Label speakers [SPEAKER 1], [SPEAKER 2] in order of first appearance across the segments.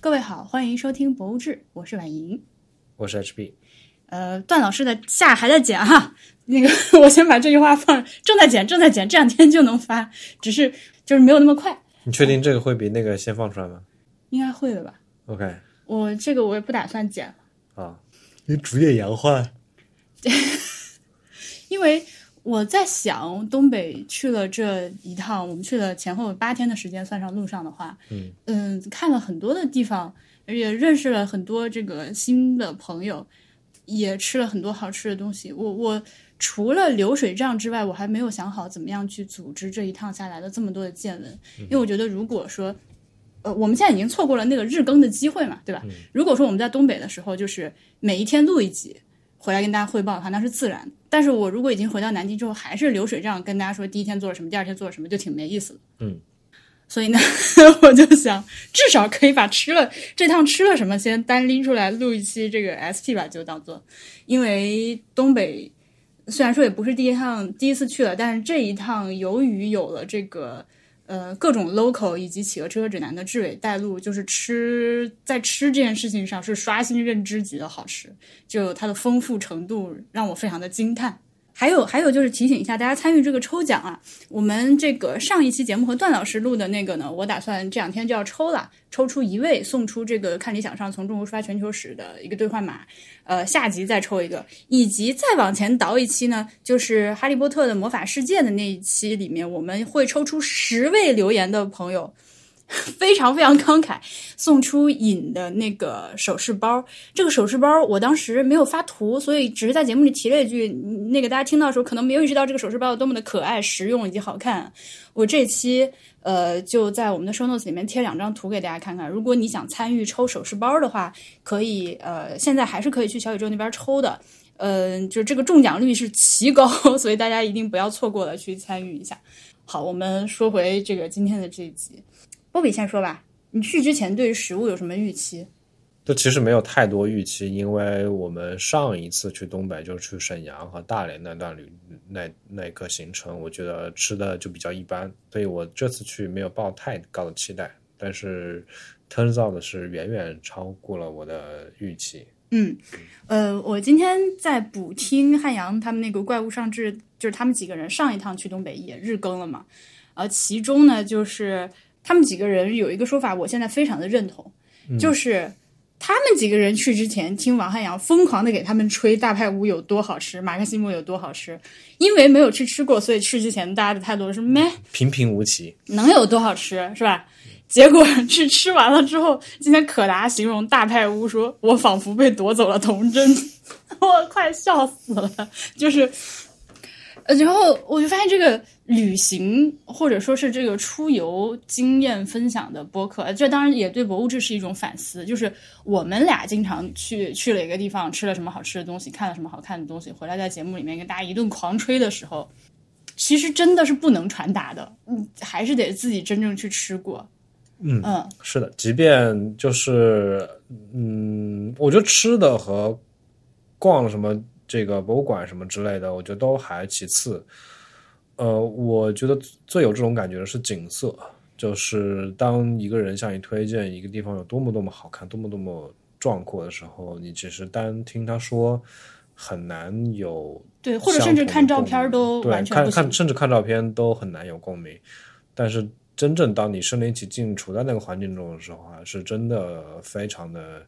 [SPEAKER 1] 各位好，欢迎收听《博物志》，我是婉莹。
[SPEAKER 2] 我是 HB，
[SPEAKER 1] 呃，段老师的下还在剪哈、 那个我先把这句话放，正在剪，正在剪，这两天就能发，只是就是没有那么快，
[SPEAKER 2] 你确定这个会比那个先放出来吗
[SPEAKER 1] 应该会的吧？
[SPEAKER 2] ？OK，
[SPEAKER 1] 我这个我也不打算剪，
[SPEAKER 2] 啊，你主页洋化，
[SPEAKER 1] 因为我在想，东北去了这一趟，我们去了前后八天的时间，算上路上的话，
[SPEAKER 2] 嗯
[SPEAKER 1] 看了很多的地方，而且认识了很多这个新的朋友，也吃了很多好吃的东西。我我除了流水账之外，我还没有想好怎么样去组织这一趟下来的这么多的见闻，因为我觉得如果说。呃，我们现在已经错过了那个日更的机会嘛，对吧？如果说我们在东北的时候，就是每一天录一集，回来跟大家汇报的话，那是自然的。但是我如果已经回到南京之后，还是流水账跟大家说第一天做了什么，第二天做了什么，就挺没意思的。
[SPEAKER 2] 嗯，
[SPEAKER 1] 所以呢， 我就想至少可以把吃了这趟吃了什么先单拎出来录一期这个 SP 吧，就当做，因为东北虽然说也不是第一趟第一次去了，但是这一趟由于有了这个。呃，各种 local 以及企鹅吃喝指南的志伟带路，就是吃在吃这件事情上是刷新认知级的好吃。就它的丰富程度让我非常的惊叹。还有还有就是提醒一下大家参与这个抽奖啊，我们这个上一期节目和段老师录的那个呢，我打算这两天就要抽了，抽出一位送出这个看理想上从中国出发全球史的一个兑换码，呃，下集再抽一个，以及再往前倒一期呢，就是哈利波特的魔法世界的那一期里面，我们会抽出十位留言的朋友， 非常非常慷慨，送出尹的那个首饰包。这个首饰包我当时没有发图，所以只是在节目里提了一句，嗯那个大家听到的时候可能没有意识到这个首饰包有多么的可爱、实用以及好看。我这期呃就在我们的 show notes 里面贴两张图给大家看看。如果你想参与抽首饰包的话，可以呃现在还是可以去小宇宙那边抽的。嗯、就这个中奖率是奇高，所以大家一定不要错过了去参与一下。好，我们说回这个今天的这一集，波比先说吧。你去之前对于食物有什么预期？
[SPEAKER 2] 就其实没有太多预期，因为我们上一次去东北就是去沈阳和大连那段旅那那一个行程，我觉得吃的就比较一般，所以我这次去没有抱太高的期待，但是 turns out 的是远远超过了我的预期。
[SPEAKER 1] 嗯，呃，我今天在补听汉阳他们那个怪物上志，就是他们几个人上一趟去东北也日更了嘛。呃，其中呢，就是他们几个人有一个说法，我现在非常的认同，就是他们几个人去之前听王汉阳疯狂的给他们吹大派屋有多好吃，马克西姆有多好吃，因为没有去吃过，所以去之前大家的态度是咩。
[SPEAKER 2] 平平无奇，
[SPEAKER 1] 能有多好吃是吧？结果是吃完了之后，今天可达形容大派屋说：“我仿佛被夺走了童真， 我快笑死了。”就是，呃，然后我就发现这个旅行或者说是这个出游经验分享的播客，呃这当然也对博物志是一种反思。就是我们俩经常去去了一个地方，吃了什么好吃的东西，看了什么好看的东西，回来在节目里面跟大家一顿狂吹的时候，其实真的是不能传达的，嗯，还是得自己真正去吃过。
[SPEAKER 2] 嗯
[SPEAKER 1] 嗯
[SPEAKER 2] 是的，即便就是，嗯，我觉得吃的和逛什么这个博物馆什么之类的，我觉得都还其次。呃，我觉得最有这种感觉的是景色，就是当一个人向你推荐一个地方有多么多么好看、多么多么壮阔的时候，你只是单听他说，很难有
[SPEAKER 1] 对，或者甚至
[SPEAKER 2] 相同的
[SPEAKER 1] 看照片儿
[SPEAKER 2] 共鸣
[SPEAKER 1] 都
[SPEAKER 2] 对
[SPEAKER 1] 完全不
[SPEAKER 2] 看
[SPEAKER 1] 行
[SPEAKER 2] 看，甚至看照片都很难有共鸣。但是真正当你身临其境处在那个环境中的时候啊，是真的非常的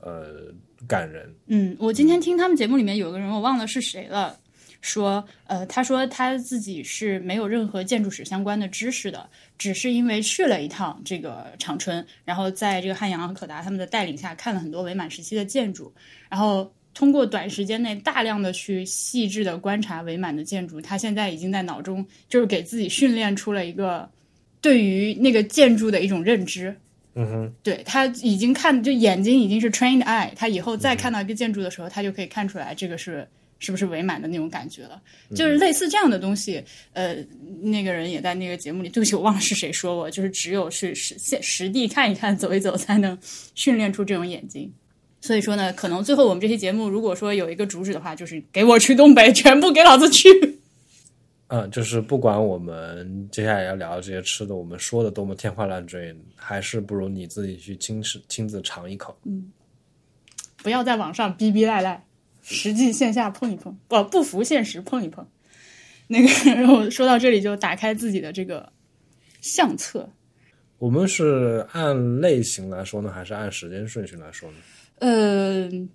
[SPEAKER 2] 呃感人。
[SPEAKER 1] 嗯，我今天听他们节目里面有个人，我忘了是谁了，说，呃，他说他自己是没有任何建筑史相关的知识的，只是因为去了一趟这个长春，然后在这个汉阳和可达他们的带领下，看了很多伪满时期的建筑，然后通过短时间内大量的去细致的观察伪满的建筑，他现在已经在脑中就是给自己训练出了一个对于那个建筑的一种认知，
[SPEAKER 2] 嗯哼，
[SPEAKER 1] 对他已经看，就眼睛已经是 trained eye，他以后再看到一个建筑的时候，他就可以看出来这个是是不是伪满的那种感觉了。就是类似这样的东西，呃，那个人也在那个节目里，对不起，我忘了是谁说过，就是只有去实现实地看一看、走一走，才能训练出这种眼睛。所以说呢，可能最后我们这期节目如果说有一个主旨的话，就是给我去东北，全部给老子去。
[SPEAKER 2] 嗯，就是不管我们接下来要聊的这些吃的，我们说的多么天花乱坠，还是不如你自己去亲试亲自尝一口。
[SPEAKER 1] 不要在网上逼逼赖赖，实际线下碰一碰，不不服现实碰一碰。那个，然后说到这里就打开自己的这个相册，
[SPEAKER 2] 我们是按类型来说呢，还是按时间顺序来说呢？
[SPEAKER 1] 呃，因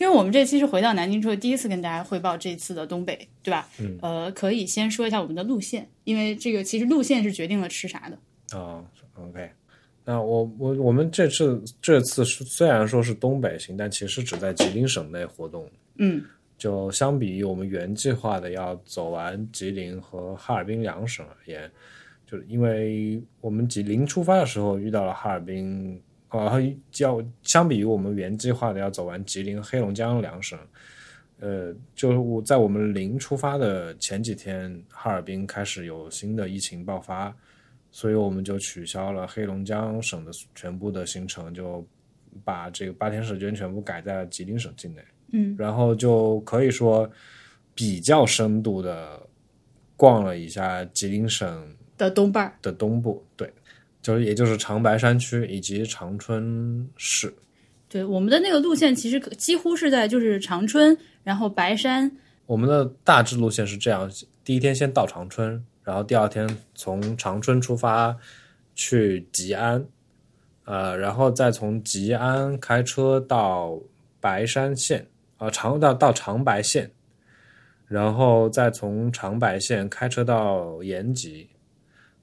[SPEAKER 1] 为我们这期是回到南京之后第一次跟大家汇报这次的东北，对吧？嗯、呃，可以先说一下我们的路线，因为这个其实路线是决定了吃啥的。
[SPEAKER 2] 啊、o k 那我我我们这次这次是虽然说是东北行，但其实只在吉林省内活动。
[SPEAKER 1] 嗯，
[SPEAKER 2] 就相比于我们原计划的要走完吉林和哈尔滨两省而言，就是因为我们吉林出发的时候遇到了哈尔滨，呃，要相比于我们原计划的要走完吉林、黑龙江两省，呃，就是我在我们临出发的前几天，哈尔滨开始有新的疫情爆发，所以我们就取消了黑龙江省的全部的行程，就把这个八天时间全部改在了吉林省境内。
[SPEAKER 1] 嗯，
[SPEAKER 2] 然后就可以说比较深度的逛了一下吉林省
[SPEAKER 1] 的东半儿，
[SPEAKER 2] 的东部，对，就是也就是长白山区以及长春市。
[SPEAKER 1] 对我们的那个路线其实可几乎是在就是长春，然后白山，
[SPEAKER 2] 我们的大致路线是这样：第一天先到长春，然后第二天从长春出发去吉安，呃，然后再从吉安开车到白山县啊、呃长到到长白县，然后再从长白县开车到延吉，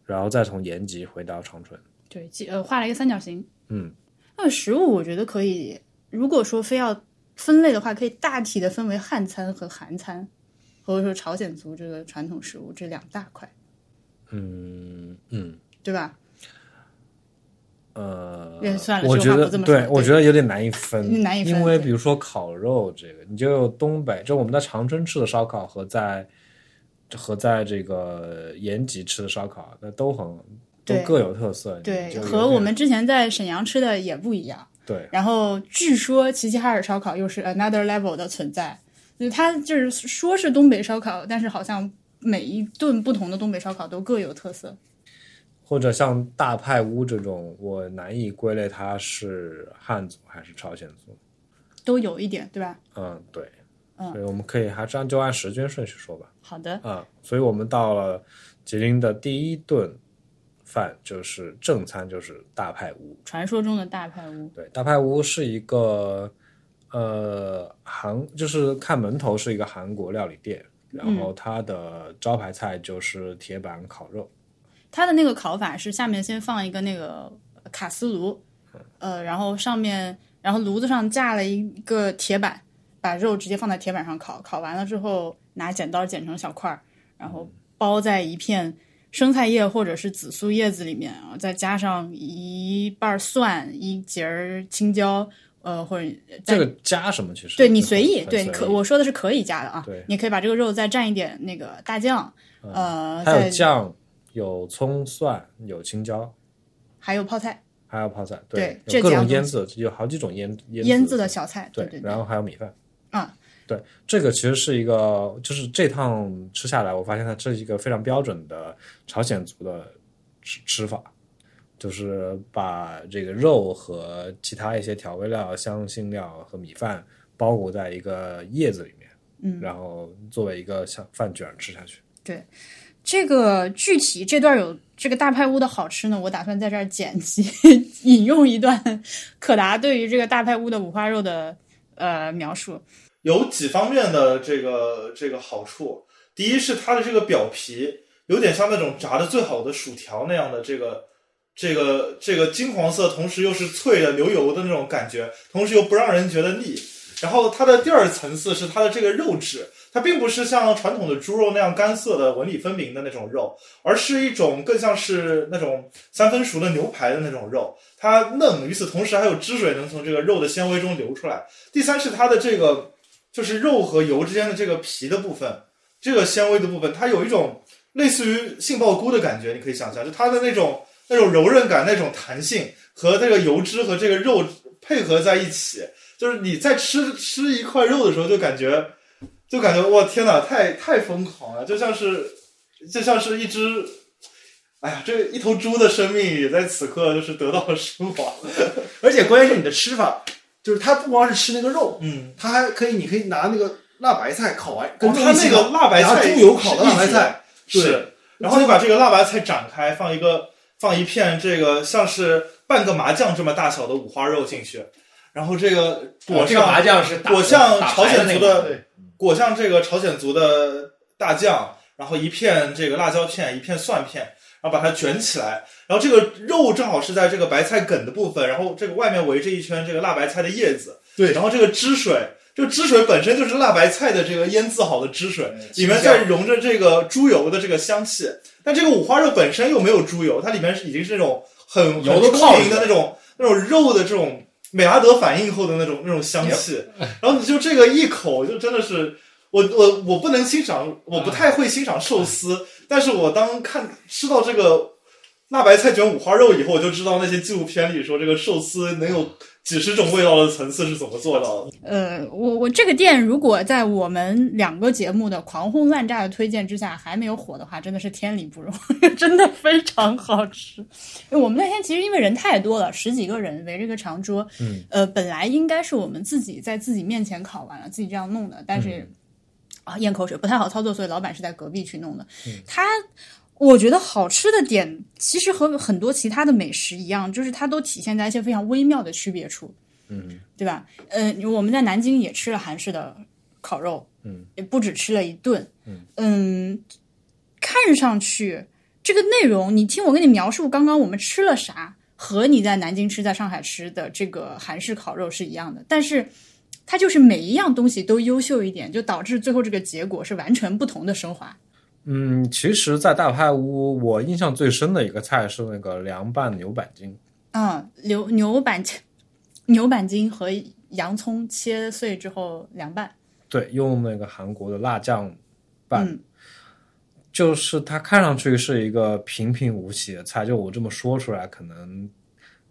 [SPEAKER 2] 然后再从延吉回到长春。
[SPEAKER 1] 对，几呃画了一个三角形。
[SPEAKER 2] 嗯，
[SPEAKER 1] 那食物我觉得可以，如果说非要分类的话，可以大体的分为汉餐和韩餐，或者说朝鲜族这个传统食物这两大块，
[SPEAKER 2] 嗯嗯
[SPEAKER 1] 对吧？
[SPEAKER 2] 呃
[SPEAKER 1] 也算，了
[SPEAKER 2] 我
[SPEAKER 1] 这
[SPEAKER 2] 觉
[SPEAKER 1] 话不
[SPEAKER 2] 得
[SPEAKER 1] 这么说
[SPEAKER 2] 对，
[SPEAKER 1] 对
[SPEAKER 2] 我觉得有点难以分，
[SPEAKER 1] 难以分
[SPEAKER 2] 因为
[SPEAKER 1] 对
[SPEAKER 2] 比如说烤肉这个，你就有东北，就我们在长春吃的烧烤和在和在这个延吉吃的烧烤，那都很都
[SPEAKER 1] 对
[SPEAKER 2] 各有特色，你
[SPEAKER 1] 对，
[SPEAKER 2] 就有
[SPEAKER 1] 和我
[SPEAKER 2] 点
[SPEAKER 1] 们之前在沈阳吃的也不一样。
[SPEAKER 2] 对
[SPEAKER 1] 然后据说齐齐哈尔烧烤又是 another level 的存在，就是它就是说是东北烧烤，但是好像每一顿不同的东北烧烤都各有特色。
[SPEAKER 2] 或者像大派屋这种，我难以归类它是汉族还是朝鲜族，
[SPEAKER 1] 都有一点，对吧？
[SPEAKER 2] 嗯，对，
[SPEAKER 1] 嗯
[SPEAKER 2] 所以我们可以还是按就按时间顺序说吧。
[SPEAKER 1] 好的，
[SPEAKER 2] 啊、所以我们到了吉林的第一顿饭就是正餐，就是大派屋。
[SPEAKER 1] 传说中的大派屋，
[SPEAKER 2] 对，大派屋是一个呃韩，就是看门头是一个韩国料理店，
[SPEAKER 1] 嗯
[SPEAKER 2] 然后它的招牌菜就是铁板烤肉。
[SPEAKER 1] 它的那个烤法是下面先放一个那个卡斯炉，
[SPEAKER 2] 嗯
[SPEAKER 1] 呃，然后上面，然后炉子上架了一个铁板，把肉直接放在铁板上烤，烤完了之后拿剪刀剪成小块儿，然后包在一片生菜叶或者是紫苏叶子里面，然后再加上一瓣蒜、一节儿青椒，呃，或者再
[SPEAKER 2] 这个加什么其实
[SPEAKER 1] 对
[SPEAKER 2] 就
[SPEAKER 1] 你
[SPEAKER 2] 很
[SPEAKER 1] 随意，
[SPEAKER 2] 很
[SPEAKER 1] 对，
[SPEAKER 2] 随
[SPEAKER 1] 可
[SPEAKER 2] 意
[SPEAKER 1] 我说的是可以加的啊
[SPEAKER 2] 对，嗯
[SPEAKER 1] 你可以把这个肉再蘸一点那个大酱，呃，
[SPEAKER 2] 还有
[SPEAKER 1] 再
[SPEAKER 2] 酱，有葱蒜，有青椒，
[SPEAKER 1] 还有泡菜
[SPEAKER 2] 还有泡菜，
[SPEAKER 1] 对
[SPEAKER 2] 有
[SPEAKER 1] 这
[SPEAKER 2] 各
[SPEAKER 1] 几
[SPEAKER 2] 种
[SPEAKER 1] 样
[SPEAKER 2] 腌
[SPEAKER 1] 东
[SPEAKER 2] 制，有好几种腌腌
[SPEAKER 1] 腌
[SPEAKER 2] 制
[SPEAKER 1] 制的小菜，对对
[SPEAKER 2] 然后还有米饭。
[SPEAKER 1] 啊，
[SPEAKER 2] 对，这个其实是一个，就是这趟吃下来，我发现它这是一个非常标准的朝鲜族的吃吃法，就是把这个肉和其他一些调味料、香辛料和米饭包裹在一个叶子里面，嗯，然后作为一个像饭卷吃下去。
[SPEAKER 1] 这个具体这段有这个大派屋的好吃呢，我打算在这儿剪辑 引用一段 可达对于这个大派屋的五花肉的呃描述。
[SPEAKER 3] 有几方面的这个这个好处。第一是它的这个表皮有点像那种炸的最好的薯条那样的这个这个这个金黄色，同时又是脆的流油的那种感觉，同时又不让人觉得腻。然后它的第二层次是它的这个肉质，它并不是像传统的猪肉那样干涩的纹理分明的那种肉，而是一种更像是那种三分熟的牛排的那种肉，它嫩，与此同时还有汁水能从这个肉的纤维中流出来。第三是它的这个就是肉和油之间的这个皮的部分，这个纤维的部分，它有一种类似于杏鲍菇的感觉，你可以想象，就它的那种那种柔韧感、那种弹性和这个油脂和这个肉配合在一起，就是你在吃吃一块肉的时候，就感觉就感觉哇天哪，太太疯狂了，就像是就像是一只，哎呀，这一头猪的生命也在此刻就是得到了升 华。
[SPEAKER 4] 而且关键是你的吃法，就是它不光是吃那个肉，
[SPEAKER 3] 嗯，
[SPEAKER 4] 它还可以，你可以拿那个辣白菜烤完，跟
[SPEAKER 3] 哦
[SPEAKER 4] 肉
[SPEAKER 3] 它
[SPEAKER 4] 一起
[SPEAKER 3] 那个
[SPEAKER 4] 烤
[SPEAKER 3] 辣白
[SPEAKER 4] 拿
[SPEAKER 3] 菜
[SPEAKER 4] 猪油烤的辣白菜，对
[SPEAKER 3] 是。然后你把这个辣白菜展开，放一个放一片这个像是半个麻酱这么大小的五花肉进去，然后这个
[SPEAKER 5] 我
[SPEAKER 3] 裹
[SPEAKER 5] 哦这个麻
[SPEAKER 3] 上
[SPEAKER 5] 将是打
[SPEAKER 3] 我像
[SPEAKER 5] 打牌
[SPEAKER 3] 朝鲜
[SPEAKER 5] 那
[SPEAKER 3] 族
[SPEAKER 5] 个
[SPEAKER 3] 的裹上这个朝鲜族的大酱，然后一片这个辣椒片，一片蒜片，然后把它卷起来，然后这个肉正好是在这个白菜梗的部分，然后这个外面围着一圈这个辣白菜的叶子，
[SPEAKER 4] 对
[SPEAKER 3] 然后这个汁水。这个汁水本身就是辣白菜的这个腌制好的汁水，里面
[SPEAKER 4] 清香
[SPEAKER 3] 再融着这个猪油的这个香气，但这个五花肉本身又没有猪油，它里面是已经是那种很
[SPEAKER 5] 油都
[SPEAKER 3] 很
[SPEAKER 5] 泡
[SPEAKER 3] 充
[SPEAKER 5] 出
[SPEAKER 3] 盈的
[SPEAKER 5] 来
[SPEAKER 3] 那种那种肉的这种美拉德反应后的那种那种香气，然后你就这个一口就真的是。我我我不能欣赏，我不太会欣赏寿司，但是我当看吃到这个辣白菜卷五花肉以后，我就知道那些纪录片里说这个寿司能有几十种味道的层次是怎么做到的。
[SPEAKER 1] 呃，我我这个店如果在我们两个节目的狂轰滥炸的推荐之下还没有火的话，真的是天理不容， 真的非常好吃。因为我们那天其实因为人太多了，十几个人围着个长桌，
[SPEAKER 2] 嗯，
[SPEAKER 1] 呃，本来应该是我们自己在自己面前烤完了，自己这样弄的，但是、啊咽口水不太好操作，所以老板是在隔壁去弄的。他我觉得好吃的点其实和很多其他的美食一样，就是它都体现在一些非常微妙的区别处。对吧？呃，我们在南京也吃了韩式的烤肉，
[SPEAKER 2] 嗯，
[SPEAKER 1] 也不止吃了一顿，嗯看上去这个内容，你听我跟你描述刚刚我们吃了啥，和你在南京吃、在上海吃的这个韩式烤肉是一样的，但是它就是每一样东西都优秀一点，就导致最后这个结果是完全不同的升华。
[SPEAKER 2] 嗯，其实，在大派屋，我印象最深的一个菜是那个凉拌牛板筋。
[SPEAKER 1] 啊，牛牛板筋牛板筋和洋葱切碎之后凉拌，
[SPEAKER 2] 对，用那个韩国的辣酱拌，
[SPEAKER 1] 嗯
[SPEAKER 2] 就是它看上去是一个平平无奇的菜，就我这么说出来，可能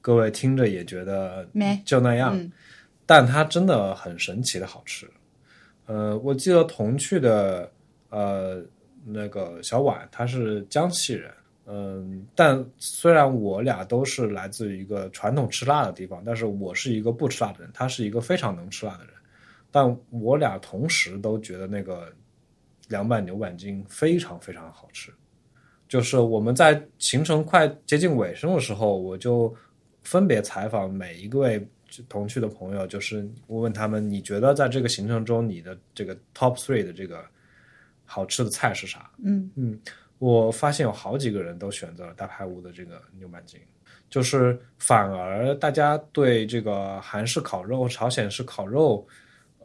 [SPEAKER 2] 各位听着也觉得
[SPEAKER 1] 没
[SPEAKER 2] 就那样，
[SPEAKER 1] 嗯
[SPEAKER 2] 但它真的很神奇的好吃。呃，我记得同去的呃那个小婉，她是江西人。嗯，但虽然我俩都是来自于一个传统吃辣的地方，但是我是一个不吃辣的人，他是一个非常能吃辣的人。但我俩同时都觉得那个凉拌牛板筋非常非常好吃。就是我们在行程快接近尾声的时候，我就分别采访每一位同去的朋友，就是我问他们，你觉得在这个行程中，你的这个 top three 的这个好吃的菜是啥？
[SPEAKER 1] 嗯。
[SPEAKER 2] 我发现有好几个人都选择了大排屋的这个牛板筋，就是反而大家对这个韩式烤肉、朝鲜式烤肉，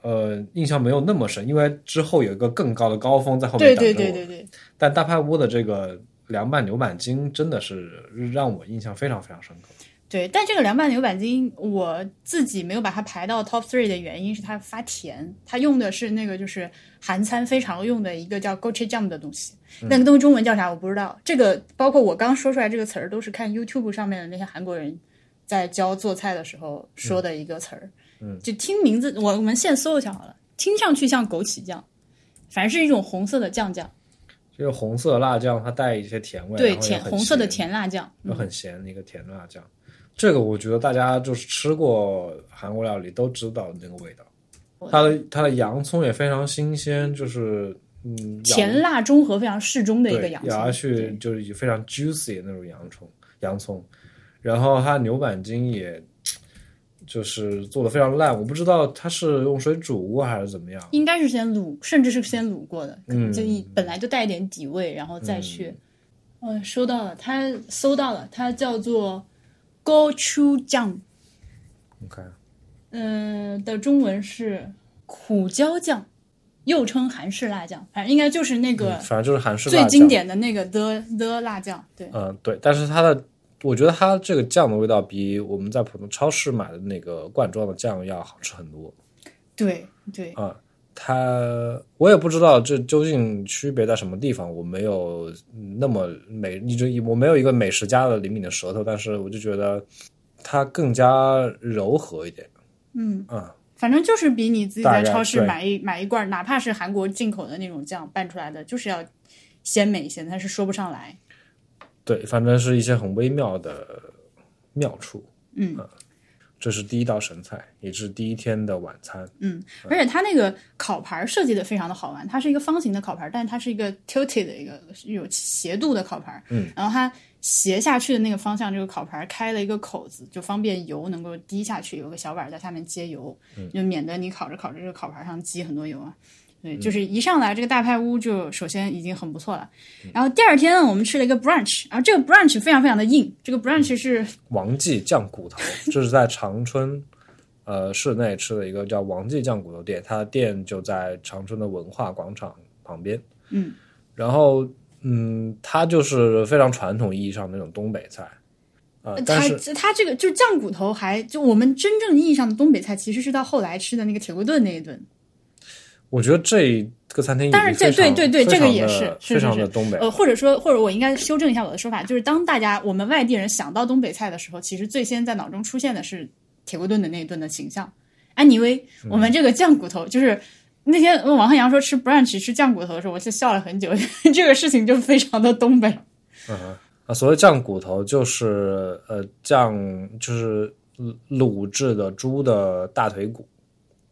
[SPEAKER 2] 呃，印象没有那么深，因为之后有一个更高的高峰在后
[SPEAKER 1] 对
[SPEAKER 2] 面等着
[SPEAKER 1] 对
[SPEAKER 2] 我。
[SPEAKER 1] 对对对，
[SPEAKER 2] 但大派屋的这个凉拌牛板筋真的是让我印象非常非常深刻。
[SPEAKER 1] 对，但这个凉拌牛板筋，我自己没有把它排到 top three 的原因是它发甜，它用的是那个就是韩餐非常用的一个叫 gochujang 的东西，
[SPEAKER 2] 嗯
[SPEAKER 1] 那个东西中文叫啥我不知道。这个包括我刚说出来这个词儿，都是看 YouTube 上面的那些韩国人在教做菜的时候说的一个词儿。
[SPEAKER 2] 嗯，
[SPEAKER 1] 就听名字，我我们现搜一下好了，听上去像枸杞酱，反正是一种红色的酱酱，
[SPEAKER 2] 这个红色辣酱它带一些甜味，
[SPEAKER 1] 对
[SPEAKER 2] 然后也
[SPEAKER 1] 甜
[SPEAKER 2] 很
[SPEAKER 1] 红色的
[SPEAKER 2] 咸嗯
[SPEAKER 1] 甜辣酱。
[SPEAKER 2] 又很咸的一个甜辣酱。这个我觉得大家就是吃过韩国料理都知道那个味道，它的它的洋葱也非常新鲜，就是嗯，咬
[SPEAKER 1] 甜辣中和非常适中的一个
[SPEAKER 2] 对
[SPEAKER 1] 洋葱，
[SPEAKER 2] 咬下去
[SPEAKER 1] 对
[SPEAKER 2] 就是非常 juicy 的那种洋葱洋葱，然后它牛板筋也就是做的非常烂，我不知道它是用水煮过还是怎么样，
[SPEAKER 1] 应该是先卤，甚至是先卤过的，可能
[SPEAKER 2] 嗯
[SPEAKER 1] 就一本来就带一点底味，然后再去。嗯，收到了，它搜到了，它叫做 “go chu 酱
[SPEAKER 2] 你看”，
[SPEAKER 1] 嗯，的中文是苦椒酱，又称韩式辣酱，反正应该就是那个
[SPEAKER 2] 嗯反正就是韩式辣
[SPEAKER 1] 最
[SPEAKER 2] 酱
[SPEAKER 1] 经典的那个的的辣酱。对，
[SPEAKER 2] 嗯，对，但是它的，我觉得它这个酱的味道比我们在普通超市买的那个罐装的酱要好吃很多
[SPEAKER 1] 对，对，
[SPEAKER 2] 啊、它我也不知道这究竟区别在什么地方，我没有那么美，一直我没有一个美食家的灵敏的舌头，但是我就觉得它更加柔和一点
[SPEAKER 1] 嗯，
[SPEAKER 2] 啊、
[SPEAKER 1] 反正就是比你自己
[SPEAKER 2] 大
[SPEAKER 1] 在
[SPEAKER 2] 概
[SPEAKER 1] 超市
[SPEAKER 2] 对
[SPEAKER 1] 买一买一罐儿，哪怕是韩国进口的那种酱拌出来的，就是要鲜美一些，但是说不上来。
[SPEAKER 2] 对，反正是一些很微妙的妙处。
[SPEAKER 1] 嗯
[SPEAKER 2] 这是第一道神菜，也是第一天的晚餐。
[SPEAKER 1] 嗯，而且它那个烤盘设计的非常的好玩，它是一个方形的烤盘，但是它是一个 tilted 的一个有斜度的烤盘。
[SPEAKER 2] 嗯，
[SPEAKER 1] 然后它斜下去的那个方向，这个烤盘开了一个口子，就方便油能够滴下去，有个小碗在下面接油，就免得你烤着烤着这个烤盘上积很多油啊。对，就是一上来这个大派屋就首先已经很不错了，然后第二天呢，我们吃了一个 brunch，然后这个 brunch 非常非常的硬，这个 brunch 是
[SPEAKER 2] 王记酱骨头，这是在长春，呃，市内吃的一个叫王记酱骨头店，它的店就在长春的文化广场旁边。
[SPEAKER 1] 嗯，
[SPEAKER 2] 然后嗯，它就是非常传统意义上的那种东北菜，啊、呃，但
[SPEAKER 1] 它
[SPEAKER 2] 是
[SPEAKER 1] 它这个就是酱骨头还，就我们真正意义上的东北菜，其实是到后来吃的那个铁锅炖那一顿。
[SPEAKER 2] 我觉得这个餐厅已经
[SPEAKER 1] 但是这
[SPEAKER 2] 非常
[SPEAKER 1] 对对对
[SPEAKER 2] 非常
[SPEAKER 1] 这个也
[SPEAKER 2] 的
[SPEAKER 1] 是是是
[SPEAKER 2] 非常
[SPEAKER 1] 是
[SPEAKER 2] 的东北了，
[SPEAKER 1] 呃，或者说，或者我应该修正一下我的说法，就是当大家我们外地人想到东北菜的时候，其实最先在脑中出现的是铁锅炖的那一顿的形象。安妮薇，
[SPEAKER 2] 嗯
[SPEAKER 1] 我们这个酱骨头就是。那天王汉阳说吃 brunch 吃酱骨头的时候，我就笑了很久。 这个事情就非常的东北，
[SPEAKER 2] 嗯哼，啊，所谓酱骨头就是呃酱就是卤卤制的猪的大腿骨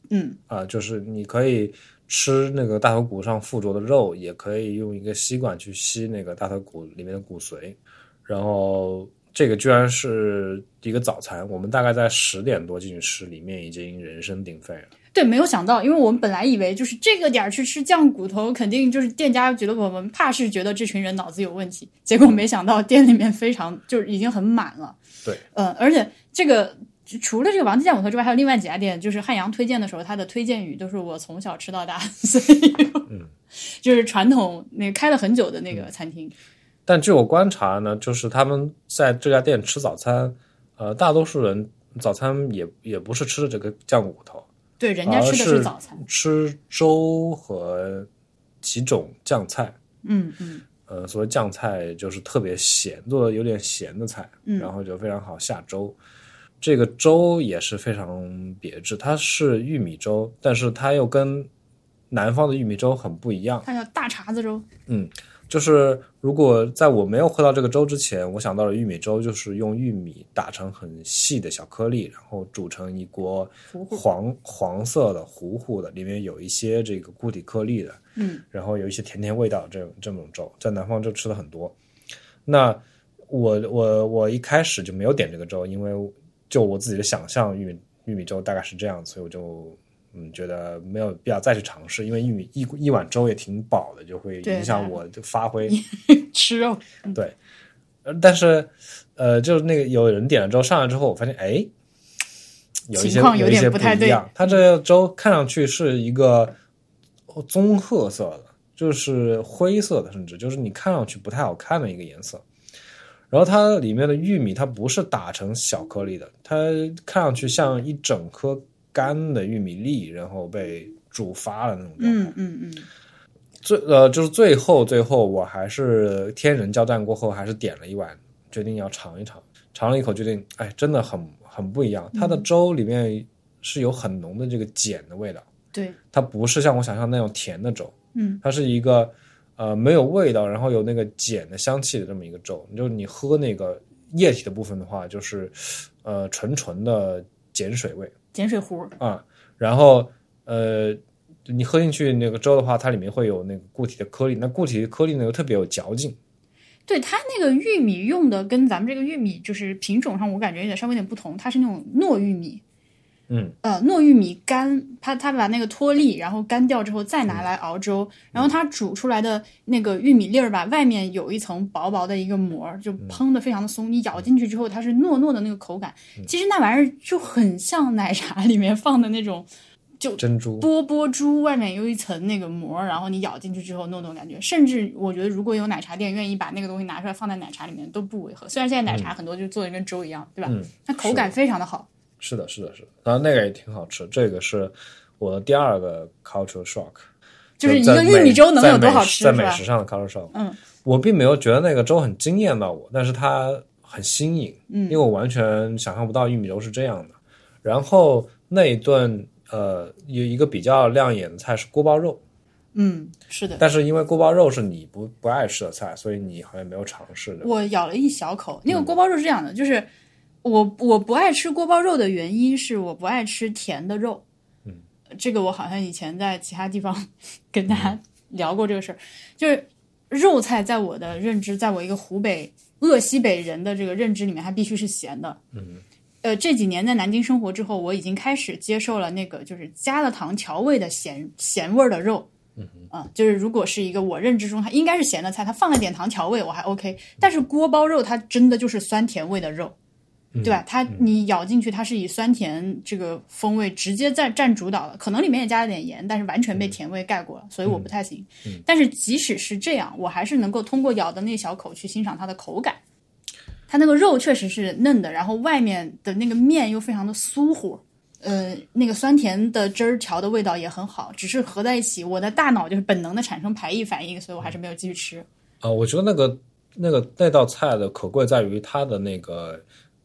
[SPEAKER 1] 嗯，
[SPEAKER 2] 啊、就是你可以吃那个大腿骨上附着的肉，也可以用一个吸管去吸那个大腿骨里面的骨髓，然后这个居然是一个早餐，我们大概在十点多进去吃，里面已经人声鼎沸了。
[SPEAKER 1] 对，没有想到，因为我们本来以为就是这个点儿去吃酱骨头，肯定就是店家觉得我们怕是觉得这群人脑子有问题，结果没想到店里面非常就是已经很满了。
[SPEAKER 2] 对，
[SPEAKER 1] 嗯、而且这个除了这个王记酱骨头之外，还有另外几家店，就是汉阳推荐的时候，他的推荐语都是我从小吃到大， 所以、
[SPEAKER 2] 嗯、
[SPEAKER 1] 就是传统那个开了很久的那个餐厅。
[SPEAKER 2] 但据我观察呢，就是他们在这家店吃早餐，呃，大多数人早餐也也不是吃的这个酱骨头，
[SPEAKER 1] 对，人家吃的
[SPEAKER 2] 而是
[SPEAKER 1] 早餐。
[SPEAKER 2] 吃粥和几种酱菜。
[SPEAKER 1] 嗯嗯，
[SPEAKER 2] 呃，所谓酱菜就是特别咸，做的有点咸的菜，
[SPEAKER 1] 嗯
[SPEAKER 2] 然后就非常好下粥。这个粥也是非常别致，它是玉米粥，但是它又跟南方的玉米粥很不一样。
[SPEAKER 1] 它叫大碴子粥。
[SPEAKER 2] 就是如果在我没有喝到这个粥之前，我想到了玉米粥，就是用玉米打成很细的小颗粒，然后煮成一锅
[SPEAKER 1] 糊糊
[SPEAKER 2] 黄黄色的糊糊的，里面有一些这个固体颗粒的，
[SPEAKER 1] 嗯，
[SPEAKER 2] 然后有一些甜甜味道的这种这种粥，在南方就吃的很多。那我我我一开始就没有点这个粥，因为就我自己的想象，玉米玉米粥大概是这样，所以我就。嗯，觉得没有必要再去尝试，因为玉米一一碗粥也挺饱的，就会
[SPEAKER 1] 对
[SPEAKER 2] 影响
[SPEAKER 1] 的
[SPEAKER 2] 我的发挥。
[SPEAKER 1] 吃肉，
[SPEAKER 2] 呃但是，呃，就是那个有人点了之后上来之后，我发现哎，有一些
[SPEAKER 1] 情况有
[SPEAKER 2] 有一
[SPEAKER 1] 点
[SPEAKER 2] 些
[SPEAKER 1] 不太
[SPEAKER 2] 一
[SPEAKER 1] 对
[SPEAKER 2] 样。它这个粥看上去是一个哦棕褐色的，就是灰色的，甚至就是你看上去不太好看的一个颜色。然后它里面的玉米，它不是打成小颗粒的，它看上去像一整颗干的玉米粒，然后被煮发了那种状态。
[SPEAKER 1] 嗯嗯嗯，
[SPEAKER 2] 最呃，就是最后最后，我还是天人交战过后，还是点了一碗，决定要尝一尝，尝了一口，决定，哎，真的很很不一样。它的粥里面是有很浓的这个碱的味道，
[SPEAKER 1] 对，
[SPEAKER 2] 它不是像我想象那种甜的粥，
[SPEAKER 1] 嗯，
[SPEAKER 2] 它是一个呃没有味道，然后有那个碱的香气的这么一个粥。就是你喝那个液体的部分的话，就是呃纯纯的碱水味，
[SPEAKER 1] 碱水糊。
[SPEAKER 2] 啊，然后呃，你喝进去那个粥的话，它里面会有那个固体的颗粒，那固体的颗粒呢又特别有嚼劲，
[SPEAKER 1] 对它那个玉米用的跟咱们这个玉米就是品种上，我感觉有点稍微有点不同，它是那种糯玉米，
[SPEAKER 2] 嗯，
[SPEAKER 1] 呃，糯玉米干，它它把那个脱粒，然后干掉之后再拿来熬粥，然后它煮出来的那个玉米粒儿吧，外面有一层薄薄的一个膜儿，就蓬的非常的松，你咬进去之后它是糯糯的那个口感，其实那玩意儿就很像奶茶里面放的那种
[SPEAKER 2] 珍珠
[SPEAKER 1] 波波珠外面有一层那个膜儿，然后你咬进去之后那种感觉，甚至我觉得如果有奶茶店愿意把那个东西拿出来放在奶茶里面都不违和。虽然现在奶茶很多就做的跟粥一样，对吧？
[SPEAKER 2] 嗯
[SPEAKER 1] 它口感非常的好。
[SPEAKER 2] 是的，是的，是的，然后那个也挺好吃，这个是我的第二个 culture shock，
[SPEAKER 1] 就是一
[SPEAKER 2] 在
[SPEAKER 1] 个玉米
[SPEAKER 2] 美
[SPEAKER 1] 粥能
[SPEAKER 2] 在
[SPEAKER 1] 有多
[SPEAKER 2] 美
[SPEAKER 1] 好
[SPEAKER 2] 食
[SPEAKER 1] 吃
[SPEAKER 2] 在
[SPEAKER 1] 是
[SPEAKER 2] 美
[SPEAKER 1] 吧
[SPEAKER 2] 食上的 culture shock，
[SPEAKER 1] 嗯，
[SPEAKER 2] 我并没有觉得那个粥很惊艳到我，但是它很新颖，
[SPEAKER 1] 嗯
[SPEAKER 2] 因为我完全想象不到玉米粥是这样的。然后那一顿呃有一个比较亮眼的菜是锅包肉，
[SPEAKER 1] 嗯，是的，
[SPEAKER 2] 但是因为锅包肉是你不不爱吃的菜，所以你好像没有尝试的。
[SPEAKER 1] 我咬了一小口。那个锅包肉是这样的，就是我我不爱吃锅包肉的原因是我不爱吃甜的肉。嗯，这个我好像以前在其他地方 跟大家聊过这个事儿，就是肉菜在我的认知，在我一个湖北鄂西北人的这个认知里面，它必须是咸的。嗯。呃，这几年在南京生活之后，我已经开始接受了那个就是加了糖调味的咸咸味儿的肉，啊，就是如果是一个我认知中它应该是咸的菜，它放了点糖调味我还 OK，但是锅包肉它真的就是酸甜味的肉，对吧？它你咬进去，它是以酸甜这个风味直接占占主导的，可能里面也加了点盐，但是完全被甜味盖过了，所以我不太行。但是即使是这样，我还是能够通过咬的那小口去欣赏它的口感。它那个肉确实是嫩的，然后外面的那个面又非常的酥乎，呃，那个酸甜的汁儿调的味道也很好，只是合在一起，我的大脑就是本能的产生排异反应，所以我还是没有继续吃。
[SPEAKER 2] 啊，我觉得那个那个那道菜的可贵在于它的那个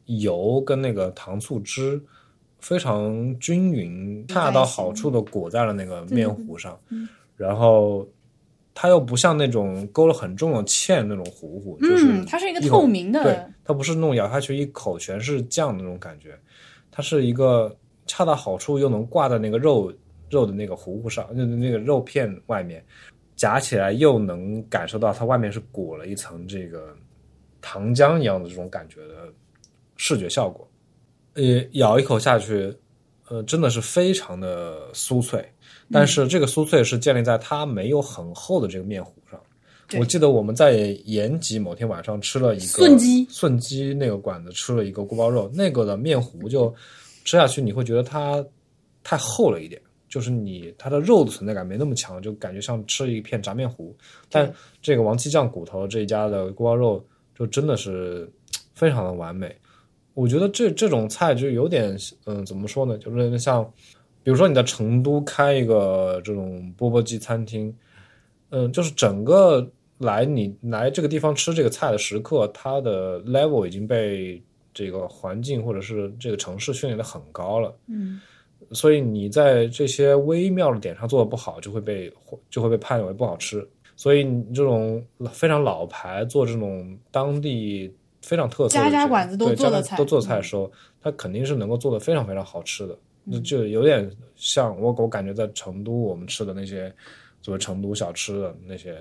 [SPEAKER 2] 油跟那个糖醋汁非常均匀、恰到好处的裹在了那个面糊上，然后它又不像那种勾了很重的芡那种糊糊，就是
[SPEAKER 1] 嗯，它是一个
[SPEAKER 2] 一口
[SPEAKER 1] 透明
[SPEAKER 2] 对
[SPEAKER 1] 的，，
[SPEAKER 2] 它不是那种咬下去一口全是酱的那种感觉，它是一个恰到好处又能挂在那个肉肉的那个糊糊上，那那个肉片外面，夹起来又能感受到它外面是裹了一层这个糖浆一样的这种感觉的视觉效果。呃，咬一口下去，呃，真的是非常的酥脆，但是这个酥脆是建立在它没有很厚的这个面糊上。
[SPEAKER 1] 对
[SPEAKER 2] 我记得我们在延吉某天晚上吃了一个
[SPEAKER 1] 顺基
[SPEAKER 2] 顺基那个馆子吃了一个锅包肉，那个的面糊就吃下去，你会觉得它太厚了一点，就是你它的肉的存在感没那么强，就感觉像吃了一片炸面糊。但这个王七酱骨头这一家的锅包肉就真的是非常的完美。我觉得这这种菜就有点，嗯、怎么说呢？就是有点像，比如说你在成都开一个这种钵钵鸡餐厅，嗯、就是整个来你来这个地方吃这个菜的食客，他的 level 已经被这个环境或者是这个城市训练的很高了。
[SPEAKER 1] 嗯，
[SPEAKER 2] 所以你在这些微妙的点上做的不好，就会被就会被判为不好吃。所以你这种非常老牌做这种当地非常特色的
[SPEAKER 1] 家家
[SPEAKER 2] 这
[SPEAKER 1] 馆子都
[SPEAKER 2] 对
[SPEAKER 1] 做的
[SPEAKER 2] 家家
[SPEAKER 1] 菜嗯
[SPEAKER 2] 都做的菜的时候，它肯定是能够做的非常非常好吃的。
[SPEAKER 1] 嗯
[SPEAKER 2] 那就有点像我我感觉在成都我们吃的那些作为成都小吃的那些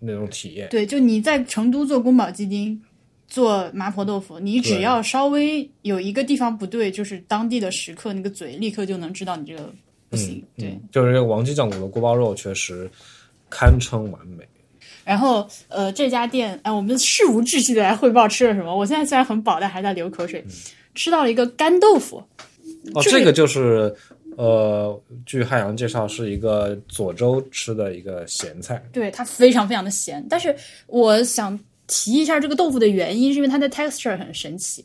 [SPEAKER 2] 那种体验，
[SPEAKER 1] 对，就你在成都做宫保鸡丁，做麻婆豆腐，你只
[SPEAKER 2] 对
[SPEAKER 1] 要稍微有一个地方不对，就是当地的食客那个嘴立刻就能知道你这个不行。对，
[SPEAKER 2] 嗯，就是这个王记酱骨的锅包肉确实堪称完美。
[SPEAKER 1] 然后呃，这家店哎，我们事无巨细的来汇报吃了什么。我现在虽然很饱，但还在流口水。
[SPEAKER 2] 嗯
[SPEAKER 1] 吃到了一个干豆腐，
[SPEAKER 2] 哦，
[SPEAKER 1] 就是
[SPEAKER 2] 这个就是呃，据汉阳介绍是一个左州吃的一个咸菜，
[SPEAKER 1] 对，它非常非常的咸。但是我想提一下这个豆腐的原因，是因为它的 texture 很神奇。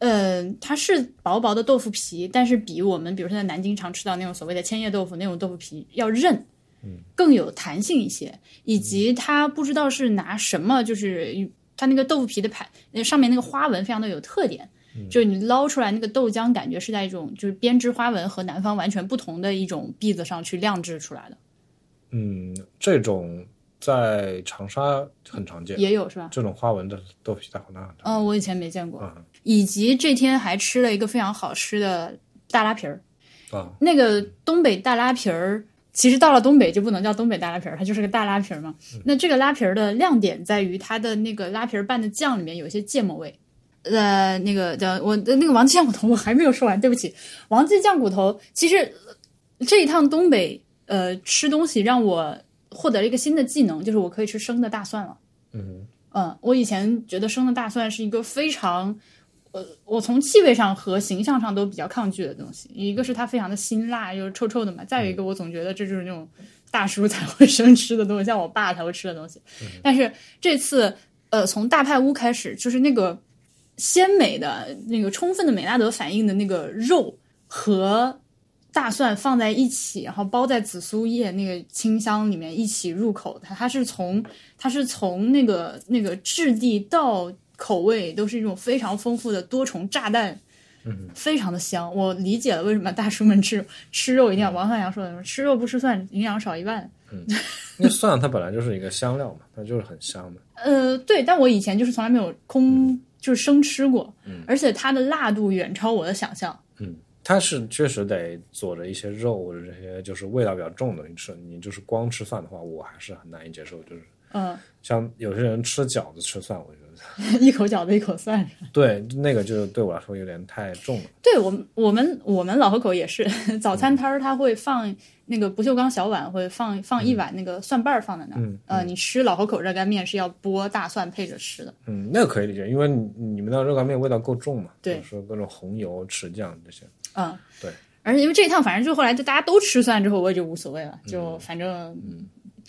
[SPEAKER 1] 嗯。它是薄薄的豆腐皮，但是比我们比如说在南京常吃到那种所谓的千叶豆腐那种豆腐皮要韧，更有弹性一些，以及它不知道是拿什么，就是它那个豆腐皮的盘呃上面那个花纹非常的有特点，就是你捞出来那个豆浆，感觉是在一种就是编织花纹和南方完全不同的一种篦子上去晾制出来的，
[SPEAKER 2] 嗯，这种在长沙很常见，
[SPEAKER 1] 也有是吧？
[SPEAKER 2] 这种花纹的豆皮大黄蛋很常见。
[SPEAKER 1] 嗯，我以前没见过
[SPEAKER 2] 嗯。
[SPEAKER 1] 以及这天还吃了一个非常好吃的大拉皮儿。
[SPEAKER 2] 啊，
[SPEAKER 1] 那个东北大拉皮儿，其实到了东北就不能叫东北大拉皮儿，它就是个大拉皮儿嘛。那这个拉皮儿的亮点在于它的那个拉皮儿拌的酱里面有一些芥末味。呃，那个叫我那个王记酱骨头，我还没有说完，对不起。王记酱骨头，其实呃这一趟东北，呃，吃东西让我获得了一个新的技能，就是我可以吃生的大蒜了。
[SPEAKER 2] 嗯
[SPEAKER 1] 嗯，我以前觉得生的大蒜是一个非常，呃，我从气味上和形象上都比较抗拒的东西。一个是它非常的辛辣，又臭臭的嘛；再有一个，我总觉得这就是那种大叔才会生吃的东西，像我爸才会吃的东西。但是这次，呃，从大派屋开始，就是那个鲜美的、那个充分的美拉德反应的那个肉和大蒜放在一起，然后包在紫苏叶那个清香里面一起入口，它它是从它是从那个那个质地到口味都是一种非常丰富的多重炸弹非常的香。我理解了为什么大叔们吃吃肉一定要王汉阳说的什么吃肉不吃蒜，营养少一万。
[SPEAKER 2] 因为蒜它本来就是一个香料嘛，它就是很香的。
[SPEAKER 1] 呃，对，但我以前就是从来没有空、就是生吃过，而且它的辣度远超我的想象。
[SPEAKER 2] 嗯，它是确实得佐着一些肉或者这些就是味道比较重的东西吃。你就是光吃饭的话，我还是很难以接受。就是
[SPEAKER 1] 嗯、
[SPEAKER 2] 像有些人吃饺子吃蒜，我觉得
[SPEAKER 1] 一口饺子一口蒜。
[SPEAKER 2] 对那个就对我来说有点太重了。
[SPEAKER 1] 对我们，我们我们老河口也是 早
[SPEAKER 2] 嗯
[SPEAKER 1] 餐摊儿，它会放那个不锈钢小碗，会放放一碗那个蒜瓣儿放在那儿。
[SPEAKER 2] 嗯
[SPEAKER 1] 呃，你吃老河口热干面是要剥大蒜配着吃的。
[SPEAKER 2] 嗯，那个可以理解，因为你你们的热干面味道够重嘛，
[SPEAKER 1] 对
[SPEAKER 2] 就是各种红油、豉酱这些。
[SPEAKER 1] 嗯，
[SPEAKER 2] 对。
[SPEAKER 1] 而且因为这一趟，反正就后来就大家都吃蒜之后，我也就无所谓了，
[SPEAKER 2] 嗯
[SPEAKER 1] 就反正、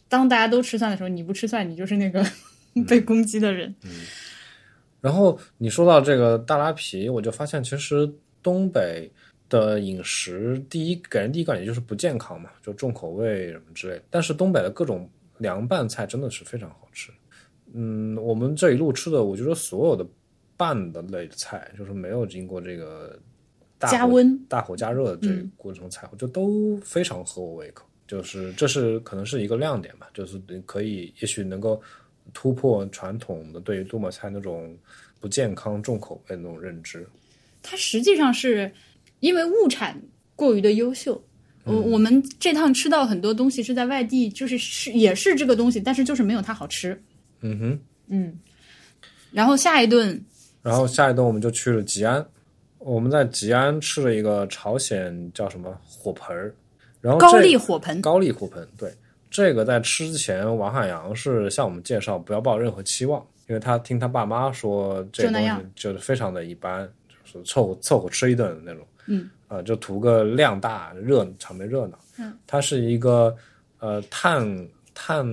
[SPEAKER 1] 当大家都吃蒜的时候，你不吃蒜，你就是那个
[SPEAKER 2] 嗯
[SPEAKER 1] 被攻击的人。
[SPEAKER 2] 然后你说到这个大拉皮，我就发现其实东北的饮食，第一给人第一感觉就是不健康嘛，就重口味什么之类的。但是东北的各种凉拌菜真的是非常好吃。嗯，我们这一路吃的，我觉得所有的拌的类菜，就是没有经过这个大火
[SPEAKER 1] 加温、
[SPEAKER 2] 大火加热的这个过程菜，我觉得都非常合我胃口。就是这是可能是一个亮点吧，就是可以也许能够突破传统的对于东北菜那种不健康、重口味的那种认知。
[SPEAKER 1] 它实际上是因为物产过于的优秀。我
[SPEAKER 2] 嗯
[SPEAKER 1] 我们这趟吃到很多东西是在外地，就是是也是这个东西，但是就是没有它好吃。
[SPEAKER 2] 嗯哼，
[SPEAKER 1] 嗯，然后下一顿
[SPEAKER 2] 然后下一顿我们就去了吉安，我们在吉安吃了一个朝鲜叫什么火盆儿，然哦后
[SPEAKER 1] 高
[SPEAKER 2] 这
[SPEAKER 1] 丽火盆，
[SPEAKER 2] 高丽火盆，对，这个在吃之前，王汉阳是向我们介绍不要抱任何期望，因为他听他爸妈说这
[SPEAKER 1] 就
[SPEAKER 2] 个
[SPEAKER 1] 那
[SPEAKER 2] 东西
[SPEAKER 1] 样
[SPEAKER 2] 就是非常的一般，就是凑合凑合吃一顿的那种，
[SPEAKER 1] 嗯，
[SPEAKER 2] 啊、就图个量大热场面热闹，
[SPEAKER 1] 嗯，
[SPEAKER 2] 它是一个呃碳碳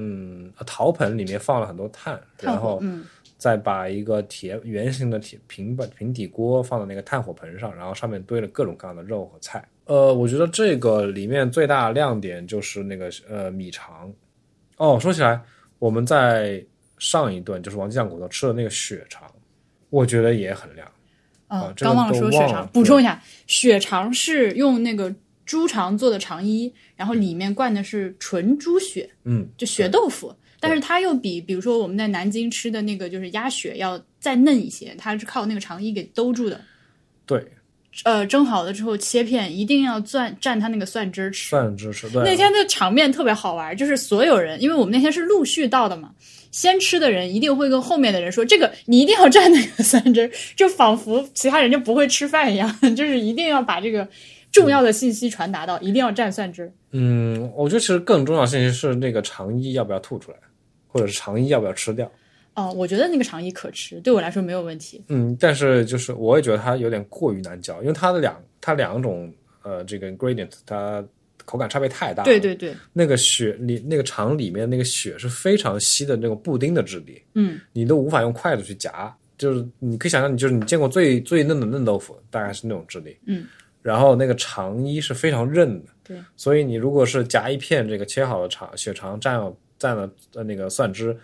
[SPEAKER 2] 呃陶盆里面放了很多碳，
[SPEAKER 1] 炭
[SPEAKER 2] 然
[SPEAKER 1] 火
[SPEAKER 2] 后
[SPEAKER 1] 嗯，
[SPEAKER 2] 再把一个铁圆形的铁平板平底锅放到那个炭火盆上，然后上面堆了各种各样的肉和菜。呃，我觉得这个里面最大的亮点就是那个呃米肠。哦，说起来，我们在上一顿就是王记酱骨头吃的那个血肠，我觉得也很亮。
[SPEAKER 1] 啊
[SPEAKER 2] 啊，这个
[SPEAKER 1] 刚忘了
[SPEAKER 2] 都
[SPEAKER 1] 说血
[SPEAKER 2] 忘
[SPEAKER 1] 肠
[SPEAKER 2] 了，
[SPEAKER 1] 补
[SPEAKER 2] 对
[SPEAKER 1] 充一下，血肠是用那个猪肠做的肠衣，然后里面灌的是纯猪血，
[SPEAKER 2] 嗯，
[SPEAKER 1] 就血豆腐，但是它又比比如说我们在南京吃的那个就是鸭血要再嫩一些，它是靠那个肠衣给兜住的。
[SPEAKER 2] 对，
[SPEAKER 1] 呃，蒸好了之后切片，一定要蘸蘸它那个蒜汁儿吃。
[SPEAKER 2] 蒜汁是对啊。
[SPEAKER 1] 那天的场面特别好玩，就是所有人，因为我们那天是陆续到的嘛，先吃的人一定会跟后面的人说，这个你一定要蘸那个蒜汁儿， 就仿佛其他人就不会吃饭一样， 就是一定要把这个重要的信息传达到，一定要蘸蒜汁儿。
[SPEAKER 2] 嗯，我觉得其实更重要的信息是那个肠衣要不要吐出来，或者是肠衣要不要吃掉。
[SPEAKER 1] 哦，我觉得那个肠衣可吃，对我来说没有问题。
[SPEAKER 2] 嗯，但是就是我也觉得它有点过于难嚼，因为它的两它两种呃这个 ingredient 它口感差别太大了。
[SPEAKER 1] 对，对对，
[SPEAKER 2] 那个血里那个肠里面那个血是非常稀的那种布丁的质地，
[SPEAKER 1] 嗯，
[SPEAKER 2] 你都无法用筷子去夹，就是你可以想象，你就是你见过最最嫩的嫩豆腐，大概是那种质地。
[SPEAKER 1] 嗯，
[SPEAKER 2] 然后那个肠衣是非常韧的，
[SPEAKER 1] 对，
[SPEAKER 2] 所以你如果是夹一片这个切好的肠血肠蘸了蘸了呃那个蒜汁，嗯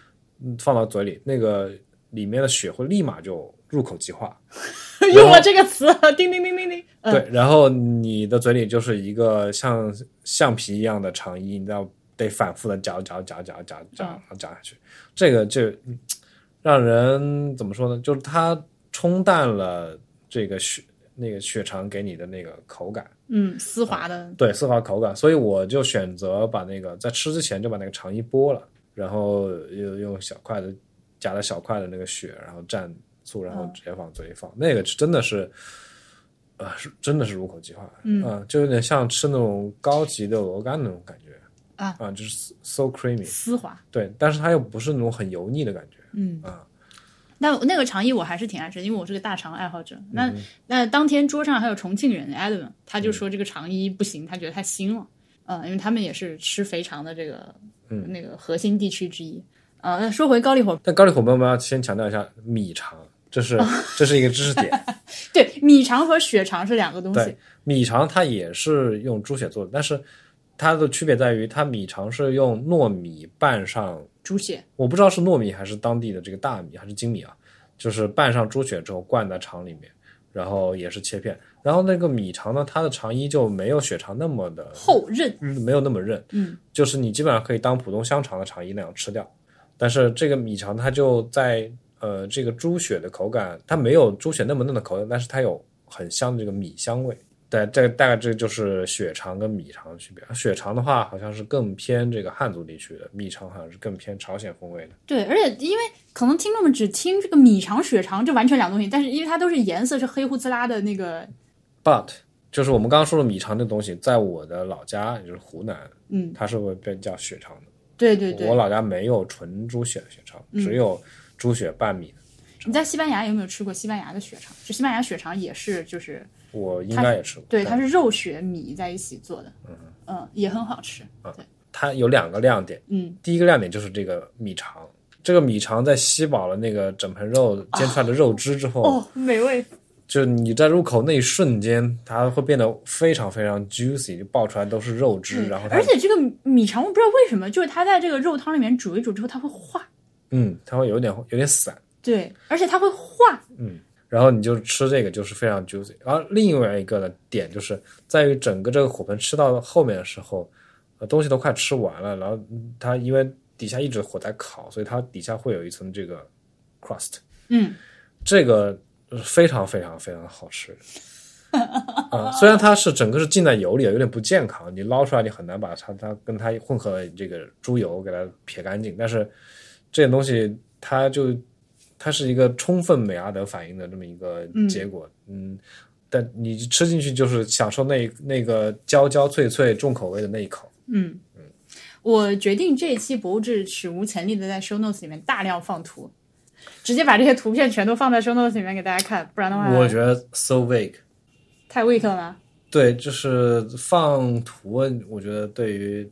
[SPEAKER 2] 放到嘴里，那个里面的血会立马就入口即化。
[SPEAKER 1] 用了这个词，叮叮叮叮叮。嗯、
[SPEAKER 2] 对，然后你的嘴里就是一个像橡皮一样的肠衣，你要得反复的嚼嚼嚼嚼嚼嚼嚼下去。这个就嗯让人怎么说呢？就是它冲淡了这个血那个血肠给你的那个口感，
[SPEAKER 1] 嗯，丝滑的。
[SPEAKER 2] 对丝滑口感。所以我就选择把那个在吃之前就把那个肠衣剥了，然后又用小筷子夹了小块的那个血，然后蘸醋，然后直接往嘴里放。那个是真的是。啊，是真的是入口即化，嗯、就有点像吃那种高级的鹅肝那种感觉
[SPEAKER 1] 啊
[SPEAKER 2] 就是 so creamy，
[SPEAKER 1] 丝滑，
[SPEAKER 2] 对，但是它又不是那种很油腻的感觉，
[SPEAKER 1] 嗯
[SPEAKER 2] 啊，
[SPEAKER 1] 那那个肠衣我还是挺爱吃，因为我是个大肠爱好者。那、那当天桌上还有重庆人 Adam，他就说这个肠衣不行，他觉得太腥了，呃，因为他们也是吃肥肠的这个、那个核心地区之一。呃，那说回高丽火，
[SPEAKER 2] 但高丽火盆我们要先强调一下米肠，这是这是一个知识点，
[SPEAKER 1] 对，米肠和血肠是两个东西
[SPEAKER 2] 对。米肠它也是用猪血做的，但是它的区别在于，它米肠是用糯米拌上，
[SPEAKER 1] 猪血，
[SPEAKER 2] 我不知道是糯米还是当地的这个大米还是精米啊，就是拌上猪血之后灌在肠里面，然后也是切片。然后那个米肠呢，它的肠衣就没有血肠那么的
[SPEAKER 1] 后刃，
[SPEAKER 2] 没有那么韧，
[SPEAKER 1] 嗯，
[SPEAKER 2] 就是你基本上可以当普通香肠的肠衣那样吃掉。但是这个米肠它就在呃这个猪血的口感，它没有猪血那么嫩的口感，但是它有很香的这个米香味。对，这大概这就是血肠跟米肠的区别。血肠的话好像是更偏这个汉族地区的，米肠好像是更偏朝鲜风味的。
[SPEAKER 1] 对，而且因为可能听众们只听这个米肠、血肠，这完全两东西，但是因为它都是颜色是黑乎滋啦的那个，
[SPEAKER 2] But 就是我们刚刚说的米肠这东西，在我的老家，也就是湖南，
[SPEAKER 1] 嗯，
[SPEAKER 2] 它是会被叫血肠的。
[SPEAKER 1] 对对对嗯
[SPEAKER 2] 我。老家没有纯猪血的血肠，只有猪血拌米的。
[SPEAKER 1] 你在西班牙有没有吃过西班牙的血肠？就西班牙血肠也是就是
[SPEAKER 2] 我应该也吃过。
[SPEAKER 1] 对，
[SPEAKER 2] 但
[SPEAKER 1] 它是肉血米在一起做的，嗯也很好吃。对，
[SPEAKER 2] 它有两个亮点。
[SPEAKER 1] 嗯，
[SPEAKER 2] 第一个亮点就是这个米肠，这个米肠在吸饱了那个整盆肉煎出来的肉汁之后，
[SPEAKER 1] 哦，美味。
[SPEAKER 2] 就你在入口那一瞬间，它会变得非常非常 juicy，就爆出来都是肉汁，然后
[SPEAKER 1] 嗯
[SPEAKER 2] 它
[SPEAKER 1] 而且这个米肠我不知道为什么，就是它在这个肉汤里面煮一煮之后，它会化。
[SPEAKER 2] 嗯，它会有点有点散。
[SPEAKER 1] 对，而且它会化。
[SPEAKER 2] 然后你就吃这个就是非常 juicy。然后另外一个呢点就是在于整个这个火盆吃到后面的时候，呃，东西都快吃完了，然后嗯它因为底下一直火在烤，所以它底下会有一层这个 crust，
[SPEAKER 1] 嗯，
[SPEAKER 2] 这个呃非常非常非常好吃。啊，虽然它是整个是浸在油里的，有点不健康，你捞出来你很难把它它跟它混合的这个猪油给它撇干净，但是这种东西它就它是一个充分美拉德反应的这么一个结果，嗯但你吃进去就是享受那一那个焦焦脆脆重口味的那一口，
[SPEAKER 1] 我决定这一期博物志史无前例的在 show notes 里面大量放图，直接把这些图片全都放在 show notes 里面给大家看，不然的话
[SPEAKER 2] 我觉得 so vague。
[SPEAKER 1] 太 weak 了吗。
[SPEAKER 2] 对，就是放图，我觉得对于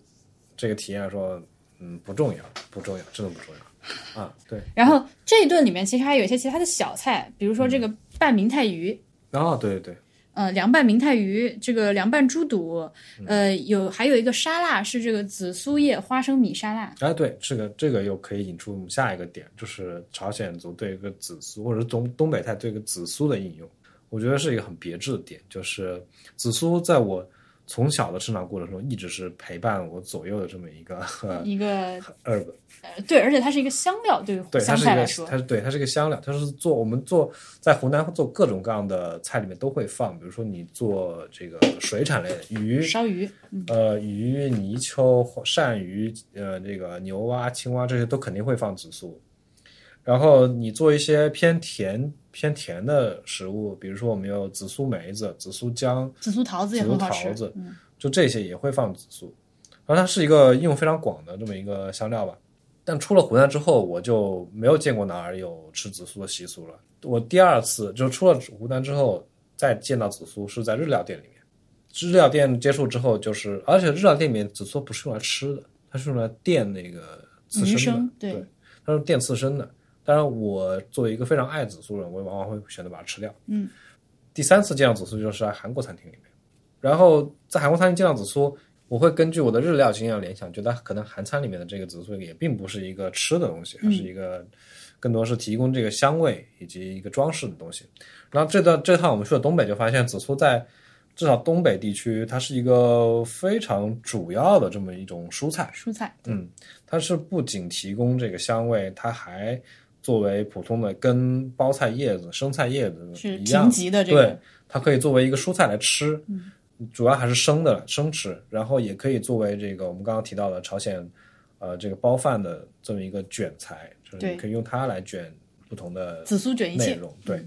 [SPEAKER 2] 这个体验来说，嗯，不重要，不重要，真的不重要啊。对，
[SPEAKER 1] 然后这一顿里面其实还有一些其他的小菜，比如说这个拌明太鱼，
[SPEAKER 2] 然后啊对对对，
[SPEAKER 1] 呃，凉拌明太鱼，这个凉拌猪肚，
[SPEAKER 2] 嗯
[SPEAKER 1] 呃，有还有一个沙拉是这个紫苏叶花生米沙拉，
[SPEAKER 2] 哎对，这个这个又可以引出我们下一个点，就是朝鲜族对一个紫苏，或者是东东北菜对一个紫苏的应用，我觉得是一个很别致的点，就是紫苏在我从小的成长过程中一直是陪伴我左右的这么一个 呃
[SPEAKER 1] 一个
[SPEAKER 2] herb，
[SPEAKER 1] 呃对，而且它是一个香料，对于
[SPEAKER 2] 对，它
[SPEAKER 1] 香
[SPEAKER 2] 是
[SPEAKER 1] 菜
[SPEAKER 2] 一
[SPEAKER 1] 来
[SPEAKER 2] 个，
[SPEAKER 1] 说
[SPEAKER 2] 它，是对，它是一个香料，它是做我们做在湖南做各种各样的菜里面都会放，比如说你做这个水产类的鱼，
[SPEAKER 1] 烧鱼，
[SPEAKER 2] 呃，鱼、泥鳅、鳝鱼，呃，这个牛蛙、青蛙这些都肯定会放紫苏。然后你做一些偏甜偏甜的食物，比如说我们有紫苏梅子、紫苏姜，
[SPEAKER 1] 紫苏桃子也
[SPEAKER 2] 紫苏
[SPEAKER 1] 很好吃
[SPEAKER 2] 桃，子
[SPEAKER 1] 嗯，
[SPEAKER 2] 就这些也会放紫苏。然后它是一个应用非常广的这么一个香料吧。但出了湖南之后，我就没有见过哪儿有吃紫苏的习俗了。我第二次就出了湖南之后再见到紫苏是在日料店里面。日料店接触之后，就是而且日料店里面紫苏不是用来吃的，它是用来垫那个刺
[SPEAKER 1] 鱼
[SPEAKER 2] 身
[SPEAKER 1] 生
[SPEAKER 2] 的，
[SPEAKER 1] 对
[SPEAKER 2] 对，它是垫刺身的。当然，我作为一个非常爱紫苏的人，我往往会选择把它吃掉。
[SPEAKER 1] 嗯，
[SPEAKER 2] 第三次见到紫苏就是在韩国餐厅里面。然后在韩国餐厅见到紫苏，我会根据我的日料经验联想，觉得可能韩餐里面的这个紫苏也并不是一个吃的东西，它是一个更多是提供这个香味以及一个装饰的东西。然后这段这趟我们去了东北，就发现紫苏在至少东北地区，它是一个非常主要的这么一种蔬菜。
[SPEAKER 1] 蔬菜，
[SPEAKER 2] 嗯，它是不仅提供这个香味，它还作为普通的跟包菜叶子、生菜叶子
[SPEAKER 1] 是
[SPEAKER 2] 一
[SPEAKER 1] 评
[SPEAKER 2] 样，
[SPEAKER 1] 级的这
[SPEAKER 2] 对
[SPEAKER 1] 个，，嗯
[SPEAKER 2] 它可以作为一个蔬菜来吃，主要还是生的生吃，然后也可以作为这个我们刚刚提到的朝鲜，呃，这个包饭的这么一个卷材，就是
[SPEAKER 1] 对
[SPEAKER 2] 你可以用它来卷不同的
[SPEAKER 1] 紫苏卷一
[SPEAKER 2] 内
[SPEAKER 1] 切，
[SPEAKER 2] 容，对，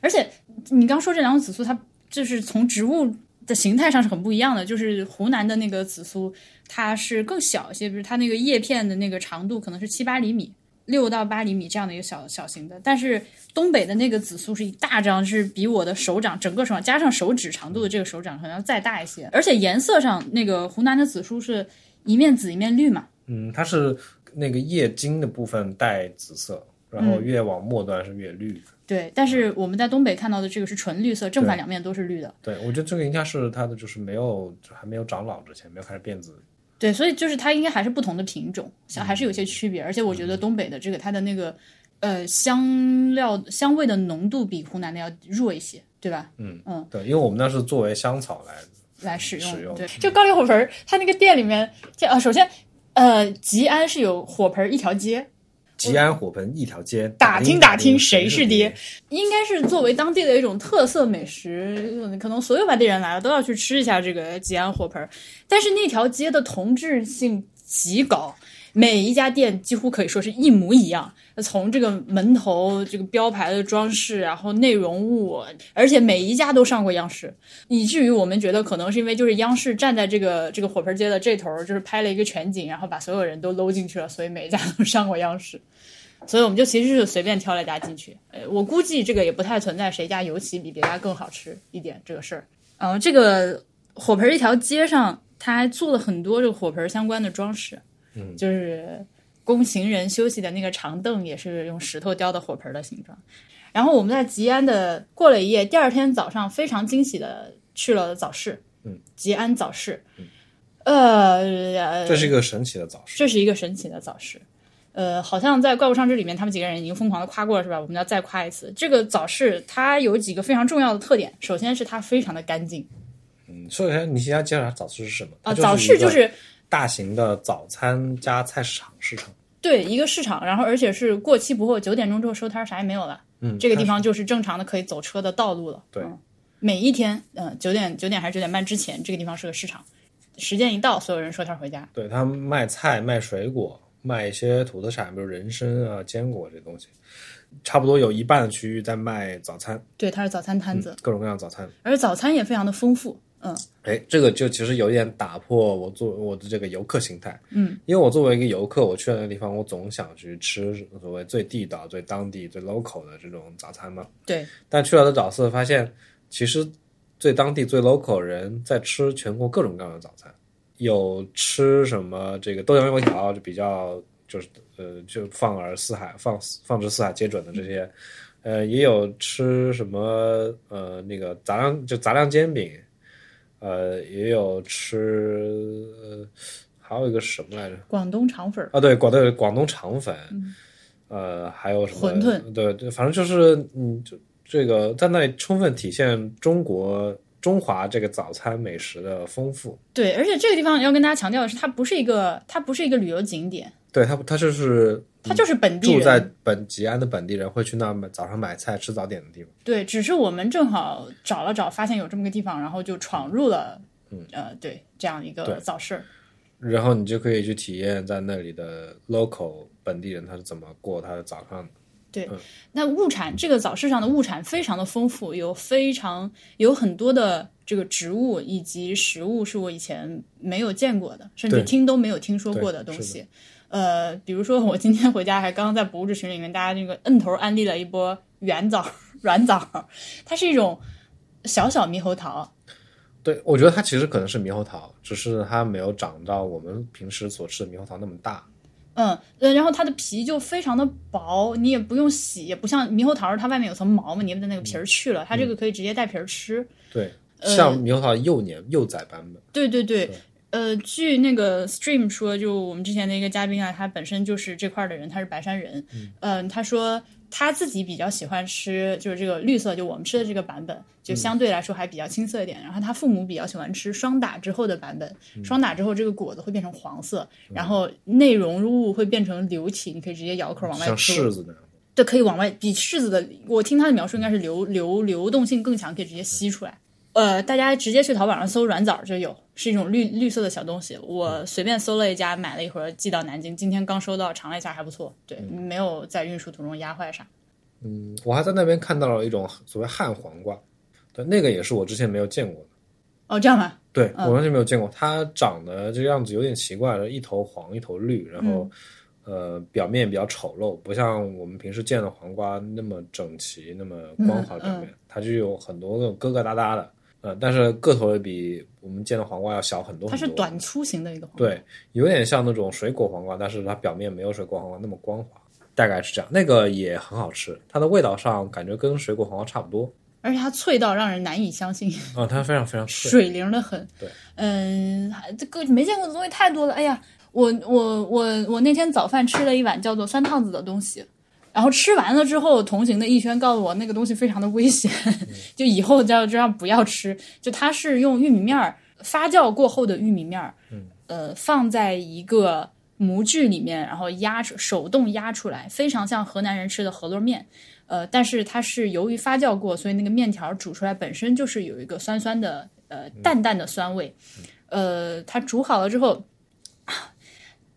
[SPEAKER 1] 而且你刚说这两种紫苏，它就是从植物的形态上是很不一样的。就是湖南的那个紫苏，它是更小一些，比如它那个叶片的那个长度可能是七八厘米、六到八厘米这样的一个小小型的。但是东北的那个紫苏是一大张，是比我的手掌整个手掌加上手指长度的这个手掌可能要再大一些。而且颜色上，那个湖南的紫苏是一面紫一面绿嘛，
[SPEAKER 2] 嗯，它是那个叶茎的部分带紫色，然
[SPEAKER 1] 嗯
[SPEAKER 2] 后越往末端是越绿。
[SPEAKER 1] 对。但是我们在东北看到的这个是纯绿色，正反
[SPEAKER 2] 对
[SPEAKER 1] 两面都是绿的。
[SPEAKER 2] 对，我觉得这个应该是它的，就是没有就还没有长老之前，没有开始变紫。嗯
[SPEAKER 1] 对，所以就是它应该还是不同的品种，像还是有些区别。而且我觉得东北的这个它的那个呃香料香味的浓度比湖南的要弱一些，对吧？
[SPEAKER 2] 对，因为我们那是作为香草来的，
[SPEAKER 1] 来使用。
[SPEAKER 2] 使用
[SPEAKER 1] 对，就高丽火盆儿，它那个店里面，这啊，首先，呃，吉安是有火盆儿一条街，
[SPEAKER 2] 吉安火盆一条街，
[SPEAKER 1] 嗯打听
[SPEAKER 2] 听
[SPEAKER 1] 打听
[SPEAKER 2] 听
[SPEAKER 1] 谁是
[SPEAKER 2] 是
[SPEAKER 1] 爹？应该是作为当地的一种特色美食，嗯可能所有外地人来了都要去吃一下这个吉安火盆儿。但是那条街的同质性极高，每一家店几乎可以说是一模一样，呃从这个门头、这个标牌的装饰，啊然啊后内容物，而且每一家都上过央视，以至于我们觉得可能是因为就是央视站在这个这个火盆街的这头儿，就是拍了一个全景，然后把所有人都搂进去了，所以每一家都上过央视。所以我们就其实是随便挑了一家进去。呃，我估计这个也不太存在谁家尤其比别家更好吃一点这个事儿。然后哦这个火盆儿一条街上，他还做了很多这个火盆儿相关的装饰，嗯，就是供行人休息的那个长凳也是用石头雕的火盆儿的形状。然后我们在吉安的过了一夜，第二天早上非常惊喜的去了早市，
[SPEAKER 2] 嗯，
[SPEAKER 1] 吉安早市，呃，
[SPEAKER 2] 这是一个神奇的早市。
[SPEAKER 1] 这是一个神奇的早市。呃，好像在《怪物上志》里面，他们几个人已经疯狂的夸过了，是吧？我们要再夸一次。这个早市它有几个非常重要的特点，首先是它非常的干净
[SPEAKER 2] 嗯，说一下你先介绍一下早市是什么？
[SPEAKER 1] 啊、
[SPEAKER 2] 它
[SPEAKER 1] 早市
[SPEAKER 2] 一个
[SPEAKER 1] 就是
[SPEAKER 2] 大型的早餐加菜市场市场。
[SPEAKER 1] 对一个市场，然后而且是过期不候，九点钟之后收摊儿，啥也没有了。
[SPEAKER 2] 嗯，
[SPEAKER 1] 这个地方就是正常的可以走车的道路了。
[SPEAKER 2] 对
[SPEAKER 1] 嗯每一天，呃，九点九点还是九点半之前，这个地方是个市场。时间一到，所有人收摊儿回家。
[SPEAKER 2] 对他卖菜、卖水果、卖一些土特产，比如人参啊、坚果这东西，差不多有一半的区域在卖早餐，
[SPEAKER 1] 对，它是早餐摊子，
[SPEAKER 2] 各种各样的早餐。
[SPEAKER 1] 而早餐也非常的丰富。嗯，
[SPEAKER 2] 哎，这个就其实有点打破我作我的这个游客心态，
[SPEAKER 1] 嗯，
[SPEAKER 2] 因为我作为一个游客，我去了那个地方，我总想去吃所谓最地道、最当地、最 local 的这种早餐嘛。
[SPEAKER 1] 对，
[SPEAKER 2] 但去了的早市，发现其实最当地、最 local 人在吃全国各种各样的早餐，有吃什么这个豆浆油条，就比较就是呃就放饵四海放放之四海皆准的这些，呃也有吃什么呃那个杂粮就杂粮煎饼，呃也有吃、呃、还有一个什么来着？
[SPEAKER 1] 广东肠粉儿。
[SPEAKER 2] 啊，对，广对广东肠粉，呃，还有什么
[SPEAKER 1] 嗯馄饨？
[SPEAKER 2] 对对，反正就是嗯，就这个在那里充分体现中国中华这个早餐美食的丰富。
[SPEAKER 1] 对，而且这个地方要跟大家强调的是，它不是一个它不是一个旅游景点，
[SPEAKER 2] 对他，他就是
[SPEAKER 1] 它就是本地
[SPEAKER 2] 嗯住
[SPEAKER 1] 人。
[SPEAKER 2] 在本吉安的本地人会去那儿买早上买菜吃早点的地方。
[SPEAKER 1] 对，只是我们正好找了找，发现有这么个地方，然后就闯入了，嗯、呃，对这样一
[SPEAKER 2] 对
[SPEAKER 1] 个早市儿。
[SPEAKER 2] 然后你就可以去体验在那里的 local 本地人他是怎么过他的早上的。
[SPEAKER 1] 那物产这个早市上的物产非常的丰富，有非常有很多的这个植物以及食物是我以前没有见过的，甚至
[SPEAKER 2] 对
[SPEAKER 1] 听都没有听说过
[SPEAKER 2] 对
[SPEAKER 1] 东
[SPEAKER 2] 是
[SPEAKER 1] 西。呃，比如说我今天回家还刚刚在博物志群里面，大家那个摁头安利了一波圆枣、软枣，它是一种小小猕猴桃，
[SPEAKER 2] 对，我觉得它其实可能是猕猴桃，只是它没有长到我们平时所吃的猕猴桃那么大。
[SPEAKER 1] 嗯，呃然后它的皮就非常的薄，你也不用洗，也不像猕猴桃它外面有层毛嘛，你把那个皮
[SPEAKER 2] 嗯
[SPEAKER 1] 儿去了，它这个可以直接带皮儿吃。
[SPEAKER 2] 对，
[SPEAKER 1] 呃
[SPEAKER 2] 像猕猴桃幼年幼崽版本。
[SPEAKER 1] 对对对，呃，据那个 Stream 说，就我们之前的一个嘉宾啊，他本身就是这块儿的人，他是白山人，嗯、他说他自己比较喜欢吃就是这个绿色，就我们吃的这个版本，就相对来说还比较青涩一点。然后他父母比较喜欢吃霜打之后的版本，霜打之后这个果子会变成黄色，然后内容物会变成流体，你可以直接咬口往外
[SPEAKER 2] 像
[SPEAKER 1] 吐。
[SPEAKER 2] 柿子那样。
[SPEAKER 1] 对，可以往外比柿子的，我听他的描述应该是流流流动性更强，可以直接吸出来。呃，大家直接去淘宝上搜软枣就有，是一种绿绿色的小东西。
[SPEAKER 2] 嗯
[SPEAKER 1] 我随便搜了一家，买了一盒寄到南京，今天刚收到，尝了一下还不错。对，没有在运输途中压坏啥。
[SPEAKER 2] 嗯，我还在那边看到了一种所谓旱黄瓜，对，那个也是我之前没有见过的。
[SPEAKER 1] 哦，这样吧，
[SPEAKER 2] 对，我完全没有见过，它长得这个样子有点奇怪，一头黄一头绿，然后、
[SPEAKER 1] 嗯
[SPEAKER 2] 呃表面比较丑陋，不像我们平时见的黄瓜那么整齐、那么光
[SPEAKER 1] 嗯
[SPEAKER 2] 滑表面，它就有很多那种疙疙瘩瘩的。呃，但是个头也比我们见的黄瓜要小很多
[SPEAKER 1] 它
[SPEAKER 2] 很多。
[SPEAKER 1] 是短粗型的一个黄瓜。
[SPEAKER 2] 对，有点像那种水果黄瓜，但是它表面没有水果黄瓜那么光滑，大概是这样。那个也很好吃，它的味道上感觉跟水果黄瓜差不多
[SPEAKER 1] 而且它脆到让人难以相信，
[SPEAKER 2] 啊、它非常非常脆。
[SPEAKER 1] 水灵的很。
[SPEAKER 2] 对，
[SPEAKER 1] 嗯，还这个没见过的东西太多了。哎呀，我我我我那天早饭吃了一碗叫做酸汤子的东西，然后吃完了之后，同行的逸轩告诉我那个东西非常的危险， 就以后就要这样不要吃。就它是用玉米面儿发酵过后的玉米面儿，呃，放在一个模具里面，然后压出手动压出来，非常像河南人吃的饸饹面。呃，但是它是由于发酵过，所以那个面条煮出来本身就是有一个酸酸的，呃，淡淡的酸味。呃，它煮好了之后，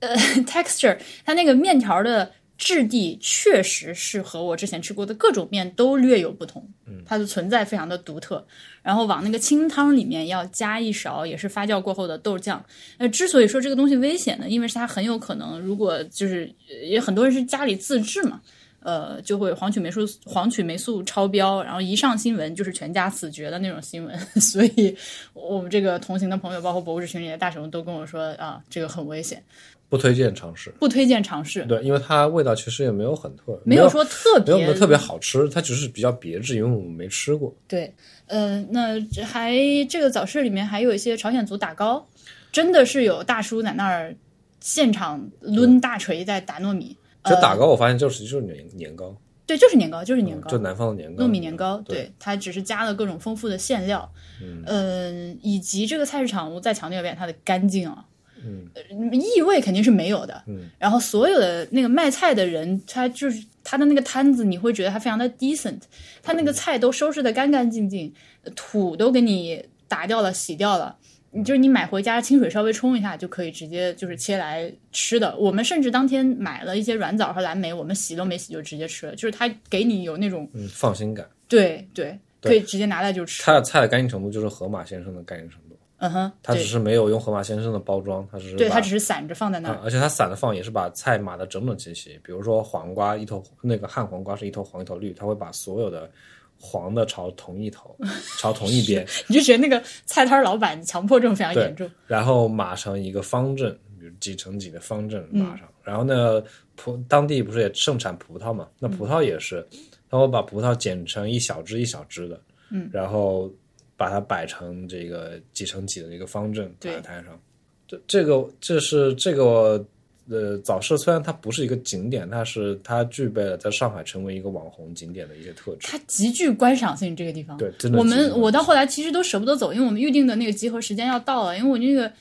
[SPEAKER 1] 呃，texture，它那个面条的质地确实是和我之前吃过的各种面都略有不同，它的存在非常的独特。然后往那个清汤里面要加一勺也是发酵过后的豆酱。呃，之所以说这个东西危险呢，因为是它很有可能，如果就是呃也很多人是家里自制嘛。呃，就会黄曲霉素黄曲霉素超标，然后一上新闻就是全家死绝的那种新闻， 所以我们这个同行的朋友，包括博物志群里的大熊都跟我说啊，这个很危险，
[SPEAKER 2] 不推荐尝试。
[SPEAKER 1] 不推荐尝试。
[SPEAKER 2] 对，因为它味道其实也没有很特，
[SPEAKER 1] 没有
[SPEAKER 2] 有
[SPEAKER 1] 说特
[SPEAKER 2] 没
[SPEAKER 1] 别
[SPEAKER 2] 有没有特别好吃，它只是比较别致，因为我们没吃过。
[SPEAKER 1] 对，呃，那这还这个早市里面还有一些朝鲜族打糕，真的是有大叔在那儿现场抡大锤在打糯米，呃
[SPEAKER 2] 其实打糕我发现就是就是年年糕，
[SPEAKER 1] 对，就是年糕，就是年
[SPEAKER 2] 嗯
[SPEAKER 1] 糕，
[SPEAKER 2] 就南方的年糕，
[SPEAKER 1] 糯米年糕，
[SPEAKER 2] 对，
[SPEAKER 1] 它只是加了各种丰富的馅料，嗯、以及这个菜市场，我再强调一遍，它的干净啊，
[SPEAKER 2] 嗯
[SPEAKER 1] 呃，异味肯定是没有的，
[SPEAKER 2] 嗯，
[SPEAKER 1] 然后所有的那个卖菜的人，他就是他的那个摊子，你会觉得他非常的 decent，他
[SPEAKER 2] 嗯
[SPEAKER 1] 那个菜都收拾的干干净净，呃土都给你打掉了、洗掉了。
[SPEAKER 2] 嗯
[SPEAKER 1] 你就是你买回家清水稍微冲一下就可以直接就是切来吃的。我们甚至当天买了一些软枣和蓝莓，我们洗都没洗就直接吃了，就是它给你有那种
[SPEAKER 2] 嗯，放心感。
[SPEAKER 1] 对对，
[SPEAKER 2] 对
[SPEAKER 1] 可以直接拿来就吃。
[SPEAKER 2] 它的菜的干净程度就是河马先生的干净程度，
[SPEAKER 1] 嗯哼，
[SPEAKER 2] 它只
[SPEAKER 1] 对
[SPEAKER 2] 是没有用河马先生的包装，它只是
[SPEAKER 1] 对，
[SPEAKER 2] 把
[SPEAKER 1] 它只是散着放在那
[SPEAKER 2] 啊
[SPEAKER 1] 儿。
[SPEAKER 2] 而且它散的放也是把菜码的整整齐齐。比如说黄瓜一头，那个旱黄瓜是一头黄一头绿，它会把所有的黄的朝同一头，朝同一边，
[SPEAKER 1] 你就觉得那个菜摊儿老板强迫症非常
[SPEAKER 2] 对
[SPEAKER 1] 严重。
[SPEAKER 2] 然后码成一个方阵，比如几乘几的方阵
[SPEAKER 1] 嗯
[SPEAKER 2] 码上。然后呢，葡当地不是也盛产葡萄嘛？那葡萄也是，他会把葡萄剪成一小只一小只的，
[SPEAKER 1] 嗯，
[SPEAKER 2] 然后把它摆成这个几乘几的一个方阵摆
[SPEAKER 1] 对
[SPEAKER 2] 在摊上。这这个这是这个呃早市，虽然它不是一个景点，但是它具备了在上海成为一个网红景点的一些特质。
[SPEAKER 1] 它极具观赏性，这个地方。
[SPEAKER 2] 对，真的
[SPEAKER 1] 我
[SPEAKER 2] 极
[SPEAKER 1] 们
[SPEAKER 2] 有
[SPEAKER 1] 我
[SPEAKER 2] 意思
[SPEAKER 1] 到后来其实都舍不得走，因为我们预定的那个集合时间要到了，因为我那个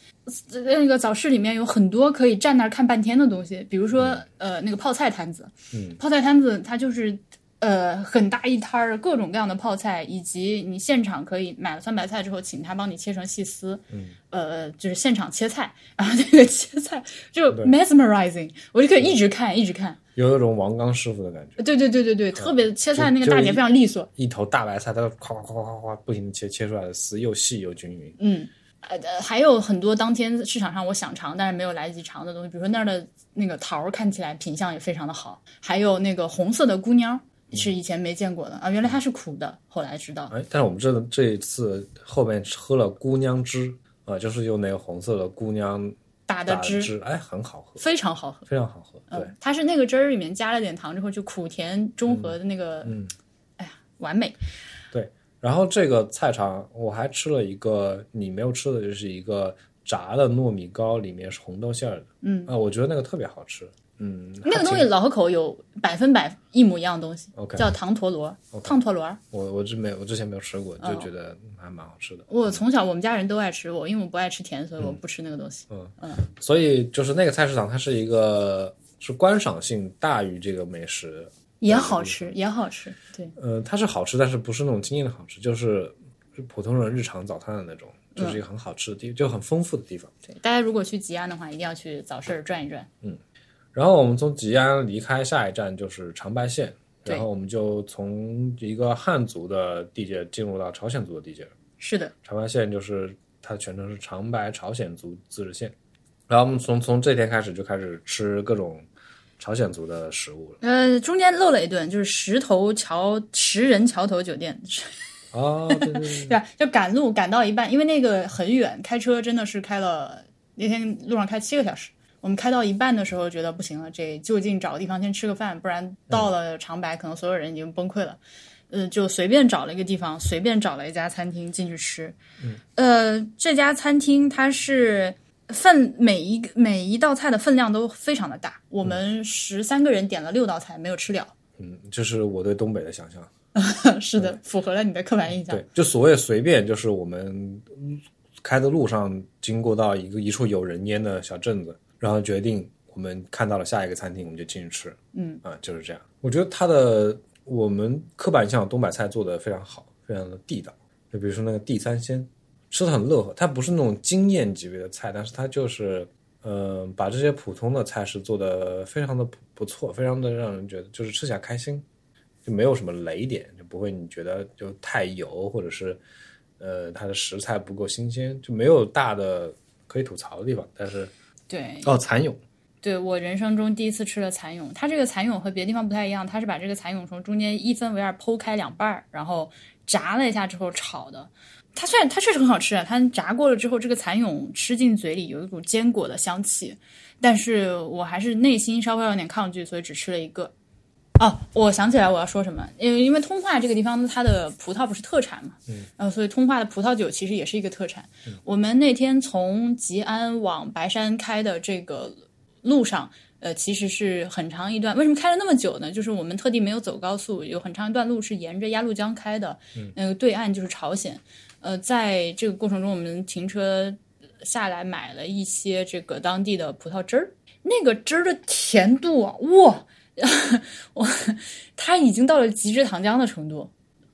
[SPEAKER 1] 呃那个早市里面有很多可以站那儿看半天的东西，比如说、呃那个泡菜摊子，
[SPEAKER 2] 嗯
[SPEAKER 1] 泡菜摊子它就是。呃，很大一摊儿各种各样的泡菜，以及你现场可以买了酸白菜之后，请他帮你切成细丝，
[SPEAKER 2] 嗯，
[SPEAKER 1] 呃，就是现场切菜，然后那个切菜就
[SPEAKER 2] 对嗯
[SPEAKER 1] mesmerizing，我就可以一直看一直看，
[SPEAKER 2] 有一种王刚师傅的感觉。
[SPEAKER 1] 对对对对对，特别切菜
[SPEAKER 2] 嗯就
[SPEAKER 1] 那个
[SPEAKER 2] 就
[SPEAKER 1] 大
[SPEAKER 2] 一
[SPEAKER 1] 姐非常利索，
[SPEAKER 2] 一头大白菜，它夸夸夸夸夸不停的切，切出来的丝又细又均匀。
[SPEAKER 1] 嗯，呃，呃还有很多当天市场上我想尝但是没有来得及尝的东西，比如说那儿的那个桃儿看起来品相也非常的好，还有那个红色的姑娘是以前没见过的啊，原来它是苦的，后来知道。
[SPEAKER 2] 哎，但是我们这这一次后面喝了姑娘汁啊、就是用那个红色的姑娘
[SPEAKER 1] 打的
[SPEAKER 2] 打的
[SPEAKER 1] 汁
[SPEAKER 2] 汁，哎，很好喝，
[SPEAKER 1] 非常好喝，
[SPEAKER 2] 非常好喝。对，
[SPEAKER 1] 嗯，它是那个汁儿里面加了点糖之后就苦甜中和的那个，
[SPEAKER 2] 嗯
[SPEAKER 1] 哎呀，完美。
[SPEAKER 2] 然后这个菜场我还吃了一个你没有吃的，就是一个炸的糯米糕，里面是红豆馅儿的。
[SPEAKER 1] 嗯
[SPEAKER 2] 啊、我觉得那个特别好吃。嗯，
[SPEAKER 1] 那个东西
[SPEAKER 2] 还挺，
[SPEAKER 1] 老河口有百分百一模一样的东西
[SPEAKER 2] OK
[SPEAKER 1] 叫糖陀螺、烫陀螺儿。
[SPEAKER 2] 我我之没有，我之前没有吃过，
[SPEAKER 1] 嗯
[SPEAKER 2] 就觉得还蛮好吃的。
[SPEAKER 1] 我从小我们家人都爱吃，我因为我不爱吃甜，所以我
[SPEAKER 2] 嗯
[SPEAKER 1] 不吃那个东西。
[SPEAKER 2] 所以就是那个菜市场，它是一个是观赏性大于这个美食，
[SPEAKER 1] 也好吃，也好吃，对。
[SPEAKER 2] 呃，它是好吃，但是不是那种惊艳的好吃，就是普通人日常早餐的那种，就是一个很好吃的地，就很丰富的地方。
[SPEAKER 1] 嗯对，大家如果去吉安的话，一定要去早市转一转。
[SPEAKER 2] 然后我们从吉安离开，下一站就是长白县，
[SPEAKER 1] 对
[SPEAKER 2] 然后我们就从一个汉族的地界进入到朝鲜族的地界。
[SPEAKER 1] 是的，
[SPEAKER 2] 长白县就是它全称是长白朝鲜族自治县。然后我们从从这天开始就开始吃各种朝鲜族的食物了。
[SPEAKER 1] 呃，中间漏了一顿，就是石头桥石人桥头酒店，
[SPEAKER 2] 哦，对对对，
[SPEAKER 1] 对吧？啊就赶路赶到一半，因为那个很远，开车真的是开了那天路上开七个小时。我们开到一半的时候，觉得不行了，这就近找个地方先吃个饭，不然到了长白，可能所有人已经崩溃了。呃，就随便找了一个地方，随便找了一家餐厅进去吃。嗯，呃，这家餐厅它是分每一个每一道菜的分量都非常的大，我们十三个人点了六道菜，没有吃了。
[SPEAKER 2] 嗯，这是我对东北的想象。
[SPEAKER 1] 是的，符合了你的刻板印象。
[SPEAKER 2] 对，就所谓随便，就是我们开的路上经过到一个一处有人烟的小镇子，然后决定我们看到了下一个餐厅，我们就进去吃。
[SPEAKER 1] 嗯，
[SPEAKER 2] 啊，就是这样。我觉得它的我们刻板印象东北菜做的非常好，非常的地道。就比如说那个地三鲜，吃的很乐呵。它不是那种惊艳级别的菜，但是它就是。嗯，把这些普通的菜式做的非常的不不错，非常的让人觉得就是吃起来开心。就没有什么雷点，就不会你觉得就太油，或者是呃它的食材不够新鲜，就没有大的可以吐槽的地方。但是
[SPEAKER 1] 对，
[SPEAKER 2] 哦，蚕蛹，
[SPEAKER 1] 对我人生中第一次吃了蚕蛹，它这个蚕蛹和别的地方不太一样，它是把这个蚕蛹从中间一分为二剖开两半儿，然后炸了一下之后炒的。它虽然它确实很好吃啊，它炸过了之后，这个蚕蛹吃进嘴里有一股坚果的香气，但是我还是内心稍微有点抗拒，所以只吃了一个。哦，我想起来我要说什么，因为因为通化这个地方它的葡萄不是特产嘛，嗯，呃，所以通化的葡萄酒其实也是一个特产。我们那天从吉安往白山开的这个路上，呃，其实是很长一段。为什么开了那么久呢？就是我们特地没有走高速，有很长一段路是沿着鸭绿江开的，那个对岸就是朝鲜。呃，在这个过程中，我们停车下来买了一些这个当地的葡萄汁儿，那个汁儿的甜度啊，哇， 我它已经到了极致糖浆的程度。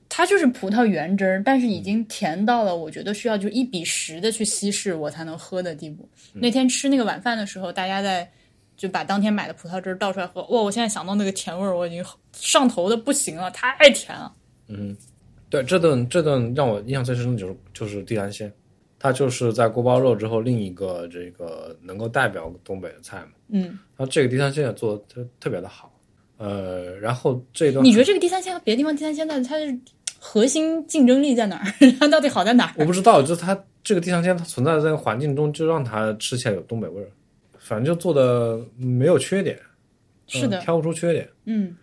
[SPEAKER 1] 它就是葡萄原汁儿，但是已经甜到了我觉得需要就一比十的去稀释我才能喝的地步。那天吃那个晚饭的时候，大家在就把当天买的葡萄汁儿倒出来喝。哇，我现在想到那个甜味儿，我已经上头的不行了，太甜了。
[SPEAKER 2] 对这顿这顿让我印象最深的就是就是地兰鲜，它就是在锅包肉之后另一个这个能够代表东北的菜嘛。
[SPEAKER 1] 嗯，
[SPEAKER 2] 然后这个地三鲜也做的特特别的好，呃，然后这段
[SPEAKER 1] 你觉得这个第三鲜和别的地方第三鲜到底它是核心竞争力在哪儿？ 它到底好在哪儿？
[SPEAKER 2] 我不知道，就是它这个地三鲜它存在在那个环境中，就让它吃起来有东北味儿，反正就做的没有缺点，
[SPEAKER 1] 是的
[SPEAKER 2] 嗯，挑不出缺点。
[SPEAKER 1] 嗯，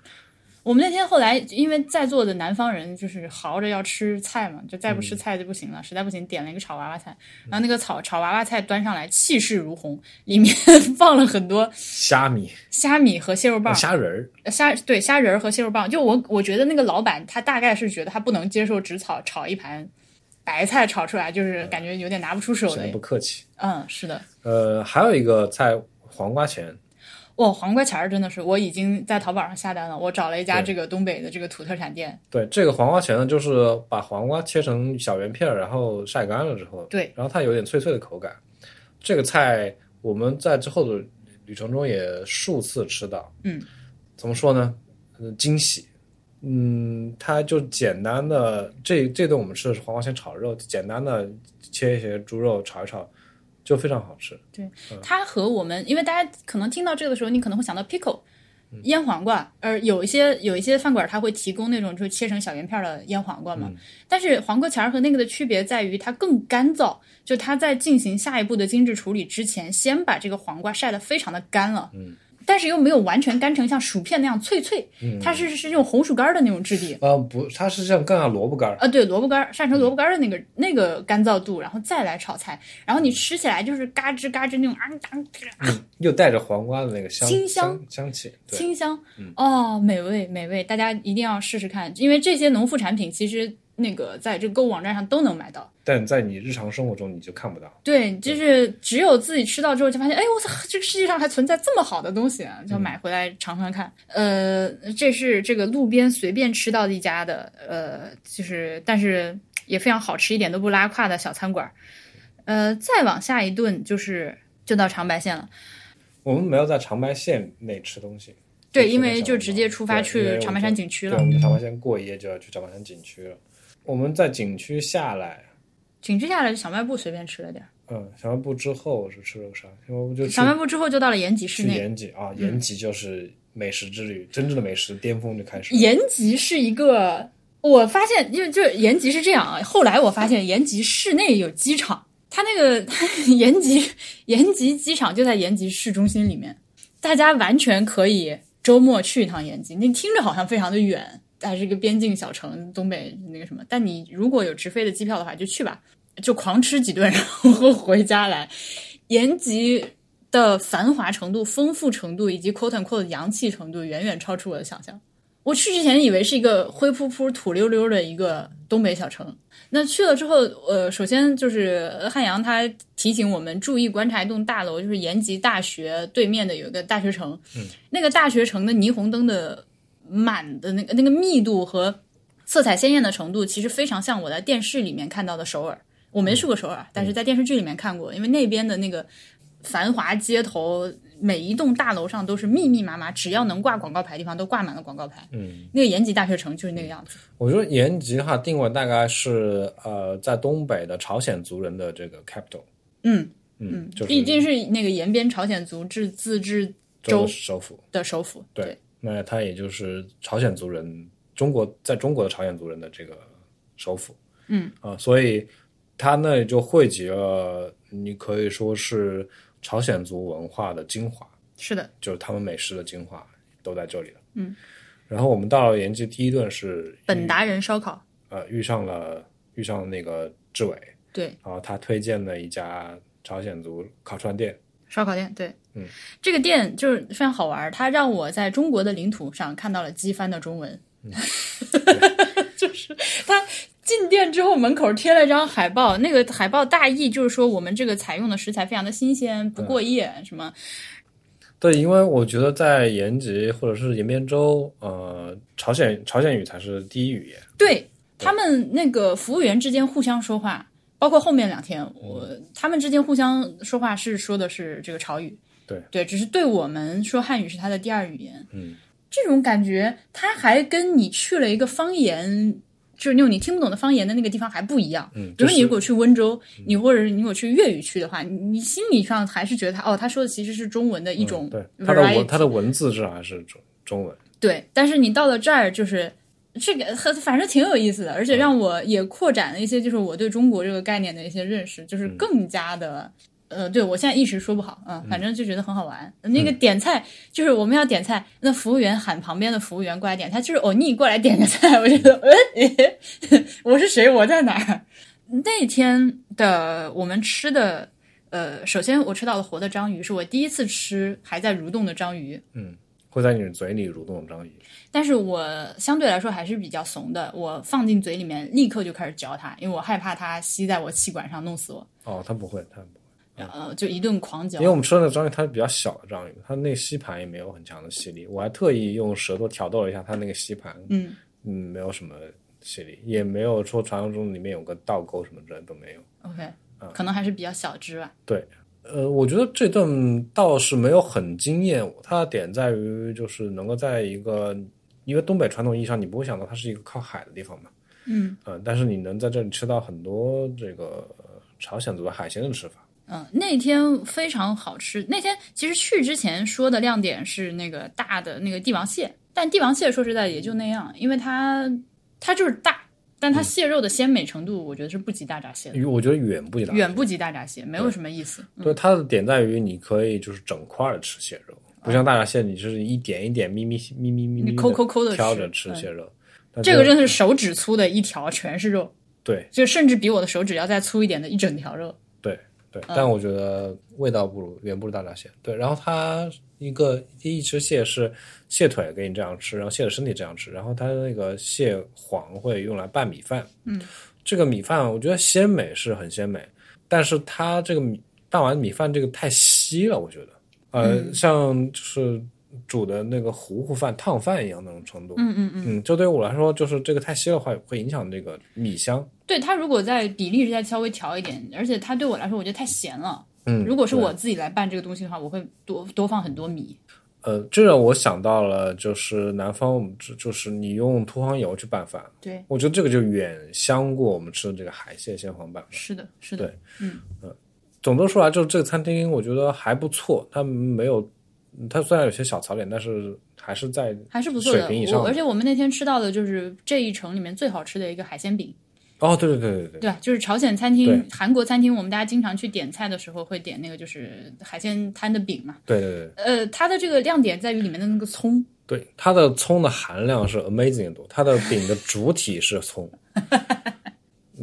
[SPEAKER 1] 我们那天后来因为在座的南方人就是嚎着要吃菜嘛，就再不吃菜就不行了，实在不行点了一个炒娃娃菜，然后那个炒炒娃娃菜端上来气势如虹，里面 放了很多
[SPEAKER 2] 虾米、
[SPEAKER 1] 虾米和蟹肉棒，
[SPEAKER 2] 虾仁儿，
[SPEAKER 1] 呃虾对虾仁儿和蟹肉棒。就我我觉得那个老板他大概是觉得他不能接受只炒炒一盘白菜炒出来，就是感觉有点拿不出手
[SPEAKER 2] 显
[SPEAKER 1] 的
[SPEAKER 2] 嗯得。不客气。
[SPEAKER 1] 嗯，是的。
[SPEAKER 2] 呃，还有一个菜，黄瓜钳，
[SPEAKER 1] 哇，黄瓜钱儿真的是，我已经在淘宝上下单了。我找了一家
[SPEAKER 2] 对
[SPEAKER 1] 这个东北的这个土特产店，
[SPEAKER 2] 对，这个黄瓜钳呢，就是把黄瓜切成小圆片儿，然后晒干了之后，
[SPEAKER 1] 对，
[SPEAKER 2] 然后它有点脆脆的口感。这个菜我们在之后的旅程中也数次吃到，
[SPEAKER 1] 嗯，
[SPEAKER 2] 怎么说呢？呃惊喜，嗯，它就简单的这这顿我们吃的是黄瓜钳炒肉，简单的切一些猪肉炒一炒，就非常好吃。
[SPEAKER 1] 它和我们，因为大家可能听到这个的时候，你可能会想到 pickle 腌黄瓜，而有一些有一些饭馆它会提供那种就是切成小圆片儿的腌黄瓜嘛。但是黄瓜钱儿和那个的区别在于它更干燥，就它在进行下一步的精致处理之前，先把这个黄瓜晒得非常的干了。嗯。但是又没有完全干成像薯片那样脆脆，它是是那种红薯干儿的那种质地，
[SPEAKER 2] 呃，不，它是像干下萝卜干儿，
[SPEAKER 1] 啊，对，萝卜干儿晒成萝卜干儿的那个那个干燥度，然后再来炒菜，然后你吃起来就是嘎吱嘎吱那种啊啊啊
[SPEAKER 2] 又带着黄瓜的那个香
[SPEAKER 1] 清香
[SPEAKER 2] 香香气，对，嗯
[SPEAKER 1] 清香，哦，美味美味，大家一定要试试看，因为这些农副产品其实那个在这个购物网站上都能买到。
[SPEAKER 2] 但在你日常生活中你就看不到。
[SPEAKER 1] 对，就是只有自己吃到之后，就发现，哎，我操，这个世界上还存在这么好的东西、啊，
[SPEAKER 2] 嗯
[SPEAKER 1] 就买回来尝尝看。呃，这是这个路边随便吃到的一家的，呃，就是但是也非常好吃，一点都不拉胯的小餐馆儿。呃，再往下一顿就是就到长白县了。
[SPEAKER 2] 我们没有在长白县内吃东西，
[SPEAKER 1] 对，
[SPEAKER 2] 就
[SPEAKER 1] 因
[SPEAKER 2] 吃那
[SPEAKER 1] 为
[SPEAKER 2] 小
[SPEAKER 1] 就
[SPEAKER 2] 笼
[SPEAKER 1] 直
[SPEAKER 2] 包
[SPEAKER 1] 接出发
[SPEAKER 2] 对因为
[SPEAKER 1] 去
[SPEAKER 2] 我
[SPEAKER 1] 长白
[SPEAKER 2] 们
[SPEAKER 1] 山
[SPEAKER 2] 在
[SPEAKER 1] 景区了
[SPEAKER 2] 对，我。们在长白山过夜就要去长白山景区了。我们在景区下来，
[SPEAKER 1] 景区下来，小卖部随便吃了点儿。
[SPEAKER 2] 嗯，小卖部之后是吃了个啥？小卖部就去
[SPEAKER 1] 小卖部之嗯后就到了延吉市
[SPEAKER 2] 去
[SPEAKER 1] 内。
[SPEAKER 2] 延吉啊，延吉就是美食之旅，真正的美食巅峰就开始了。
[SPEAKER 1] 延吉是一个，我发现，因为就是延吉是这样啊。后来我发现延吉市内有机场，它那个 延吉延吉机场就在延吉市中心里面，大家完全可以周末去一趟延吉。你听着好像非常的远，还是一个边境小城，东北那个什么，但你如果有直飞的机票的话，就去吧，就狂吃几顿，然后回家来。延吉的繁华程度、丰富程度以及 “quote unquote” 的洋气程度，远远超出我的想象。我去之前以为是一个灰扑扑、土溜溜的一个东北小城。那去了之后，呃，首先就是呃汉阳他提醒我们注意观察一栋大楼，就是延吉大学对面的有一个大学城，嗯、那个大学城的霓虹灯的满的那个那个密度和色彩鲜艳的程度，其实非常像我在电视里面看到的首尔。我没去过首尔，但是在电视剧里面看过，因为那边的那个繁华街头，每一栋大楼上都是密密麻麻，只要能挂广告牌的地方都挂满了广告牌。
[SPEAKER 2] 嗯，
[SPEAKER 1] 那个延吉大学城就是那个样子。
[SPEAKER 2] 我觉得延吉哈定位大概是呃，在东北的朝鲜族人的这个 capital，
[SPEAKER 1] 嗯，
[SPEAKER 2] 嗯，就是
[SPEAKER 1] 毕竟是那个延边朝鲜族自自治
[SPEAKER 2] 州
[SPEAKER 1] 州
[SPEAKER 2] 的首府。
[SPEAKER 1] 的首府。
[SPEAKER 2] 对
[SPEAKER 1] 对，
[SPEAKER 2] 那它也就是朝鲜族人，中国在中国的朝鲜族人的这个首府。
[SPEAKER 1] 嗯
[SPEAKER 2] 啊，所以它那里就汇集了，你可以说是朝鲜族文化的精华，
[SPEAKER 1] 是的，
[SPEAKER 2] 就是他们美食的精华都在这里了。
[SPEAKER 1] 嗯，
[SPEAKER 2] 然后我们到了延吉，第一顿是
[SPEAKER 1] 本达人烧烤。
[SPEAKER 2] 呃遇上了遇上了那个志伟，
[SPEAKER 1] 对，
[SPEAKER 2] 然后他推荐了一家朝鲜族烤串店。
[SPEAKER 1] 烧烤店，对，
[SPEAKER 2] 嗯，
[SPEAKER 1] 这个店就是非常好玩儿，它让我在中国的领土上看到了机翻的中文，
[SPEAKER 2] 嗯
[SPEAKER 1] 就是它进店之后门口贴了一张海报，那个海报大意就是说我们这个采用的食材非常的新鲜，
[SPEAKER 2] 嗯
[SPEAKER 1] 不过夜，什么
[SPEAKER 2] 对，因为我觉得在延吉或者是延边州，呃，朝鲜朝鲜语才是第一语言。
[SPEAKER 1] 对他们那个服务员之间互相说话，包括后面两天，我他们之间互相说话是说的是这个朝语，
[SPEAKER 2] 对
[SPEAKER 1] 对，只是对我们说汉语是他的第二语言，
[SPEAKER 2] 嗯，
[SPEAKER 1] 这种感觉，他还跟你去了一个方言。就是那种你听不懂的方言的那个地方还不一样，
[SPEAKER 2] 嗯
[SPEAKER 1] 比如
[SPEAKER 2] 就
[SPEAKER 1] 说你
[SPEAKER 2] 是嗯
[SPEAKER 1] 如果去温州，你或者是你如果去粤语区的话，你你心理上还是觉得他哦，他说的其实是中文的一种
[SPEAKER 2] 嗯对，它的
[SPEAKER 1] variety，
[SPEAKER 2] 文它的文字至少还是中中文。
[SPEAKER 1] 对，但是你到了这儿，就是这个很反正挺有意思的，而且让我也扩展了一些，就是我对中国这个概念的一些认识，就是更加的。呃，对我现在一时说不好，嗯，反正就觉得很好玩。那个点菜就是我们要点菜，那服务员喊旁边的服务员过来点菜，就是欧尼过来点个菜，我 觉得，嗯，诶 我是谁？我在哪儿？那天的我们吃的，呃，首先我吃到了活的章鱼，是我第一次吃还在蠕动的章鱼，
[SPEAKER 2] 会在你嘴里蠕动的章鱼，
[SPEAKER 1] 但是我相对来说还是比较怂的，我放进嘴里面立刻就开始嚼它，因为我害怕它吸在我气管上弄死我，
[SPEAKER 2] 哦，它不会，它不会，
[SPEAKER 1] 呃，就一顿狂嚼
[SPEAKER 2] 因为。我们吃的那个章鱼它是比较小的章鱼，它那个吸盘也没有很强的吸力。我还特意用舌头挑逗了一下它那个吸盘，
[SPEAKER 1] 嗯，
[SPEAKER 2] 嗯，没有什么吸力，也没有说传说中里面有个倒钩什么之类的都没有。
[SPEAKER 1] OK，可能还是比较小只吧。
[SPEAKER 2] 对，呃，我觉得这顿倒是没有很惊艳我，它的点在于就是能够在一个，因为东北传统意义上你不会想到它是一个靠海的地方嘛，
[SPEAKER 1] 嗯
[SPEAKER 2] 嗯、但是你能在这里吃到很多这个呃朝鲜族的海鲜的吃法，
[SPEAKER 1] 嗯、那天非常好吃。那天其实去之前说的亮点是那个大的那个帝王蟹，但帝王蟹说实在也就那样，因为它它就是大，但它蟹肉的鲜美程度，我觉得是不及大闸蟹的，
[SPEAKER 2] 因为我觉得远不及达。
[SPEAKER 1] 远不及大闸蟹，没有什么意思。
[SPEAKER 2] 对，它的点在于你可以就是整块儿吃蟹肉，不像大闸蟹，你就是一点一点咪咪咪咪咪咪
[SPEAKER 1] 你抠抠抠地吃
[SPEAKER 2] 挑着吃蟹肉。但
[SPEAKER 1] 这个真的是手指粗的一条，全是肉。
[SPEAKER 2] 对
[SPEAKER 1] 就甚至比我的手指要再粗一点的一整条肉。
[SPEAKER 2] 对对，
[SPEAKER 1] 嗯
[SPEAKER 2] 但我觉得味道不如远不如大闸蟹。对，然后它一个第一只蟹是蟹腿给你这样吃，然后蟹的身体这样吃，然后它的那个蟹黄会用来拌米饭。
[SPEAKER 1] 嗯，
[SPEAKER 2] 这个米饭我觉得鲜美是很鲜美，但是它这个米拌完米饭这个太稀了，我觉得，呃，
[SPEAKER 1] 嗯
[SPEAKER 2] 像就是煮的那个糊糊饭、烫饭一样那种程度。
[SPEAKER 1] 嗯嗯嗯，
[SPEAKER 2] 嗯，这对我来说就是这个太稀的话会影响这个米香。
[SPEAKER 1] 对它如果在比例再稍微调一点，而且它对我来说我觉得太咸了。
[SPEAKER 2] 嗯，
[SPEAKER 1] 如果是
[SPEAKER 2] 对
[SPEAKER 1] 我自己来拌这个东西的话，我会多多放很多米。
[SPEAKER 2] 呃，这让我想到了，就是南方，我们就就是你用土黄油去拌饭，
[SPEAKER 1] 对，
[SPEAKER 2] 我觉得这个就远香过我们吃的这个海蟹鲜黄拌饭。
[SPEAKER 1] 是的，是
[SPEAKER 2] 的
[SPEAKER 1] 的。
[SPEAKER 2] 总的说来，啊就是这个餐厅我觉得还不错，它没有，它虽然有些小槽点，但是还是在
[SPEAKER 1] 还是不错
[SPEAKER 2] 水
[SPEAKER 1] 的，
[SPEAKER 2] 平以上
[SPEAKER 1] 我而且我们那天吃到的就是这一城里面最好吃的一个海鲜饼，
[SPEAKER 2] 哦，对对对对对，
[SPEAKER 1] 对吧？就是朝鲜餐
[SPEAKER 2] 对
[SPEAKER 1] 厅、韩国餐厅，我们大家经常去点菜的时候会点那个就是海鲜摊的饼嘛。
[SPEAKER 2] 对对对
[SPEAKER 1] 呃，它的这个亮点在于里面的那个葱，
[SPEAKER 2] 对，它的葱的含量是 amazing 的多，它的饼的主体是葱，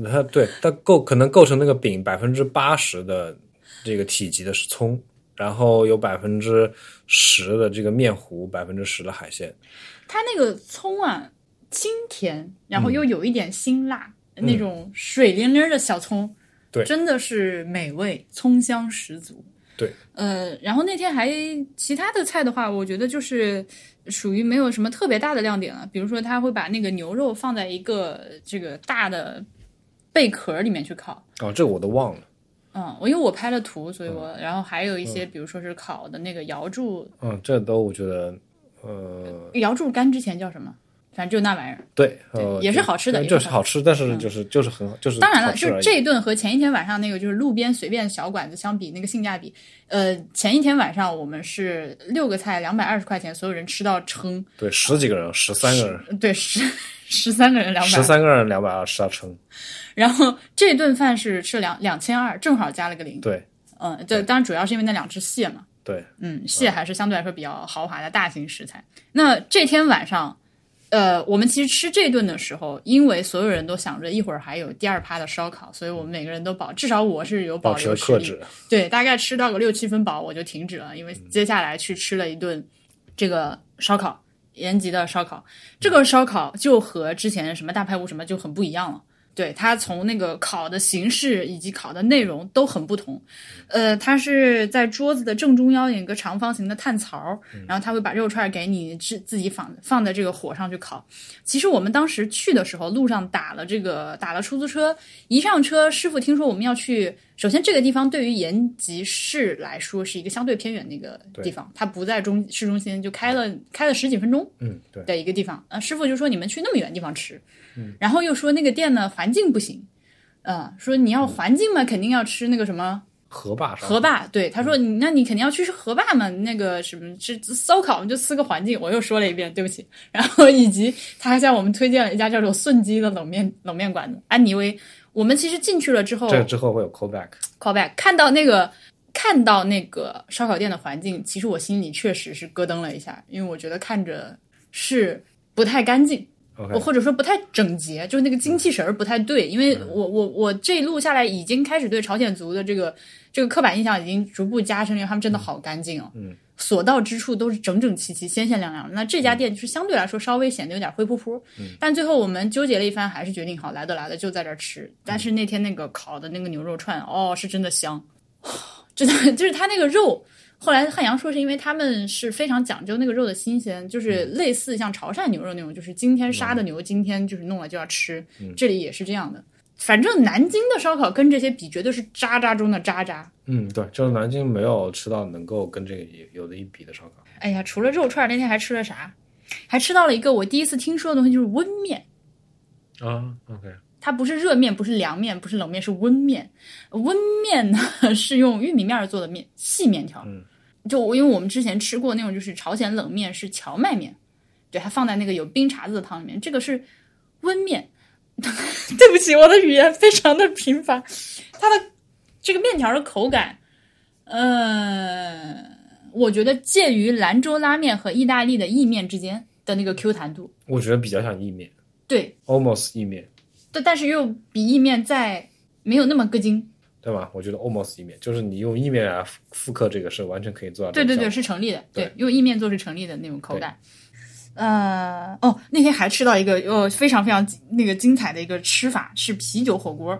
[SPEAKER 2] 它对它构可能构成那个饼百分之八十的这个体积的是葱，然后有百分之十的这个面糊，百分之十的海鲜。
[SPEAKER 1] 它那个葱啊，清甜，然
[SPEAKER 2] 嗯
[SPEAKER 1] 后又有一点辛辣，那种水灵灵的小葱，
[SPEAKER 2] 对
[SPEAKER 1] 真的是美味，葱香十足。
[SPEAKER 2] 对，
[SPEAKER 1] 呃，然后那天还其他的菜的话，我觉得就是属于没有什么特别大的亮点了。比如说，他会把那个牛肉放在一个这个大的贝壳里面去烤，
[SPEAKER 2] 哦，这个我都忘了。
[SPEAKER 1] 嗯，我因为我拍了图，所以我、然后还有一些，比如说是烤的那个瑶柱，
[SPEAKER 2] 嗯，这都我觉得，呃，
[SPEAKER 1] 瑶柱干之前叫什么？反正就那玩意儿。
[SPEAKER 2] 对，呃，
[SPEAKER 1] 也是好吃的
[SPEAKER 2] 对
[SPEAKER 1] 也是
[SPEAKER 2] 就是好吃，但是就是就是很好，就是
[SPEAKER 1] 当然
[SPEAKER 2] 好
[SPEAKER 1] 了，
[SPEAKER 2] 吃
[SPEAKER 1] 就是
[SPEAKER 2] 而已
[SPEAKER 1] 这一顿和前一天晚上那个就是路边随便小馆子相比，那个性价比，呃，前一天晚上我们是六个菜两百二十块钱，所有人吃到撑，
[SPEAKER 2] 对十几个人，十三个人，
[SPEAKER 1] 对 十十三个人两
[SPEAKER 2] 十
[SPEAKER 1] 百，
[SPEAKER 2] 三个人两百二十要称，
[SPEAKER 1] 然后这顿饭是吃两两千二，正好加了个零。
[SPEAKER 2] 对
[SPEAKER 1] 嗯，对，当然主要是因为那两只蟹嘛，
[SPEAKER 2] 对，
[SPEAKER 1] 嗯，蟹还是相对来说比较豪华的大型食材。那这天晚上，呃，我们其实吃这顿的时候，因为所有人都想着一会儿还有第二趴的烧烤，所以我们每个人都保，至少我是有
[SPEAKER 2] 保
[SPEAKER 1] 保
[SPEAKER 2] 持
[SPEAKER 1] 留实
[SPEAKER 2] 克
[SPEAKER 1] 力。
[SPEAKER 2] 制，
[SPEAKER 1] 对，大概吃到个六七分饱我就停止了，因为接下来去吃了一顿这个烧烤，延吉的烧烤。这个烧烤就和之前什么大排屋什么就很不一样了。对它从那个烤的形式以及烤的内容都很不同，呃，它是在桌子的正中央有一个长方形的炭槽，然后它会把肉串给你自自己放放在这个火上去烤。其实我们当时去的时候，路上打了这个打了出租车，一上车，师傅听说我们要去。首先，这个地方对于延吉市来说是一个相对偏远的一个地方，它不在中市中心，就开了开了十几分钟
[SPEAKER 2] 嗯，对，
[SPEAKER 1] 的一个地方。呃，师傅就说你们去那么远的地方吃，然后又说那个店呢环境不行，呃，说你要环境嘛，肯定要吃那个什么
[SPEAKER 2] 河坝上嗯
[SPEAKER 1] 河坝。对，他说你那你肯定要去吃河坝嘛，那个什么这这烧烤，我们就撕个环境。我又说了一遍，对不起。然后以及他还向我们推荐了一家叫做顺基的冷面冷面馆子，安妮薇。我们其实进去了之后，
[SPEAKER 2] 这个之后会有 callback，
[SPEAKER 1] callback，看到那个看到那个烧烤店的环境，其实我心里确实是咯噔了一下，因为我觉得看着是不太干净。
[SPEAKER 2] OK
[SPEAKER 1] 或者说不太整洁，就是那个精气神儿不太对，因为我我我这一路下来已经开始对朝鲜族的这个这个刻板印象已经逐步加深了，因为他们真的好干净哦，嗯，所到之处都是整整齐齐、鲜鲜亮亮的。那这家店就是相对来说稍微显得有点灰扑扑，但最后我们纠结了一番，还是决定好来都来了就在这儿吃。但是那天那个烤的那个牛肉串，哦，是真的香， 真的 就是它那个肉。后来汉阳说是因为他们是非常讲究那个肉的新鲜，就是类似像潮汕牛肉那种，就是今天杀的牛，今天就是弄了就要吃。这里也是这样的，反正南京的烧烤跟这些比，绝对是渣渣中的渣渣。
[SPEAKER 2] 嗯，对，就是南京没有吃到能够跟这个有有的一比的烧烤，
[SPEAKER 1] 哎呀，除了肉串儿，那天还吃了啥？还吃到了一个我第一次听说的东西，就是温面。
[SPEAKER 2] 啊，OK，
[SPEAKER 1] 它不是热面，不是凉面，不是冷面，是温面。温面呢 是用玉米面儿做的面细面条，
[SPEAKER 2] 嗯
[SPEAKER 1] 就我因为我们之前吃过那种就是朝鲜冷面是荞麦面，对，它放在那个有冰碴子的汤里面，这个是温面。 对不起，我的语言非常的贫乏。它的这个面条的口感，呃，我觉得介于兰州拉面和意大利的意面之间的那个 Q 弹度，
[SPEAKER 2] 我觉得比较像意面
[SPEAKER 1] 对，
[SPEAKER 2] ，almost 意面，
[SPEAKER 1] 但但是又比意面再没有那么咯筋。
[SPEAKER 2] 对吧？我觉得 almost 意面，就是你用意面来复复刻这个是完全可以做到这
[SPEAKER 1] 对对
[SPEAKER 2] 个效果，
[SPEAKER 1] 对，是成立的。
[SPEAKER 2] 对
[SPEAKER 1] 对，用意面做是成立的那种口感。呃，哦，那天还吃到一个呃非常非常精那个精彩的一个吃法是啤酒火锅，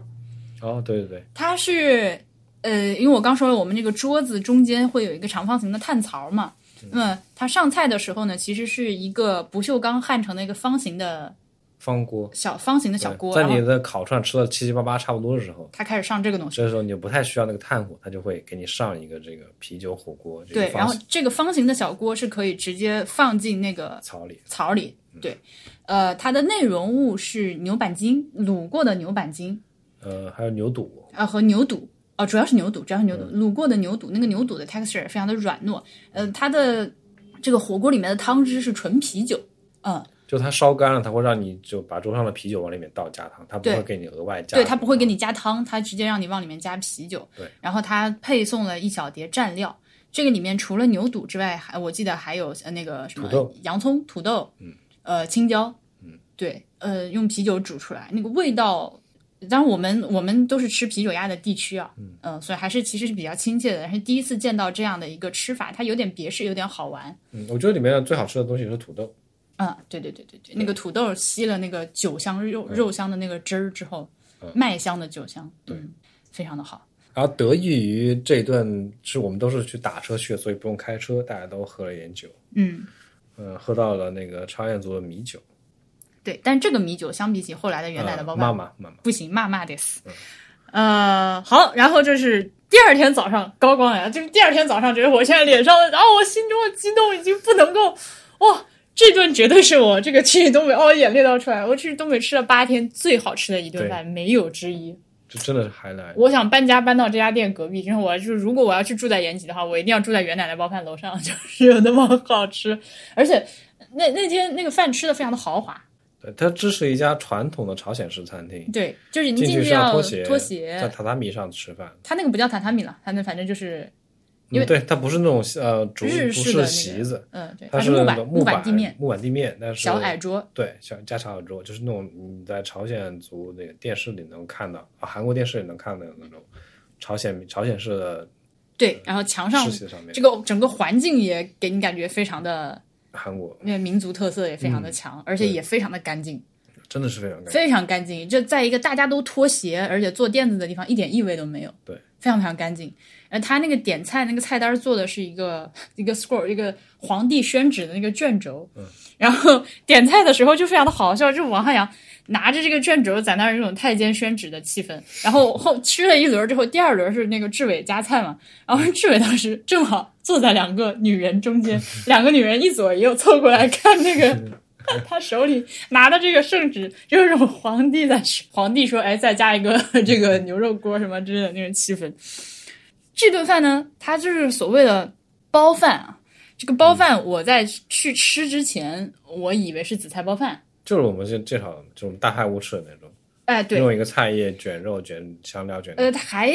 [SPEAKER 2] 哦，对对对，
[SPEAKER 1] 它是呃，因为我刚说了，我们这个桌子中间会有一个长方形的炭槽嘛。那么它上菜的时候呢，其实是一个不锈钢焊成的一个方形的
[SPEAKER 2] 方锅，
[SPEAKER 1] 小方形的小
[SPEAKER 2] 对
[SPEAKER 1] 锅，
[SPEAKER 2] 在
[SPEAKER 1] 然
[SPEAKER 2] 你
[SPEAKER 1] 后
[SPEAKER 2] 的烤串吃到七七八八差不多的时候，
[SPEAKER 1] 它开始上这个东西。
[SPEAKER 2] 这时候你就不太需要那个炭火，它就会给你上一个这个啤酒火锅，这个
[SPEAKER 1] 对，
[SPEAKER 2] 方
[SPEAKER 1] 然后这个方形的小锅是可以直接放进那个
[SPEAKER 2] 槽里，
[SPEAKER 1] 槽里。对，呃，它的内容物是牛板筋，卤过的牛板筋，
[SPEAKER 2] 呃，还有牛肚，
[SPEAKER 1] 呃，和牛肚，哦、主要是牛肚，主要是牛肚，卤过的牛肚，那个牛肚的 texture 非常的软糯，呃，它的这个火锅里面的汤汁是纯啤酒，嗯、
[SPEAKER 2] 就它烧干了，它会让你就把桌上的啤酒往里面倒加汤，它不
[SPEAKER 1] 对
[SPEAKER 2] 会给你额外加，
[SPEAKER 1] 对，它不会给你加汤，它直接让你往里面加啤酒，
[SPEAKER 2] 对，
[SPEAKER 1] 然后它配送了一小碟蘸料。这个里面除了牛肚之外，还我记得还有呃那个什么
[SPEAKER 2] 土豆
[SPEAKER 1] 洋葱、土豆，嗯，呃青椒，嗯，对，呃用啤酒煮出来，那个味道当然我们我们都是吃啤酒鸭的地区啊，嗯、所以还是其实是比较亲切的。但是第一次见到这样的一个吃法，它有点别致，有点好玩。
[SPEAKER 2] 嗯，我觉得里面最好吃的东西是土豆。
[SPEAKER 1] 嗯，对对对对对，那嗯个土豆吸了那个酒香肉肉香的那个汁儿之后，麦香的酒香，嗯对、非常的好。
[SPEAKER 2] 然后得益于这顿是我们都是去打车去的，所以不用开车，大家都喝了一点酒，
[SPEAKER 1] 嗯，
[SPEAKER 2] 嗯，喝到了那个插燕族的米酒，
[SPEAKER 1] 对。但这个米酒相比起后来的原来的
[SPEAKER 2] 呃
[SPEAKER 1] 包
[SPEAKER 2] 妈
[SPEAKER 1] 爸，
[SPEAKER 2] 妈妈妈，
[SPEAKER 1] 不行，骂骂得死。呃，好，然后这是第二天早上高光呀，就是第二天早上，觉得我现在脸上的，然后我心中的激动已经不能够，哇，这顿绝对是我这个 去东北，哦，眼泪都要出来了。我去东北吃了八天最好吃的一顿
[SPEAKER 2] 对
[SPEAKER 1] 饭，没有之一。
[SPEAKER 2] 这真的是还来，
[SPEAKER 1] 我想搬家搬到这家店隔壁，就是我就是如果我要去住在延吉的话，我一定要住在袁奶奶包饭楼上， 就是有那么好吃，而且那那天那个饭吃的非常的豪华，
[SPEAKER 2] 对它这是一家传统的朝鲜式餐厅，
[SPEAKER 1] 对，就是你
[SPEAKER 2] 进
[SPEAKER 1] 进
[SPEAKER 2] 是
[SPEAKER 1] 嗯要
[SPEAKER 2] 脱鞋，
[SPEAKER 1] 脱
[SPEAKER 2] 在
[SPEAKER 1] 鞋，
[SPEAKER 2] 榻榻米上吃饭。
[SPEAKER 1] 它那个不叫榻榻米了，它那反正就是因为
[SPEAKER 2] 嗯，对，它不是那种呃竹，
[SPEAKER 1] 日
[SPEAKER 2] 不
[SPEAKER 1] 式的那
[SPEAKER 2] 是
[SPEAKER 1] 个
[SPEAKER 2] 席子，
[SPEAKER 1] 嗯，对，
[SPEAKER 2] 它
[SPEAKER 1] 它
[SPEAKER 2] 是
[SPEAKER 1] 木
[SPEAKER 2] 那
[SPEAKER 1] 板
[SPEAKER 2] 种
[SPEAKER 1] 木
[SPEAKER 2] 板
[SPEAKER 1] 板地面，
[SPEAKER 2] 木板地面，但是
[SPEAKER 1] 小矮桌，
[SPEAKER 2] 对，小加长耳桌，就是那种你在朝鲜族那个电视里能看到，啊韩国电视里能看到的那种朝鲜朝鲜式的
[SPEAKER 1] 对，然后墙上
[SPEAKER 2] 吃席上面，
[SPEAKER 1] 这个整个环境也给你感觉非常的，
[SPEAKER 2] 韩国
[SPEAKER 1] 那民族特色也非常
[SPEAKER 2] 嗯
[SPEAKER 1] 的强，而且也非常的干净，
[SPEAKER 2] 真的是非常干净。
[SPEAKER 1] 非常干净，就在一个大家都脱鞋而且坐垫子的地方，一点异味都没有。
[SPEAKER 2] 对，
[SPEAKER 1] 非常非常干净。呃，他那个点菜那个菜单做的是一个一个 scroll 一个皇帝宣旨的那个卷轴，嗯，然后点菜的时候就非常的好笑，就王汉阳拿着这个卷轴在那儿有种太监宣旨的气氛。然后后吃了一轮之后，第二轮是那个志伟夹菜嘛，然后志伟当时正好坐在两个女人中间，两个女人一左一右凑过来看那个。他手里拿的这个圣旨，就是皇帝在皇帝说：“哎，再加一个这个牛肉锅什么之类的那种气氛。”这顿饭呢，它就是所谓的包饭啊。这个包饭，我在去吃之前，我以为是紫菜包饭。
[SPEAKER 2] 就是我们就介绍的，就是我们大派无耻的那种，
[SPEAKER 1] 哎，对，
[SPEAKER 2] 用一个菜叶卷肉卷香料卷，
[SPEAKER 1] 呃，还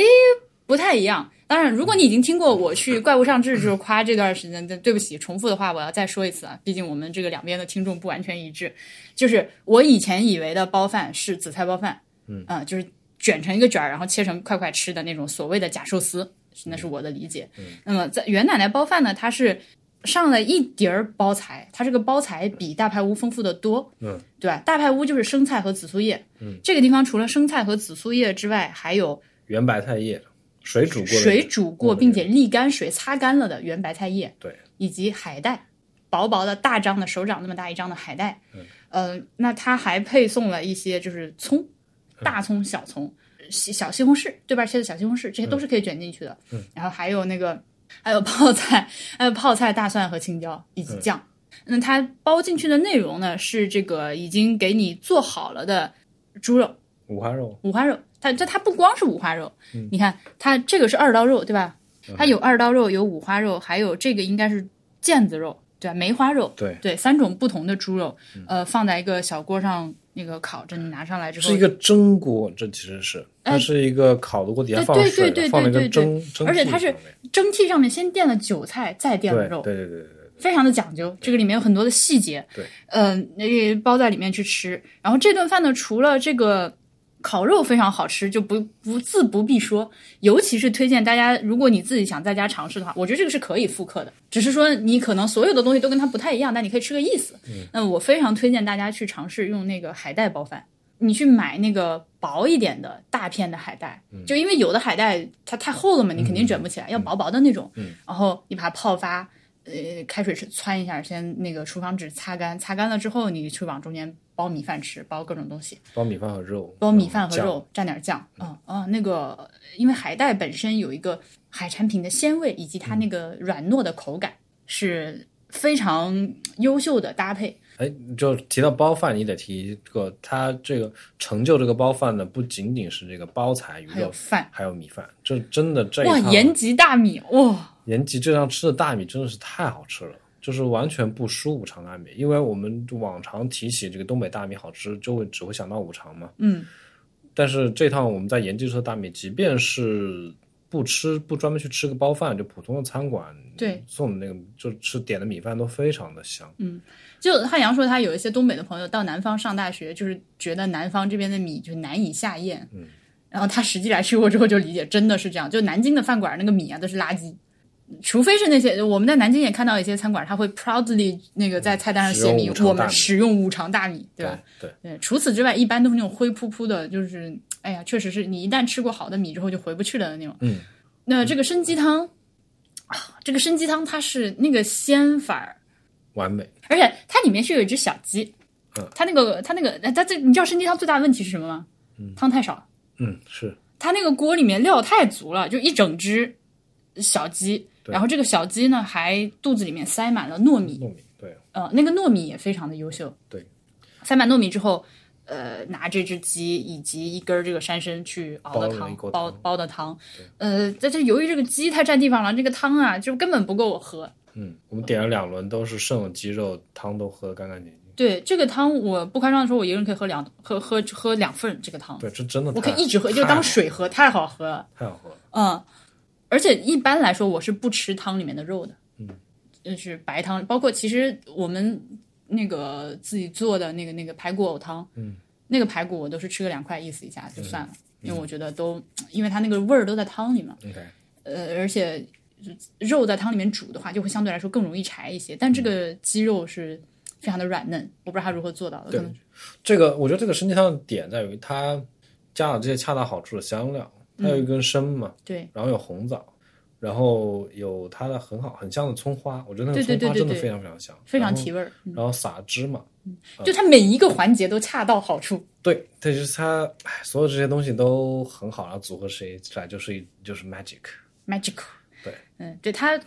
[SPEAKER 1] 不太一样。当然，如果你已经听过我去怪物上志就是夸这段时间，对对不起，重复的话我要再说一次啊，毕竟我们这个两边的听众不完全一致。就是我以前以为的包饭是紫菜包饭，嗯啊、就是卷成一个卷儿，然后切成块块吃的那种所谓的假寿司，那是我的理解。那么在袁奶奶包饭呢，它是。上了一碟儿包材，它这个包材比大排屋丰富的多，
[SPEAKER 2] 嗯，
[SPEAKER 1] 对吧？大排屋就是生菜和紫苏叶，嗯，这个地方除了生菜和紫苏叶之外，还有
[SPEAKER 2] 圆白菜叶，水煮过的
[SPEAKER 1] 水煮过
[SPEAKER 2] 嗯
[SPEAKER 1] 并且沥干水擦干了的圆白菜叶，
[SPEAKER 2] 对，
[SPEAKER 1] 以及海带，薄薄的大张的手掌那么大一张的海带，
[SPEAKER 2] 嗯
[SPEAKER 1] 呃，那它还配送了一些就是葱，
[SPEAKER 2] 嗯
[SPEAKER 1] 大葱、小葱、西小西红柿，对半切的小西红柿，这些都
[SPEAKER 2] 嗯
[SPEAKER 1] 是可以卷进去的。然后还有那个还有泡菜，还有泡菜、大蒜和青椒以
[SPEAKER 2] 嗯
[SPEAKER 1] 及酱。那它包进去的内容呢是这个已经给你做好了的猪肉，
[SPEAKER 2] 五花肉，
[SPEAKER 1] 五花肉，它这它不光是五花肉，
[SPEAKER 2] 嗯
[SPEAKER 1] 你看它这个是二刀肉对吧？它有二刀肉，有五花肉，还有这个应该是腱子肉对吧？梅花肉
[SPEAKER 2] 对，嗯
[SPEAKER 1] 对，三种不同的猪肉，呃，放在一个小锅上那个烤着，你拿上来之后
[SPEAKER 2] 是一个蒸锅，这其实是它
[SPEAKER 1] 哎
[SPEAKER 2] 是一个烤的锅底下
[SPEAKER 1] 对
[SPEAKER 2] 放了
[SPEAKER 1] 对对
[SPEAKER 2] 水的，
[SPEAKER 1] 对
[SPEAKER 2] 放了一
[SPEAKER 1] 对
[SPEAKER 2] 个
[SPEAKER 1] 对
[SPEAKER 2] 蒸蒸
[SPEAKER 1] 而且
[SPEAKER 2] 屉
[SPEAKER 1] 它是
[SPEAKER 2] 上面
[SPEAKER 1] 蒸屉上面先垫了韭菜，再垫了肉，
[SPEAKER 2] 对对对对对，
[SPEAKER 1] 非常的讲究，这个里面有很多的细节。
[SPEAKER 2] 对，
[SPEAKER 1] 嗯、那个包在里面去吃。然后这顿饭呢，除了这个烤肉非常好吃，就不不自不必说，尤其是推荐大家，如果你自己想在家尝试的话，我觉得这个是可以复刻的，只是说你可能所有的东西都跟它不太一样，但你可以吃个意思。嗯，那我非常推荐大家去尝试用那个海带包饭。你去买那个薄一点的大片的海带，就因为有的海带它太厚了嘛，你肯定卷不起来，要薄薄的那种。嗯、然后你把它泡发，呃，开水汆一下，先那个厨房纸擦干，擦干了之后，你去往中间包米饭吃，包各种东西，
[SPEAKER 2] 包米饭和肉，
[SPEAKER 1] 包米饭和
[SPEAKER 2] 嗯酱
[SPEAKER 1] 肉，蘸点酱。嗯啊、那个因为海带本身有一个海产品的鲜味，以及
[SPEAKER 2] 嗯
[SPEAKER 1] 它那个软糯的口感，是非常优秀的搭配。
[SPEAKER 2] 哎，就提到包饭，你得提一个，它这个成就这个包饭呢，不仅仅是这个包材、鱼
[SPEAKER 1] 还有
[SPEAKER 2] 肉，
[SPEAKER 1] 饭，
[SPEAKER 2] 还有米饭。这真的这一
[SPEAKER 1] 哇，
[SPEAKER 2] 趟
[SPEAKER 1] 延吉大米，哇，
[SPEAKER 2] 延吉这趟吃的大米真的是太好吃了，就是完全不输五常大米。因为我们往常提起这个东北大米好吃，就会只会想到五常嘛。
[SPEAKER 1] 嗯，
[SPEAKER 2] 但是这趟我们在延吉吃的大米，即便是不吃不专门去吃个包饭，就普通的餐馆
[SPEAKER 1] 对嗯
[SPEAKER 2] 送的那个，就吃点的米饭都非常的香。
[SPEAKER 1] 就汉阳说，他有一些东北的朋友到南方上大学，就是觉得南方这边的米就难以下咽。
[SPEAKER 2] 嗯，
[SPEAKER 1] 然后他实际来吃过之后就理解，真的是这样。就南京的饭馆那个米啊都是垃圾，除非是那些我们在南京也看到一些餐馆，他会 proudly 那个在菜单上写明
[SPEAKER 2] 使用无
[SPEAKER 1] 我
[SPEAKER 2] 常大
[SPEAKER 1] 们
[SPEAKER 2] 米
[SPEAKER 1] 使用五常大米，对吧？
[SPEAKER 2] 对，
[SPEAKER 1] 对，除此之外，一般都是那种灰扑扑的，就是哎呀，确实是你一旦吃过好的米之后就回不去了的那种。
[SPEAKER 2] 嗯，
[SPEAKER 1] 那这个参鸡汤，啊，这个参鸡汤它是那个鲜法儿，
[SPEAKER 2] 完美。
[SPEAKER 1] 而且它里面是有一只小鸡。
[SPEAKER 2] 嗯
[SPEAKER 1] 它那个它那个它这你知道参鸡汤最大的问题是什么吗？汤太少，
[SPEAKER 2] 嗯，是
[SPEAKER 1] 它那个锅里面料太足了，就一整只小鸡，
[SPEAKER 2] 对
[SPEAKER 1] 然后这个小鸡呢还肚子里面塞满了糯米，
[SPEAKER 2] 糯米，对，
[SPEAKER 1] 呃，那个糯米也非常的优秀。
[SPEAKER 2] 对，
[SPEAKER 1] 塞满糯米之后，呃，拿这只鸡以及一根儿这个山参去熬的
[SPEAKER 2] 煲了
[SPEAKER 1] 汤
[SPEAKER 2] 一，锅
[SPEAKER 1] 煲
[SPEAKER 2] 汤
[SPEAKER 1] 煲的汤。呃，但是由于这个鸡太占地方了，这个汤啊就根本不够我喝。
[SPEAKER 2] 嗯，我们点了两轮，都是剩了鸡肉，汤都喝得干干净净。
[SPEAKER 1] 对，这个汤我不夸张的说，我一个人可以喝两喝喝喝两份这个汤，
[SPEAKER 2] 对，这真的
[SPEAKER 1] 我可
[SPEAKER 2] 太
[SPEAKER 1] 以一直喝，
[SPEAKER 2] 太
[SPEAKER 1] 就当
[SPEAKER 2] 好
[SPEAKER 1] 水喝，太好喝了。
[SPEAKER 2] 太好喝了。
[SPEAKER 1] 嗯，而且一般来说，我是不吃汤里面的肉的，嗯，就是白汤，包括其实我们那个自己做的那个那个排骨藕汤，嗯，那个排骨我都是吃个两块意思一下就算了，
[SPEAKER 2] 嗯
[SPEAKER 1] 因为我觉得都因为它那个味儿都在汤里嘛，
[SPEAKER 2] OK，
[SPEAKER 1] 呃，而且肉在汤里面煮的话，就会相对来说更容易柴一些，但
[SPEAKER 2] 嗯
[SPEAKER 1] 这个鸡肉是非常的软嫩，我不知道它如何做到的，可能
[SPEAKER 2] 这个我觉得这个参鸡汤的点在于它加了这些恰到好处的香料，它有一根参嘛，
[SPEAKER 1] 对
[SPEAKER 2] 然后有红枣，然后有它的很好很香的葱花，我觉得那个
[SPEAKER 1] 对对
[SPEAKER 2] 葱花
[SPEAKER 1] 对对
[SPEAKER 2] 真的
[SPEAKER 1] 对
[SPEAKER 2] 非常非常香，
[SPEAKER 1] 非常
[SPEAKER 2] 然后呃
[SPEAKER 1] 提味儿，嗯
[SPEAKER 2] 然后撒芝麻，
[SPEAKER 1] 就它每一个环节都恰到好处，
[SPEAKER 2] 对，这就是它，哎，所有这些东西都很好，然后组合起来就是一就是 magic。
[SPEAKER 1] magic。
[SPEAKER 2] 对，
[SPEAKER 1] 嗯，对它，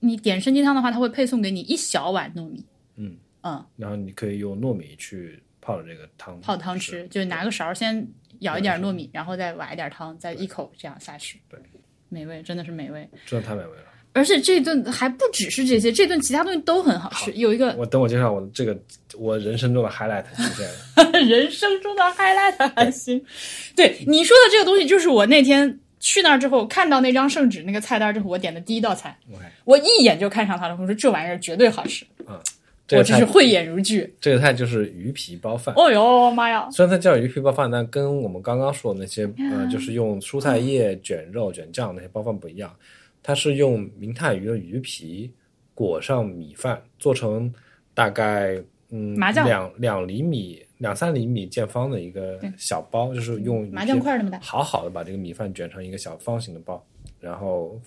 [SPEAKER 1] 你点参鸡汤的话，它会配送给你一小碗糯米，
[SPEAKER 2] 嗯
[SPEAKER 1] 嗯，
[SPEAKER 2] 然后你可以用糯米去泡这个汤，
[SPEAKER 1] 泡汤吃，就拿个勺儿先舀一点儿糯米，然后再挖一点儿汤，再一口这样下去，
[SPEAKER 2] 对，
[SPEAKER 1] 美味，真的是美味。
[SPEAKER 2] 真的太美味了。
[SPEAKER 1] 而且这顿还不只是这些，这顿其他东西都很好吃。有一个
[SPEAKER 2] 我等我介绍我这个我人生中的 highlight 是 这样的，
[SPEAKER 1] 人生中的 highlight 还行。对你说的这个东西，就是我那天去那儿之后看到那张圣旨那个菜单之后，我点的第一道菜
[SPEAKER 2] OK
[SPEAKER 1] 我一眼就看上它了。我说这玩意儿绝对好吃，
[SPEAKER 2] 这
[SPEAKER 1] 我
[SPEAKER 2] 个
[SPEAKER 1] 真是
[SPEAKER 2] 菜嗯
[SPEAKER 1] 慧眼如炬。
[SPEAKER 2] 这个菜就是鱼皮包饭。
[SPEAKER 1] 哦呦妈呀！
[SPEAKER 2] 虽然它叫鱼皮包饭，但跟我们刚刚说的那些呃，就是用蔬
[SPEAKER 1] 嗯
[SPEAKER 2] 菜叶卷肉、卷酱那些包饭不一样，它是用明太鱼的鱼皮裹上米饭，做成大概嗯
[SPEAKER 1] 麻酱
[SPEAKER 2] 两两厘米、两三厘米见方的一个小包，就是用鱼
[SPEAKER 1] 嗯麻酱
[SPEAKER 2] 片
[SPEAKER 1] 块儿那么大
[SPEAKER 2] 好好的把这个米饭卷成一个小方形的包，然后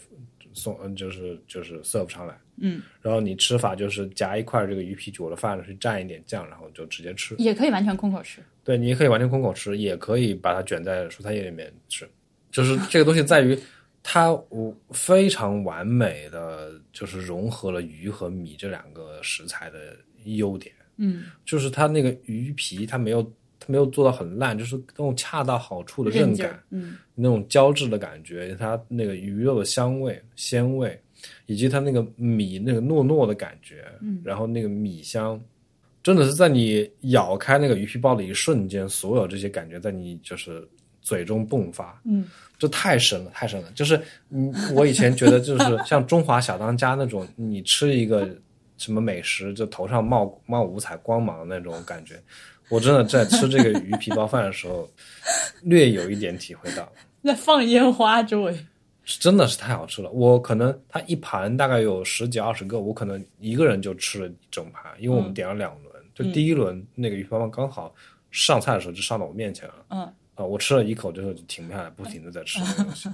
[SPEAKER 2] 送嗯就是就是 serve 上来，
[SPEAKER 1] 嗯，
[SPEAKER 2] 然后你吃法就是夹一块这个鱼皮煮了饭去蘸一点酱，然后就直接吃。
[SPEAKER 1] 也可以完全空口吃。
[SPEAKER 2] 对，你可以完全空口吃，也可以把它卷在蔬菜叶里面吃。就是这个东西在于它我非常完美的就是融合了鱼和米这两个食材的优点，
[SPEAKER 1] 嗯，
[SPEAKER 2] 就是它那个鱼皮它没有它没有做到很烂，就是那种恰到好处的韧
[SPEAKER 1] 劲
[SPEAKER 2] 感
[SPEAKER 1] 儿，，嗯，
[SPEAKER 2] 那种胶质的感觉，它那个鱼肉的香味、鲜味，以及它那个米那个糯糯的感觉，嗯，然后那个米香，真的是在你咬开那个鱼皮包的一瞬间，所有这些感觉在你就是嘴中迸发，
[SPEAKER 1] 嗯，
[SPEAKER 2] 这太神了，太神了！就是嗯，我以前觉得就是像中华小当家那种，你吃一个什么美食就头上冒冒五彩光芒的那种感觉。我真的在吃这个鱼皮包饭的时候，略有一点体会到。
[SPEAKER 1] 那放烟花周围，
[SPEAKER 2] 是真的是太好吃了。我可能它一盘大概有十几二十个，我可能一个人就吃了一整盘，因为我
[SPEAKER 1] 嗯
[SPEAKER 2] 们点了两轮，就第一轮那个鱼泡饭刚好上菜的时候就上到我面前了。
[SPEAKER 1] 嗯
[SPEAKER 2] 啊、我吃了一口之后就停不下来，不停的在吃那 个东西。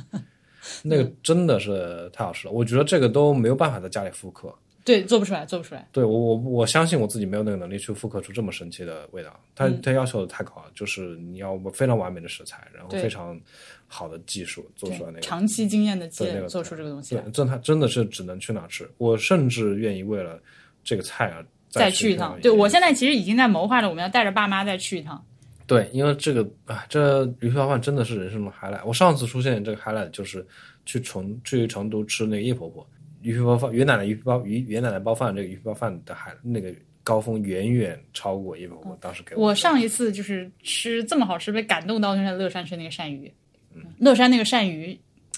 [SPEAKER 2] 那
[SPEAKER 1] 嗯
[SPEAKER 2] 个真的是太好吃了，我觉得这个都没有办法在家里复刻。
[SPEAKER 1] 对，做不出来，做不出来。
[SPEAKER 2] 对我，我我相信我自己没有那个能力去复刻出这么神奇的味道。它
[SPEAKER 1] 嗯
[SPEAKER 2] 它要求的太高了，就是你要非常完美的食材，然后
[SPEAKER 1] 对
[SPEAKER 2] 非常好的技术做出来那个
[SPEAKER 1] 长期经验的积
[SPEAKER 2] 对那
[SPEAKER 1] 累，
[SPEAKER 2] 个
[SPEAKER 1] 做出这个东西
[SPEAKER 2] 对
[SPEAKER 1] 来。，
[SPEAKER 2] 真的真的是只能去哪吃。我甚至愿意为了这个菜啊
[SPEAKER 1] 再
[SPEAKER 2] 去
[SPEAKER 1] 去一
[SPEAKER 2] 趟
[SPEAKER 1] 趟，
[SPEAKER 2] 也。
[SPEAKER 1] 对我现在其实已经在谋划着，我们要带着爸妈再去一趟。
[SPEAKER 2] 对，因为这个啊，这驴皮包饭真的是人生中的 highlight。我上次出现这个 highlight 就是去成去成都吃那个叶婆婆驴皮包饭，袁奶奶鱼皮包鱼袁奶奶包饭这个鱼皮包饭的海那个高峰远远超过叶婆婆当时给我
[SPEAKER 1] 嗯我
[SPEAKER 2] 的
[SPEAKER 1] 上一次
[SPEAKER 2] 嗯
[SPEAKER 1] 嗯就是吃这么好吃，被感动到就是乐山吃那个鳝鱼，乐山那个鳝鱼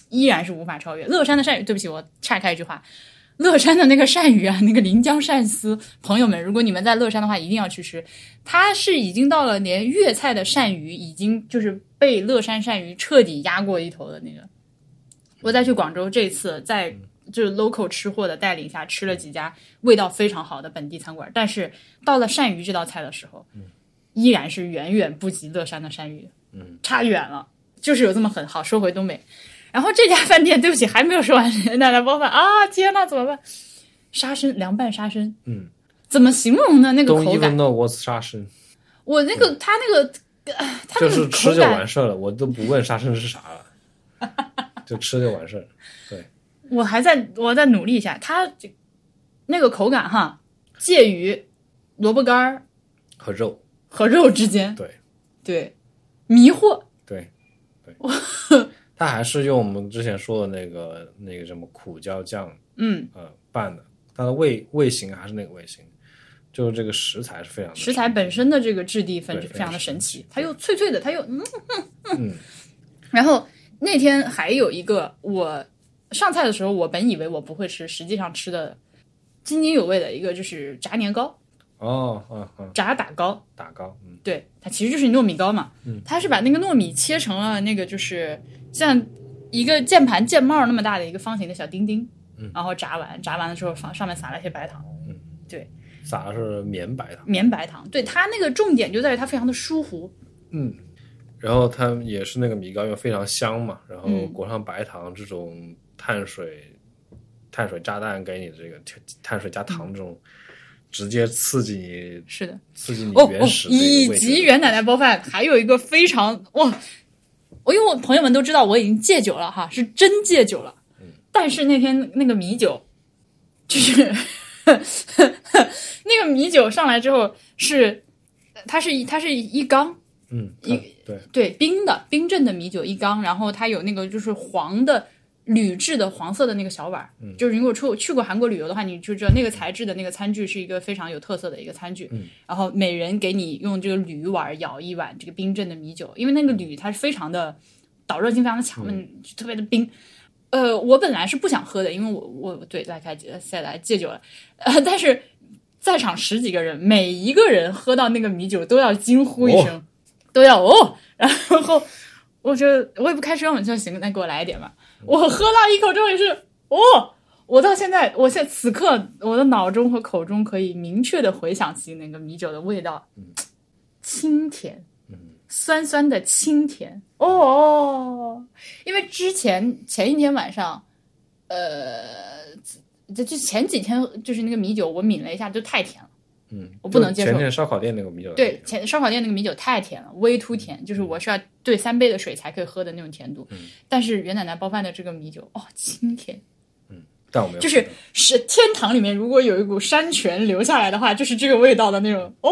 [SPEAKER 1] 依然是无法超越。乐山的鳝鱼，对不起，我岔开一句话，乐山的那个鳝鱼啊，那个临江鳝丝，朋友们，如果你们在乐山的话，一定要去吃。它是已经到了连粤菜的鳝鱼已经就是被乐山鳝鱼彻底压过一头的那个。我再去广州这次，在
[SPEAKER 2] 嗯
[SPEAKER 1] 就是 local 吃货的带领下，吃了几家味道非常好的本地餐馆，但是到了鳝鱼这道菜的时候，依然是远远不及乐山的鳝鱼，嗯，差远了，就是有这么狠。好，说回东北，然后这家饭店，对不起，还没有说完，奶奶包饭啊，天呐，怎么办？沙参凉拌沙参，
[SPEAKER 2] 嗯，
[SPEAKER 1] 怎么形容呢？那个
[SPEAKER 2] 东
[SPEAKER 1] 口
[SPEAKER 2] 一
[SPEAKER 1] 感，
[SPEAKER 2] 问 know what's 沙 参，
[SPEAKER 1] 我那个它那个，呃它
[SPEAKER 2] 就
[SPEAKER 1] 那个
[SPEAKER 2] 是吃
[SPEAKER 1] 口
[SPEAKER 2] 就
[SPEAKER 1] 感
[SPEAKER 2] 完，事儿了，我都不问沙参是啥了，就吃就完事儿。
[SPEAKER 1] 我还在我在努力一下，它这那个口感哈，介于萝卜干儿
[SPEAKER 2] 和肉，
[SPEAKER 1] 和肉之间。
[SPEAKER 2] 对
[SPEAKER 1] 对，迷惑。
[SPEAKER 2] 对对，它还是用我们之前说的那个那个什么苦椒酱
[SPEAKER 1] 嗯，
[SPEAKER 2] 呃拌的，它的味味型还是那个味型，就是这个食材是非常的
[SPEAKER 1] 食材本身的这个质地分
[SPEAKER 2] 对
[SPEAKER 1] 非常的神
[SPEAKER 2] 非
[SPEAKER 1] 奇
[SPEAKER 2] 常神奇，
[SPEAKER 1] 它又脆脆的，它又嗯
[SPEAKER 2] 嗯
[SPEAKER 1] 然后那天还有一个，我上菜的时候，我本以为我不会吃，实际上吃的津津有味的一个就是炸年糕、
[SPEAKER 2] 哦嗯嗯
[SPEAKER 1] 炸打糕。
[SPEAKER 2] 打糕嗯
[SPEAKER 1] 对，它其实就是糯米糕嘛。嗯，它是把那个糯米切成了那个就是像一个键盘键帽那么大的一个方形的小丁丁，嗯，然后炸完，炸完了之后放上面撒了一些白糖，
[SPEAKER 2] 撒的是绵白糖，
[SPEAKER 1] 绵白糖。对，它那个重点就在于它非常的疏糊，
[SPEAKER 2] 嗯，然后它也是那个米糕，因为非常香嘛，然后
[SPEAKER 1] 嗯
[SPEAKER 2] 裹上白糖这种碳水、碳水炸弹给你的这个碳碳水加
[SPEAKER 1] 嗯
[SPEAKER 2] 糖这种，直接刺激你
[SPEAKER 1] 是的。
[SPEAKER 2] 刺激你
[SPEAKER 1] 哦
[SPEAKER 2] 原
[SPEAKER 1] 哦，
[SPEAKER 2] 始的一
[SPEAKER 1] 以
[SPEAKER 2] 个味
[SPEAKER 1] 及
[SPEAKER 2] 觉。
[SPEAKER 1] 袁奶奶包饭，还有一个非常哇，我因为我朋友们都知道我已经戒酒了哈，是真戒酒了。
[SPEAKER 2] 嗯
[SPEAKER 1] 但是那天那个米酒，就是 那个米酒上来之后是，它是一它是一缸，
[SPEAKER 2] 嗯，
[SPEAKER 1] 一
[SPEAKER 2] 对对，
[SPEAKER 1] 对冰的冰镇的米酒一缸，然后它有那个就是黄的铝制的黄色的那个小碗儿，
[SPEAKER 2] 嗯
[SPEAKER 1] 就是如果出去过韩国旅游的话，你就知道那个材质的那个餐具是一个非常有特色的一个餐具。
[SPEAKER 2] 嗯
[SPEAKER 1] 然后每人给你用这个铝碗儿舀一碗这个冰镇的米酒，因为那个铝它是非常的导热性非常的强的，就特别的冰。呃，我本来是不想喝的，因为我我对大开再来戒酒了， 呃，但是在场十几个人，每一个人喝到那个米酒都要惊呼一声，都要哦， 然后我就我也不开车嘛，就行，那给我来一点吧。我喝到一口之后也是哦，我到现在，我现在此刻我的脑中和口中可以明确的回想起那个米酒的味道，清甜，酸酸的清甜哦哦，因为之前前一天晚上，呃，这这前几天就是那个米酒，我抿了一下，就太甜了。
[SPEAKER 2] 嗯，
[SPEAKER 1] 我不能接受
[SPEAKER 2] 就前天烧烤店那个米酒，
[SPEAKER 1] 对，前烧烤店那个米酒太甜了，微突甜，就是我是要兑三杯的水才可以喝的那种甜度。但是袁奶奶包饭的这个米酒，哦，清甜，
[SPEAKER 2] 但我没有
[SPEAKER 1] 就是是天堂里面如果有一股山泉流下来的话，就是这个味道的那种。哦，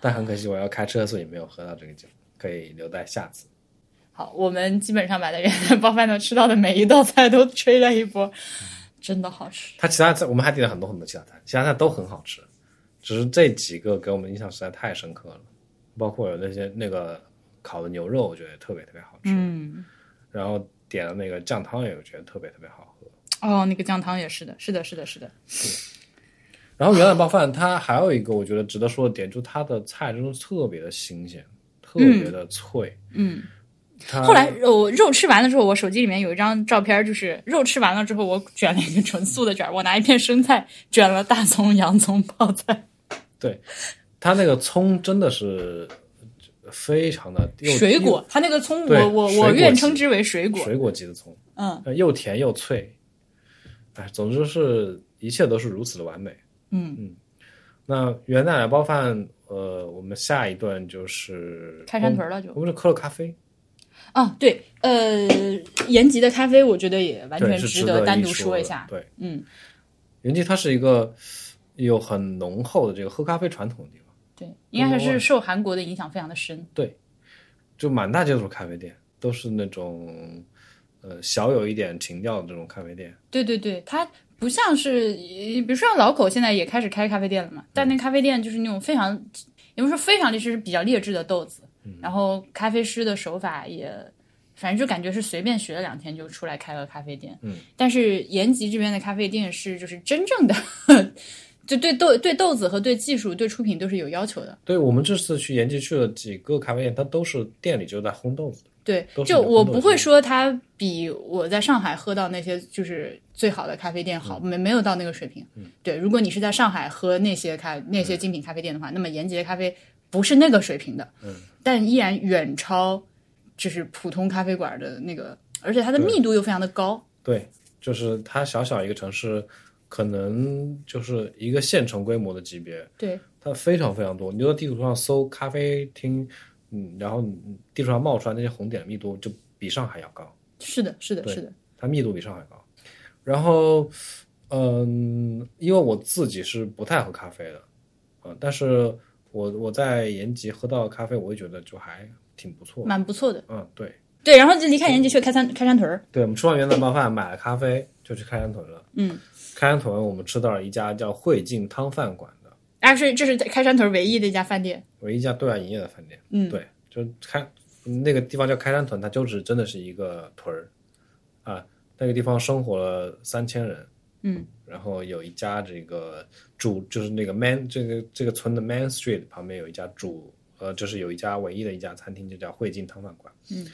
[SPEAKER 2] 但很可惜我要开车，所以没有喝到这个酒，可以留待下次。
[SPEAKER 1] 好，我们基本上把在原来包饭能吃到的每一道菜都吹了一波，真的好吃。
[SPEAKER 2] 它其他菜我们还点了很多很多其他菜，其他菜都很好吃，只是这几个给我们印象实在太深刻了，包括有那些那个烤的牛肉，我觉得也特别特别好吃，
[SPEAKER 1] 嗯，
[SPEAKER 2] 然后点的那个酱汤也我觉得特别特别好喝。
[SPEAKER 1] 哦，那个酱汤也是的，是的，是的，是的。
[SPEAKER 2] 然后元朗包饭它还有一个我觉得值得说的点，就是它的菜真的特别的新鲜，特别的脆。
[SPEAKER 1] 嗯，
[SPEAKER 2] 它
[SPEAKER 1] 后来我肉吃完了之后，我手机里面有一张照片，就是肉吃完了之后，我卷了一个纯素的卷儿，我拿一片生菜卷了大葱、洋葱、泡菜，
[SPEAKER 2] 它那个葱真的是非常的又
[SPEAKER 1] 水果。它那个葱，
[SPEAKER 2] 对
[SPEAKER 1] 我我
[SPEAKER 2] 水
[SPEAKER 1] 我
[SPEAKER 2] 果
[SPEAKER 1] 愿
[SPEAKER 2] 级
[SPEAKER 1] 称之为水果。
[SPEAKER 2] 水果级的葱，
[SPEAKER 1] 嗯
[SPEAKER 2] 呃，又甜又脆，哎，总之是一切都是如此的完美。
[SPEAKER 1] 嗯，
[SPEAKER 2] 那元旦奶包饭，呃，我们下一顿就是
[SPEAKER 1] 开山屯了就
[SPEAKER 2] 我们是喝了咖啡，
[SPEAKER 1] 啊，对，呃，延吉的咖啡，我觉得也完
[SPEAKER 2] 对，
[SPEAKER 1] 全
[SPEAKER 2] 是
[SPEAKER 1] 值
[SPEAKER 2] 得
[SPEAKER 1] 单独
[SPEAKER 2] 一
[SPEAKER 1] 说
[SPEAKER 2] 的
[SPEAKER 1] 一下。
[SPEAKER 2] 对，
[SPEAKER 1] 嗯，
[SPEAKER 2] 原计它是一个有很浓厚的这个喝咖啡传统的地方，
[SPEAKER 1] 对，应该还是受韩国的影响非常的深。
[SPEAKER 2] 就满大街都是咖啡店，都是那种呃小有一点情调的这种咖啡店。
[SPEAKER 1] 对对对，它不像是，呃比如说像老口现在也开始开咖啡店了嘛，但
[SPEAKER 2] 嗯
[SPEAKER 1] 那咖啡店就是那种非常，
[SPEAKER 2] 嗯
[SPEAKER 1] 也不是说非常就是比较劣质的豆子，然后咖啡师的手法也反正就感觉是随便学了两天就出来开了咖啡店。
[SPEAKER 2] 嗯，
[SPEAKER 1] 但是延吉这边的咖啡店是就是真正的， 就对豆对豆子和对技术对出品都是有要求的。
[SPEAKER 2] 对我们这次去延吉去了几个咖啡店，它都是店里就在烘豆子。
[SPEAKER 1] 对
[SPEAKER 2] 都，是
[SPEAKER 1] 就
[SPEAKER 2] 有
[SPEAKER 1] 我
[SPEAKER 2] 烘豆
[SPEAKER 1] 不会
[SPEAKER 2] 机
[SPEAKER 1] 说它比我在上海喝到那些就是最好的咖啡店好，
[SPEAKER 2] 嗯
[SPEAKER 1] 没、没有到那个水平。对，如果你是在上海喝那些咖那
[SPEAKER 2] 嗯
[SPEAKER 1] 些精品咖啡店的话，那么延吉的咖啡不是那个水平的，嗯，但依然远超就是普通咖啡馆的那个，而且它的
[SPEAKER 2] 对
[SPEAKER 1] 密度又非常的高。
[SPEAKER 2] 对，就是它小小一个城市，可能就是一个县城规模的级别，
[SPEAKER 1] 对，
[SPEAKER 2] 它非常非常多。你就在地图上搜咖啡厅，嗯，然后你地图上冒出来那些红点的密度就比上海要高。
[SPEAKER 1] 是的，是的，是的，
[SPEAKER 2] 它密度比上海高。然后，嗯，因为我自己是不太喝咖啡的，呃，但是我我在延吉喝到咖啡，我也觉得就还挺不错。
[SPEAKER 1] 蛮不错的。
[SPEAKER 2] 嗯，对
[SPEAKER 1] 对，然后就离开
[SPEAKER 2] 嗯
[SPEAKER 1] 延吉去开山开山屯儿，
[SPEAKER 2] 对，我们吃完元旦拌饭，买了咖啡，就去开山屯了。
[SPEAKER 1] 嗯，
[SPEAKER 2] 开山屯我们吃到了一家叫汇进汤饭馆的，
[SPEAKER 1] 啊，是这是开山屯儿唯一的一家饭店。
[SPEAKER 2] 唯一一家对外营业的饭店。
[SPEAKER 1] 嗯
[SPEAKER 2] 对，就开那个地方叫开山屯，它就是真的是一个屯儿啊，那个地方生活了三千人。
[SPEAKER 1] 嗯，
[SPEAKER 2] 然后有一家这个主就是那个 Man 这个这个村的 Man Street 旁边有一家主呃，就是有一家唯一的一家餐厅，就叫汇进汤饭馆。
[SPEAKER 1] 嗯，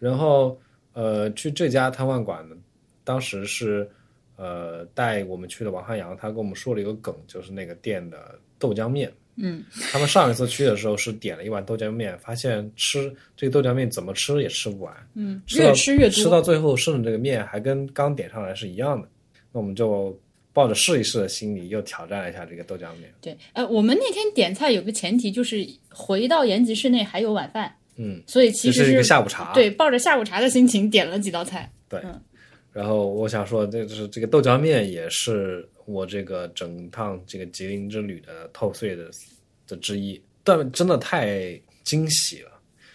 [SPEAKER 2] 然后呃，去这家汤饭馆呢，当时是呃带我们去的王汉阳，他跟我们说了一个梗，就是那个店的豆浆面。
[SPEAKER 1] 嗯，
[SPEAKER 2] 他们上一次去的时候是点了一碗豆浆面，发现吃这个豆浆面怎么吃也吃不完，
[SPEAKER 1] 嗯，
[SPEAKER 2] 吃到
[SPEAKER 1] 越吃越
[SPEAKER 2] 吃
[SPEAKER 1] 多。
[SPEAKER 2] 到最后剩的这个面还跟刚点上来是一样的。那我们就抱着试一试的心理，又挑战了一下这个豆浆面。
[SPEAKER 1] 对，呃，我们那天点菜有个前提就是回到延吉市内还有晚饭，
[SPEAKER 2] 嗯，
[SPEAKER 1] 所以其
[SPEAKER 2] 这
[SPEAKER 1] 实
[SPEAKER 2] 是一个下午茶。
[SPEAKER 1] 对抱着下午茶的心情点了几道菜。
[SPEAKER 2] 对
[SPEAKER 1] 嗯
[SPEAKER 2] 然后我想说，这就是这个豆浆面也是我这个整趟这个吉林之旅的 top three 的的之一，但真的太惊喜了。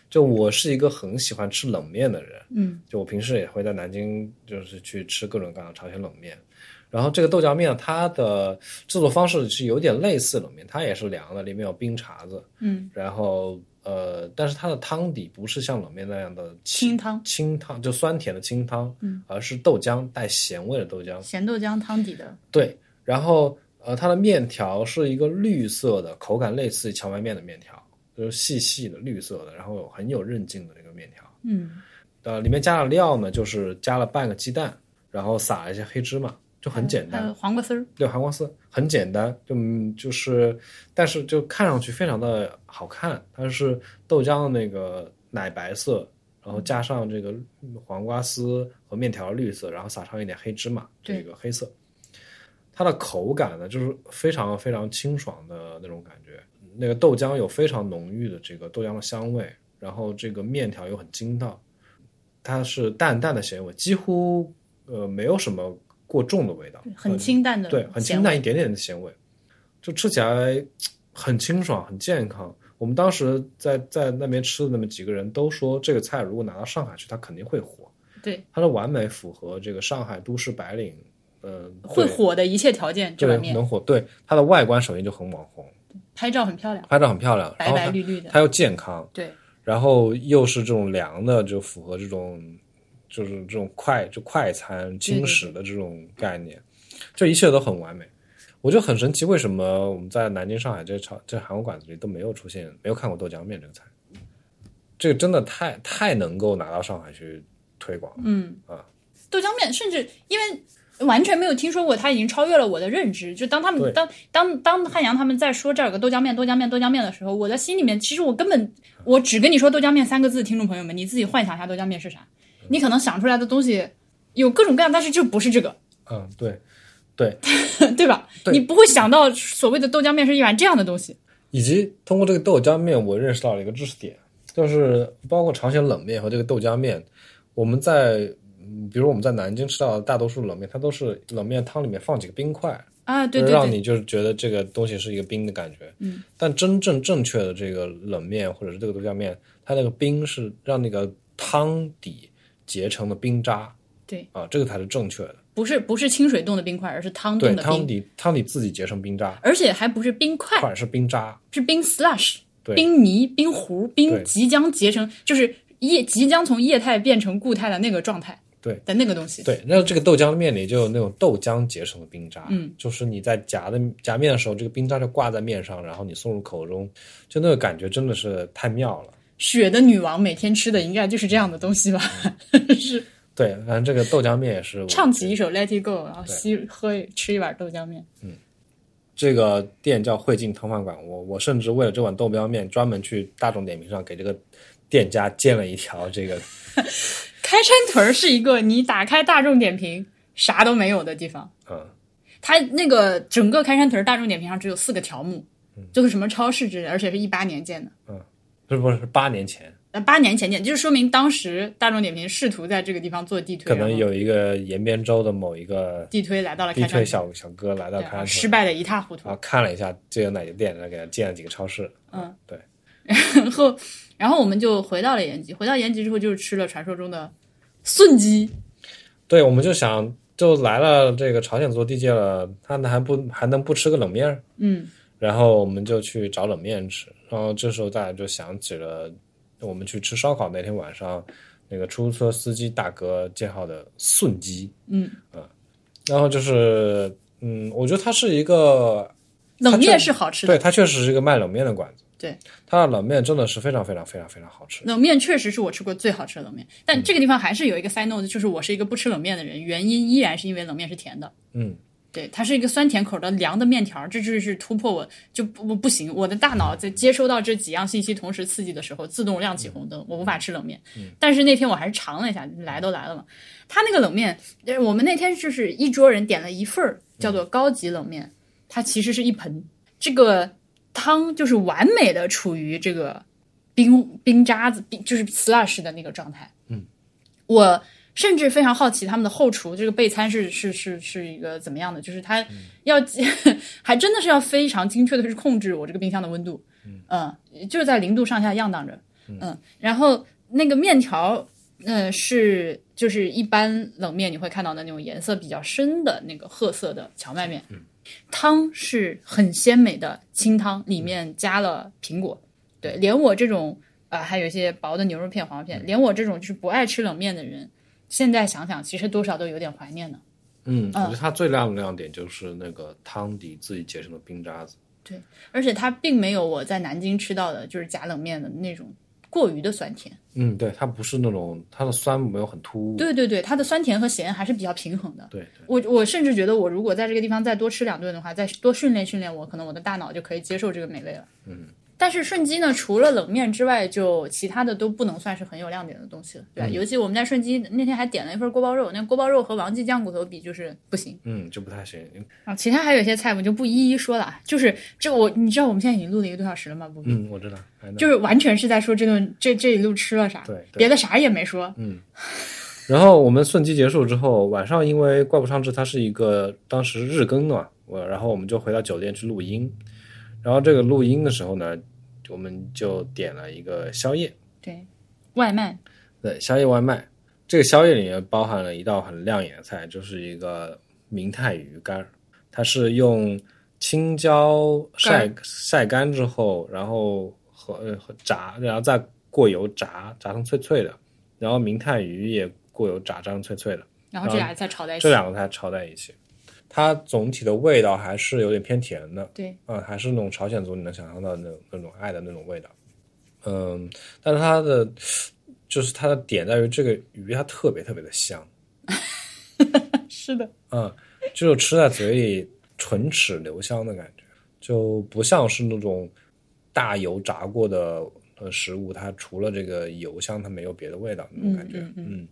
[SPEAKER 2] 就我是一个很喜欢吃冷面的人，
[SPEAKER 1] 嗯，
[SPEAKER 2] 就我平时也会在南京，就是去吃各种各样的朝鲜冷面。然后这个豆浆面，它的制作方式是有点类似冷面，它也是凉的，里面有冰碴子。
[SPEAKER 1] 嗯，
[SPEAKER 2] 然后呃，但是它的汤底不是像冷面那样的
[SPEAKER 1] 清汤
[SPEAKER 2] 清汤，就酸甜的清汤，
[SPEAKER 1] 嗯，
[SPEAKER 2] 而是豆浆带咸味的豆浆。
[SPEAKER 1] 咸豆浆汤底的，
[SPEAKER 2] 对，然后呃，它的面条是一个绿色的，口感类似于荞麦面的面条，就是细细的绿色的，然后很有韧劲的这个面条。
[SPEAKER 1] 嗯，
[SPEAKER 2] 呃，里面加的料呢，就是加了半个鸡蛋，然后撒了一些黑芝麻，就很简单
[SPEAKER 1] 还。有黄瓜丝儿，
[SPEAKER 2] 对，韩光丝很简单，就嗯就是，但是就看上去非常的好看。它是豆浆的那个奶白色，然后加上这个黄瓜丝和面条的绿色，然后撒上一点黑芝麻，这
[SPEAKER 1] 对
[SPEAKER 2] 个黑色。它的口感呢，就是非常非常清爽的那种感觉。那个豆浆有非常浓郁的这个豆浆的香味，然后这个面条又很筋道，它是淡淡的咸味，几乎呃没有什么过重的味道，
[SPEAKER 1] 很
[SPEAKER 2] 呃
[SPEAKER 1] 清淡的，
[SPEAKER 2] 对，很清。淡一点点的咸味，就吃起来很清爽，很健康。我们当时在在那边吃的那么几个人都说，这个菜如果拿到上海去，它肯定会火。
[SPEAKER 1] 对，
[SPEAKER 2] 它是完美符合这个上海都市白领，嗯、呃，
[SPEAKER 1] 会
[SPEAKER 2] 对，
[SPEAKER 1] 火的一切条件，这
[SPEAKER 2] 对
[SPEAKER 1] 碗，面
[SPEAKER 2] 能火。对，它的外观首先就很网红，
[SPEAKER 1] 拍照很漂亮，
[SPEAKER 2] 拍照很漂亮，
[SPEAKER 1] 白白
[SPEAKER 2] 然后
[SPEAKER 1] 绿绿
[SPEAKER 2] 它
[SPEAKER 1] 的。
[SPEAKER 2] 它又健康，
[SPEAKER 1] 对，
[SPEAKER 2] 然后又是这种凉的，就符合这种就是这种快就快餐轻食的这种概念，就一切都很完美。我就很神奇，为什么我们在南京、上海这场这韩国馆子里都没有出现，没有看过豆浆面这个菜？这个真的太太能够拿到上海去推广了。
[SPEAKER 1] 嗯
[SPEAKER 2] 啊，
[SPEAKER 1] 豆浆面甚至因为完全没有听说过，它已经超越了我的认知。就当他
[SPEAKER 2] 对
[SPEAKER 1] 们当当当汉阳他们在说这儿有个豆浆面、豆浆面、豆浆面的时候，我的心里面其实我根本我只跟你说豆浆面三个字，听众朋友们，你自己幻想一下豆浆面是啥，你可能想出来的东西有各种各样，但是就不是这个，
[SPEAKER 2] 嗯，对，
[SPEAKER 1] 对吧？
[SPEAKER 2] 对
[SPEAKER 1] 你不会想到所谓的豆浆面是一碗这样的东西。
[SPEAKER 2] 以及通过这个豆浆面，我认识到了一个知识点，就是包括朝鲜冷面和这个豆浆面，我们在嗯比如我们在南京吃到的大多数冷面，它都是冷面汤里面放几个冰块，
[SPEAKER 1] 啊，对对
[SPEAKER 2] 就是让
[SPEAKER 1] 对，
[SPEAKER 2] 你就是觉得这个东西是一个冰的感觉。
[SPEAKER 1] 嗯，
[SPEAKER 2] 但真正正确的这个冷面或者是这个豆浆面，它那个冰是让那个汤底结成的冰渣。
[SPEAKER 1] 对
[SPEAKER 2] 啊，这个才是正确的。
[SPEAKER 1] 不是不是清水冻的冰块，而是汤
[SPEAKER 2] 对，
[SPEAKER 1] 冻的
[SPEAKER 2] 汤
[SPEAKER 1] 冰，
[SPEAKER 2] 底汤底自己结成冰渣，
[SPEAKER 1] 而且还不是冰块，
[SPEAKER 2] 块是冰渣。
[SPEAKER 1] 是冰 slush。
[SPEAKER 2] 对
[SPEAKER 1] 冰泥、冰糊、
[SPEAKER 2] 对
[SPEAKER 1] 冰即将结成，就是液即将从液态变成固态的那个状态，
[SPEAKER 2] 对
[SPEAKER 1] 的那个东西，
[SPEAKER 2] 对，那这个豆浆面里就有那种豆浆结成的冰渣，
[SPEAKER 1] 嗯，
[SPEAKER 2] 就是你在夹的夹面的时候，这个冰渣就挂在面上，然后你送入口中，就那个感觉真的是太妙了。
[SPEAKER 1] 雪的女王每天吃的应该就是这样的东西吧？是
[SPEAKER 2] 对，反正这个豆浆面也是我
[SPEAKER 1] 唱起一首《Let It Go》，然后
[SPEAKER 2] 对
[SPEAKER 1] 吸喝一吃一碗豆浆面。
[SPEAKER 2] 这个店叫汇进汤饭馆，我我甚至为了这碗豆浆面专门去大众点评上给这个店家建了一条这个
[SPEAKER 1] 开山屯儿是一个你打开大众点评啥都没有的地方，
[SPEAKER 2] 嗯
[SPEAKER 1] 它那个整个开山屯儿大众点评上只有四个条目，
[SPEAKER 2] 嗯
[SPEAKER 1] 就是什么超市之类，而且是一八年建的。
[SPEAKER 2] 是不是是八年前，
[SPEAKER 1] 那八年前建，就是说明当时大众点评试图在这个地方做地推，
[SPEAKER 2] 可
[SPEAKER 1] 然
[SPEAKER 2] 能
[SPEAKER 1] 后
[SPEAKER 2] 有一个延边州的某一个
[SPEAKER 1] 地推来到了
[SPEAKER 2] 地
[SPEAKER 1] 开
[SPEAKER 2] 推
[SPEAKER 1] 山屯
[SPEAKER 2] 小小哥来到
[SPEAKER 1] 对
[SPEAKER 2] 开啊
[SPEAKER 1] 然后
[SPEAKER 2] 山
[SPEAKER 1] 失
[SPEAKER 2] 屯，
[SPEAKER 1] 败的一塌糊涂
[SPEAKER 2] 然。后看了一下这有哪些店，然后给他建了几个超市。
[SPEAKER 1] 嗯，
[SPEAKER 2] 对，
[SPEAKER 1] 然后，然后我们就回到了延吉。回到延吉之后，就是吃了传说中的顺鸡。
[SPEAKER 2] 对，我们就想就来了这个朝鲜族地界了，他们还不还能不吃个冷面儿？
[SPEAKER 1] 嗯，
[SPEAKER 2] 然后我们就去找冷面吃，然后这时候大家就想起了我们去吃烧烤那天晚上，那个出租车司机大哥介绍的顺鸡，
[SPEAKER 1] 嗯
[SPEAKER 2] 啊，然后就是嗯，我觉得它是一个，
[SPEAKER 1] 冷
[SPEAKER 2] 它
[SPEAKER 1] 面
[SPEAKER 2] 就是
[SPEAKER 1] 好吃的，
[SPEAKER 2] 对，它确实是一个卖冷面的馆子，
[SPEAKER 1] 对，
[SPEAKER 2] 它的冷面真的是非常非常非常非常好吃，
[SPEAKER 1] 冷面确实是我吃过最好吃的冷面。但这个地方还是有一个 side note，就是我是一个不吃冷面的人，原因依然是因为冷面是甜的。
[SPEAKER 2] 嗯，
[SPEAKER 1] 对，它是一个酸甜口的凉的面条，这就是突破我就不不不行，我的大脑在接收到这几样信息同时刺激的时候，自动亮起红灯，我无法吃冷面。但是那天我还是尝了一下，来都来了嘛。他那个冷面，呃我们那天就是一桌人点了一份儿，叫做高级冷面，它其实是一盆，这个汤就是完美的处于这个冰冰渣子，冰就是瓷耳式的那个状态。嗯，我甚至非常好奇他们的后厨这个备餐是是是是一个怎么样的，就是它要、 还真的是要非常精确的去控制我这个冰箱的温度，嗯、就是在零度上下漾荡着，嗯、然后那个面条，呃，是就是一般冷面你会看到的那种颜色比较深的那个褐色的荞麦面，汤是很鲜美的清汤，里面加了苹果，对，连我这种呃还有一些薄的牛肉片、黄瓜片，连我这种就是不爱吃冷面的人，现在想想其实多少都有点怀念呢。
[SPEAKER 2] 嗯，我觉得它最亮的亮点就是那个汤底自己结成的冰渣子，
[SPEAKER 1] 而且它并没有我在南京吃到的就是假冷面的那种过于的酸甜，
[SPEAKER 2] 嗯，对，它不是那种它的酸没有很突兀，
[SPEAKER 1] 对对对，它的酸甜和咸还是比较平衡的。
[SPEAKER 2] 对，
[SPEAKER 1] 我我甚至觉得，我如果在这个地方再多吃两顿的话，再多训练训练我，可能我的大脑就可以接受这个美味了。嗯。但是顺基呢，除了冷面之外，就其他的都不能算是很有亮点的东西了，对吧？
[SPEAKER 2] 嗯
[SPEAKER 1] 尤其我们在顺基那天还点了一份锅包肉，那锅包肉和王记酱骨头比就是不行。
[SPEAKER 2] 嗯，就不太行，
[SPEAKER 1] 啊，其他还有一些菜我就不一一说了啊，就是这我你知道我们现在已经录了一个多小时了吗？不，
[SPEAKER 2] 嗯，我知道，I know
[SPEAKER 1] 就是完全是在说这顿这这一路吃了啥，
[SPEAKER 2] 对对嗯
[SPEAKER 1] 别的啥也没说。
[SPEAKER 2] 然后我们顺机结束之后，晚上因为怪不上志它是一个当时日更嘛，我然后我们就回到酒店去录音。然后这个录音的时候呢，我们就点了一个宵夜，
[SPEAKER 1] 对，外卖
[SPEAKER 2] 对，宵夜外卖。这个宵夜里面包含了一道很亮眼的菜，就是一个明太鱼干儿，它是用青椒晒晒干之后，然后和呃和炸，然后再过油炸，炸成脆脆的。然后明太鱼也过油炸，炸成脆脆的。
[SPEAKER 1] 然后这俩菜炒在一起
[SPEAKER 2] 这，两个菜炒在一起，它总体的味道还是有点偏甜的，
[SPEAKER 1] 对，
[SPEAKER 2] 嗯，还是那种朝鲜族你能想象到的那种那种爱的那种味道，嗯，但是它的就是它的点在于这个鱼它特别特别的香，
[SPEAKER 1] 是的，
[SPEAKER 2] 嗯，就是吃在嘴里唇齿留香的感觉，就不像是那种大油炸过的呃食物，它除了这个油香，它没有别的味道那种感觉。
[SPEAKER 1] 嗯
[SPEAKER 2] 嗯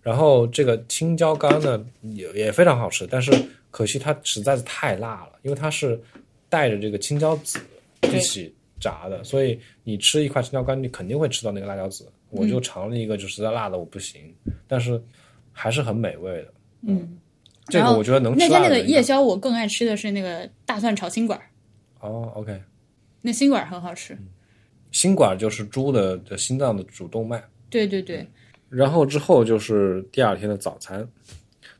[SPEAKER 2] 然后这个青椒干呢也也非常好吃，但是可惜它实在是太辣了，因为它是带着这个青椒籽一起炸的，所以你吃一块青椒干，你肯定会吃到那个辣椒籽。我
[SPEAKER 1] 嗯
[SPEAKER 2] 就尝了一个，就实在辣的我不行，但是还是很美味的。
[SPEAKER 1] 嗯。
[SPEAKER 2] 这
[SPEAKER 1] 然
[SPEAKER 2] 个
[SPEAKER 1] 后
[SPEAKER 2] 我觉得能吃
[SPEAKER 1] 那天那
[SPEAKER 2] 辣的
[SPEAKER 1] 个
[SPEAKER 2] 人
[SPEAKER 1] 夜宵，我更爱吃的是那个大蒜炒新管儿，
[SPEAKER 2] 哦，OK，
[SPEAKER 1] 那新管儿很好吃。
[SPEAKER 2] 嗯心管就是猪的的心脏的主动脉。
[SPEAKER 1] 对对对，
[SPEAKER 2] 然后之后就是第二天的早餐，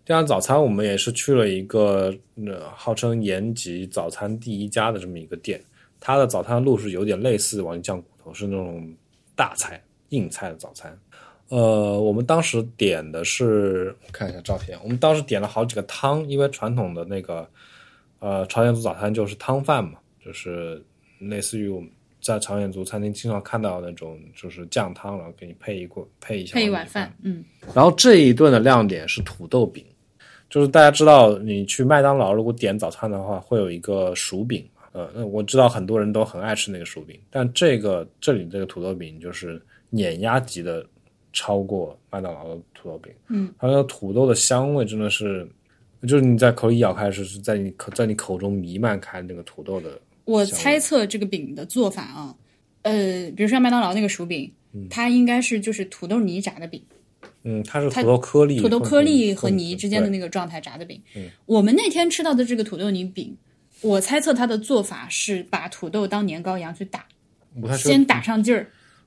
[SPEAKER 2] 第二天早餐我们也是去了一个呃号称延吉早餐第一家的这么一个店，它的早餐路是有点类似王记酱骨头，是那种大菜，硬菜的早餐。呃，我们当时点的是，看一下照片，我们当时点了好几个汤，因为传统的那个呃朝鲜族早餐就是汤饭嘛，就是类似于我们在朝鲜族餐厅经常看到的那种，就是酱汤，然后给你配一锅配一下
[SPEAKER 1] 配一
[SPEAKER 2] 米
[SPEAKER 1] 碗饭，嗯，
[SPEAKER 2] 然后这一顿的亮点是土豆饼，就是大家知道，你去麦当劳如果点早餐的话，会有一个薯饼嘛。呃，那我知道很多人都很爱吃那个薯饼，但这个这里这个土豆饼就是碾压级的超过麦当劳的土豆饼。
[SPEAKER 1] 嗯，
[SPEAKER 2] 它那个土豆的香味真的是，就是你在口里咬开时，是在你口在你口中弥漫开那个土豆的。
[SPEAKER 1] 我
[SPEAKER 2] 小
[SPEAKER 1] 猜测这个饼的做法啊，呃，比如说像麦当劳那个薯饼，它应该是就是土豆泥炸的饼，
[SPEAKER 2] 嗯，它是
[SPEAKER 1] 它
[SPEAKER 2] 土豆颗粒混
[SPEAKER 1] 土
[SPEAKER 2] 合，
[SPEAKER 1] 豆颗粒和
[SPEAKER 2] 混
[SPEAKER 1] 泥之间的
[SPEAKER 2] 对嗯
[SPEAKER 1] 那个状态炸的饼。我们那天吃到的这个土豆泥饼，我猜测它的做法是把土豆当年糕一样去打，
[SPEAKER 2] 不太是
[SPEAKER 1] 先打上劲儿。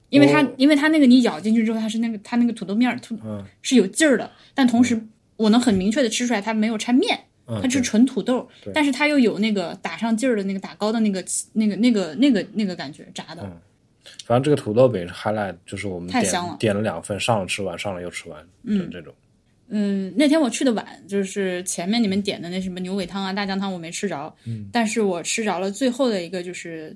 [SPEAKER 1] 因为它
[SPEAKER 2] 我，
[SPEAKER 1] 因为它那个你咬进去之后，它是那个它那个土豆面儿，土是有劲儿的，但同时我能很明确的吃出来它没有掺面，
[SPEAKER 2] 嗯
[SPEAKER 1] 它是纯土豆，但是它又有那个打上劲儿的那个打糕的那个气那个那个那个那个感觉炸的，
[SPEAKER 2] 反正这个土豆饼是 highlight，就是我们
[SPEAKER 1] 太
[SPEAKER 2] 点
[SPEAKER 1] 香了
[SPEAKER 2] 点了两份，上了吃完，上了又吃完，嗯，这种。
[SPEAKER 1] 嗯，那天我去的晚，就是前面你们点的那什么牛尾汤啊、大酱汤我没吃着，
[SPEAKER 2] 嗯
[SPEAKER 1] 但是我吃着了最后的一个就是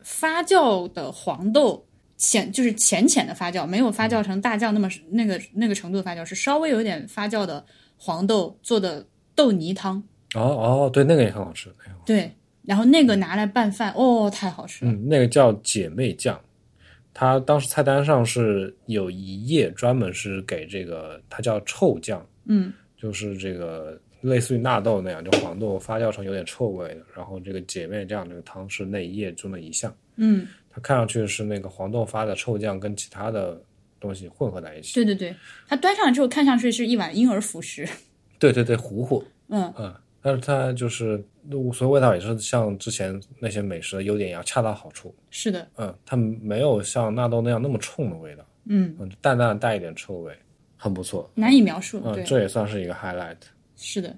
[SPEAKER 1] 发酵的黄豆，浅就是浅浅的发酵，没有发
[SPEAKER 2] 嗯
[SPEAKER 1] 酵成大酱那么那个那个程度的发酵，是稍微有点发酵的黄豆做的豆泥汤，
[SPEAKER 2] 哦哦，对，那个也很好吃，那个很好吃
[SPEAKER 1] 对，然后那个拿来拌饭，哦，太好吃了，
[SPEAKER 2] 嗯，那个叫姐妹酱，它当时菜单上是有一页专门是给这个，它叫臭酱，
[SPEAKER 1] 嗯，
[SPEAKER 2] 就是这个类似于纳豆那样，就黄豆发酵成有点臭味的，然后这个姐妹酱这个汤是那一页中的一项，
[SPEAKER 1] 嗯，
[SPEAKER 2] 它看上去是那个黄豆发的臭酱跟其他的东西混合在一起，
[SPEAKER 1] 对对对，它端上来之后看上去是一碗婴儿辅食，
[SPEAKER 2] 对对对，糊糊，
[SPEAKER 1] 嗯，
[SPEAKER 2] 嗯，但是它就是，所以味道也是像之前那些美食的优点一样，恰到好处。
[SPEAKER 1] 是的，
[SPEAKER 2] 嗯，它没有像纳豆那样那么冲的味道，
[SPEAKER 1] 嗯，
[SPEAKER 2] 嗯，淡淡带一点臭味，很不错。
[SPEAKER 1] 难以描述，
[SPEAKER 2] 嗯，
[SPEAKER 1] 对，
[SPEAKER 2] 这也算是一个 highlight。
[SPEAKER 1] 是的。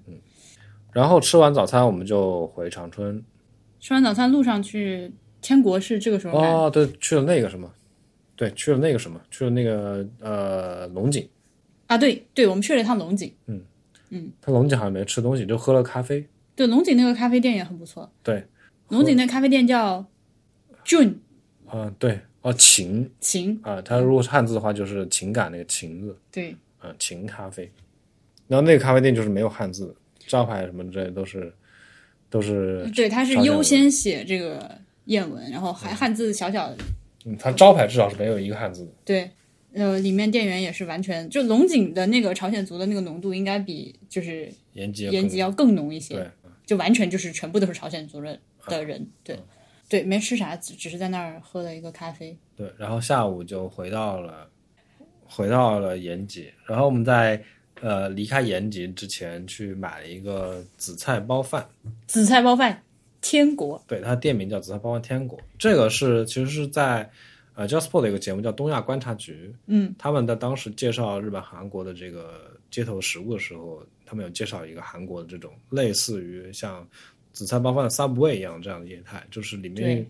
[SPEAKER 2] 然后吃完早餐，我们就回长春。
[SPEAKER 1] 吃完早餐路上去天国是这个时候来的，
[SPEAKER 2] 哦，对，去了那个什么，对，去了那个什么，去了那个呃龙井。
[SPEAKER 1] 啊，对对，我们去了一趟龙井，
[SPEAKER 2] 它龙井好像没吃东西，就喝了咖啡。
[SPEAKER 1] 对龙井那个咖啡店也很不错，
[SPEAKER 2] 对，
[SPEAKER 1] 龙井那咖啡店叫 June
[SPEAKER 2] 啊、对，哦，情
[SPEAKER 1] 情，
[SPEAKER 2] 啊、它如果是汉字的话，就是情感那个情字。
[SPEAKER 1] 对，
[SPEAKER 2] 啊，情咖啡。然后那个咖啡店就是没有汉字，招牌什么之类都是都是，
[SPEAKER 1] 对，它是
[SPEAKER 2] 朝鲜
[SPEAKER 1] 优
[SPEAKER 2] 文
[SPEAKER 1] 先写这个谚文，然后还汉字小小的，
[SPEAKER 2] 嗯它招牌至少是没有一个汉字的。
[SPEAKER 1] 对。呃，里面店员也是完全，就龙井的那个朝鲜族的那个浓度，应该比就是
[SPEAKER 2] 延吉也
[SPEAKER 1] 延
[SPEAKER 2] 可
[SPEAKER 1] 吉哦
[SPEAKER 2] 能
[SPEAKER 1] 要更浓一些
[SPEAKER 2] 对，，啊
[SPEAKER 1] 就完全就是全部都是朝鲜族人的人，对，对，没吃啥，只只是在那儿喝了一个咖啡，
[SPEAKER 2] 对，然后下午就回到了回到了延吉，然后我们在呃离开延吉之前去买了一个紫菜包饭，
[SPEAKER 1] 紫菜包饭，天国，
[SPEAKER 2] 对，它的店名叫紫菜包饭天国，这个是其实是在。呃 j a s p o r 的一个节目叫《东亚观察局》，
[SPEAKER 1] 嗯，
[SPEAKER 2] 他们在当时介绍日本、韩国的这个街头食物的时候，他们有介绍一个韩国的这种类似于像紫菜包饭的 Subway 一样这样的业态，就是里面
[SPEAKER 1] 对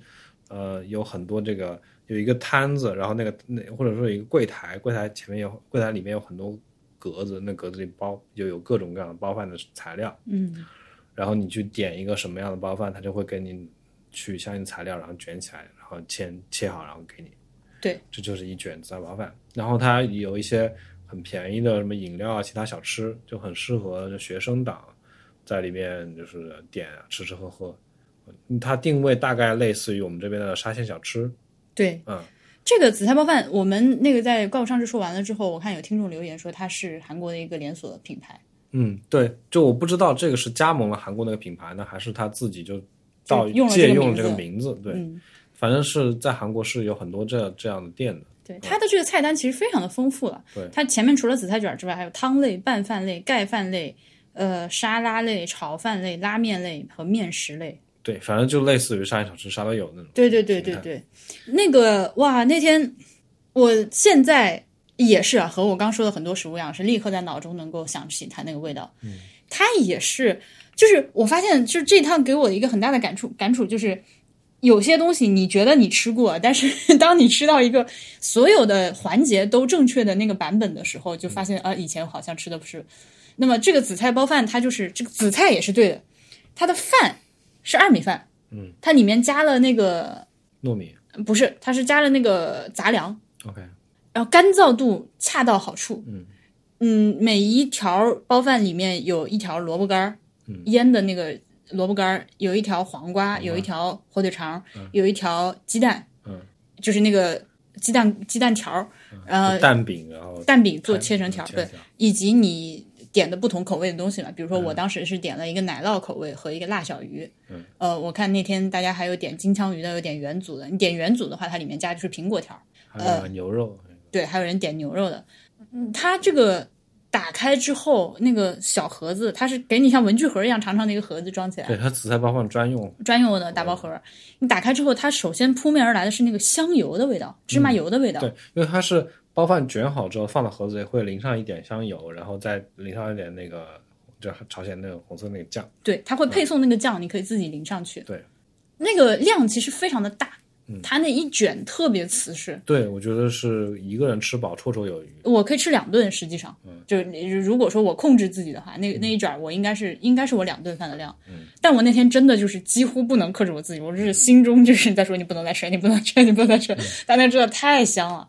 [SPEAKER 2] 呃有很多这个有一个摊子，然后那个那或者说有一个柜台，柜台前面有柜台里面有很多格子，那格子里包就有各种各样的包饭的材料，
[SPEAKER 1] 嗯，
[SPEAKER 2] 然后你去点一个什么样的包饭，他就会给你取相应材料，然后卷起来，然后切切好，然后给你。
[SPEAKER 1] 对，
[SPEAKER 2] 这就是一卷紫菜包饭。然后它有一些很便宜的什么饮料啊，其他小吃就很适合学生党在里面就是点啊吃吃喝喝。嗯它定位大概类似于我们这边的沙县小吃，
[SPEAKER 1] 对，
[SPEAKER 2] 嗯，
[SPEAKER 1] 这个紫菜包饭，我们那个在怪物上市说完了之后，我看有听众留言说它是韩国的一个连锁品牌，
[SPEAKER 2] 嗯，对，就我不知道这个是加盟了韩国那个品牌呢，还是他自己就到
[SPEAKER 1] 就用了这个
[SPEAKER 2] 借用了这个
[SPEAKER 1] 名字
[SPEAKER 2] 名字，对，
[SPEAKER 1] 嗯，
[SPEAKER 2] 反正是在韩国是有很多这这样的店的。
[SPEAKER 1] 对，它的这个菜单其实非常的丰富了，
[SPEAKER 2] 对
[SPEAKER 1] 它前面除了紫菜卷之外，还有汤类、拌饭类、盖饭类、呃沙拉类、炒饭类、拉面类和面食类。
[SPEAKER 2] 对，反正就类似于沙县小吃、沙拉友那种。
[SPEAKER 1] 对对对对对，那个哇，那天我现在也是啊，和我刚说的很多食物一样，是立刻在脑中能够想起它那个味道。嗯，它也是，就是我发现，就是这趟给我一个很大的感触，感触就是有些东西你觉得你吃过，但是 当你吃到一个所有的环节都正确的那个版本的时候，就发现啊，以前好像吃的不是。那么这个紫菜包饭，它就是这个紫菜也是对的，它的饭是二米饭，嗯，它里面加了那个
[SPEAKER 2] 糯米
[SPEAKER 1] 不是，它是加了那个杂粮，
[SPEAKER 2] ，OK，
[SPEAKER 1] 然后干燥度恰到好处。嗯每一条包饭里面有一条萝卜干儿，腌的那个萝卜干儿，有一条嗯黄瓜，嗯有一条火腿肠，有一条鸡蛋，
[SPEAKER 2] 嗯，
[SPEAKER 1] 就是那个鸡蛋鸡蛋条儿，呃，
[SPEAKER 2] 蛋饼，啊然后
[SPEAKER 1] 蛋饼做切成条儿，
[SPEAKER 2] 切
[SPEAKER 1] 对
[SPEAKER 2] 成条，
[SPEAKER 1] 以及你点的不同口味的东西嘛。比如说，我当时是点了一个奶酪口味和一个辣小鱼。嗯，呃，我看那天大家还有点金枪鱼的，有点元祖的。你点元祖的话，它里面加的是苹果条儿。
[SPEAKER 2] 还有牛肉，
[SPEAKER 1] 对，还有人点牛肉的。嗯，它这个打开之后，那个小盒子，它是给你像文具盒一样长长的一个盒子装起来
[SPEAKER 2] 对，，它紫菜包饭专用，
[SPEAKER 1] 专用的打包盒。你打开之后，它首先扑面而来的是那个香油的味道，芝麻油的味道。
[SPEAKER 2] 对，因为它是包饭卷好之后放到盒子里，会淋上一点香油，然后再淋上一点那个就是朝鲜那种红色那个酱，
[SPEAKER 1] 对它会配送那个酱，你可以自己淋上去。
[SPEAKER 2] 对，
[SPEAKER 1] 那个量其实非常的大，它那一卷特别瓷实。
[SPEAKER 2] 对我觉得是一个人吃饱绰绰有余，
[SPEAKER 1] 我可以吃两顿，实际上，就是你如果说我控制自己的话，那那一卷儿我应该是应该是我两顿饭的量，但我那天真的就是几乎不能克制我自己，我就是心中就是在说你不能再吃，你不能吃，你不能再吃，大家知道太香了，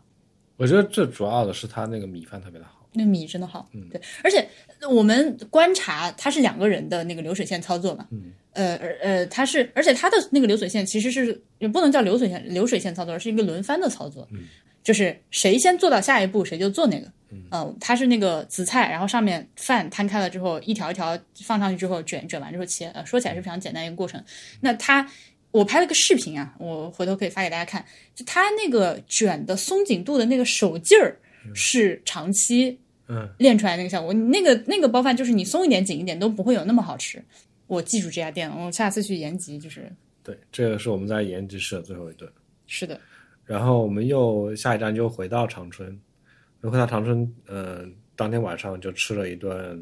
[SPEAKER 2] 我觉得最主要的是它那个米饭特别的好，
[SPEAKER 1] 那米真的好，对，而且我们观察它是两个人的那个流水线操作嘛，呃呃呃，它是，而且它的那个流水线其实是也不能叫流水线，流水线操作而是一个轮番的操作，就是谁先做到下一步，谁就做那个，嗯、它是那个紫菜，然后上面饭摊开了之后，一条一条放上去之后卷卷完之后切，呃，说起来是非常简单一个过程，那它。我拍了个视频啊，我回头可以发给大家看。就它那个卷的松紧度的那个手劲儿，是长期
[SPEAKER 2] 嗯
[SPEAKER 1] 练出来那个效果。你那个那个包饭就是你松一点紧一点都不会有那么好吃。我记住这家店了，我下次去延吉就是
[SPEAKER 2] 对，这个是我们在延吉吃的最后一顿。
[SPEAKER 1] 是的，
[SPEAKER 2] 然后我们又下一站就回到长春，回到长春，呃，当天晚上就吃了一顿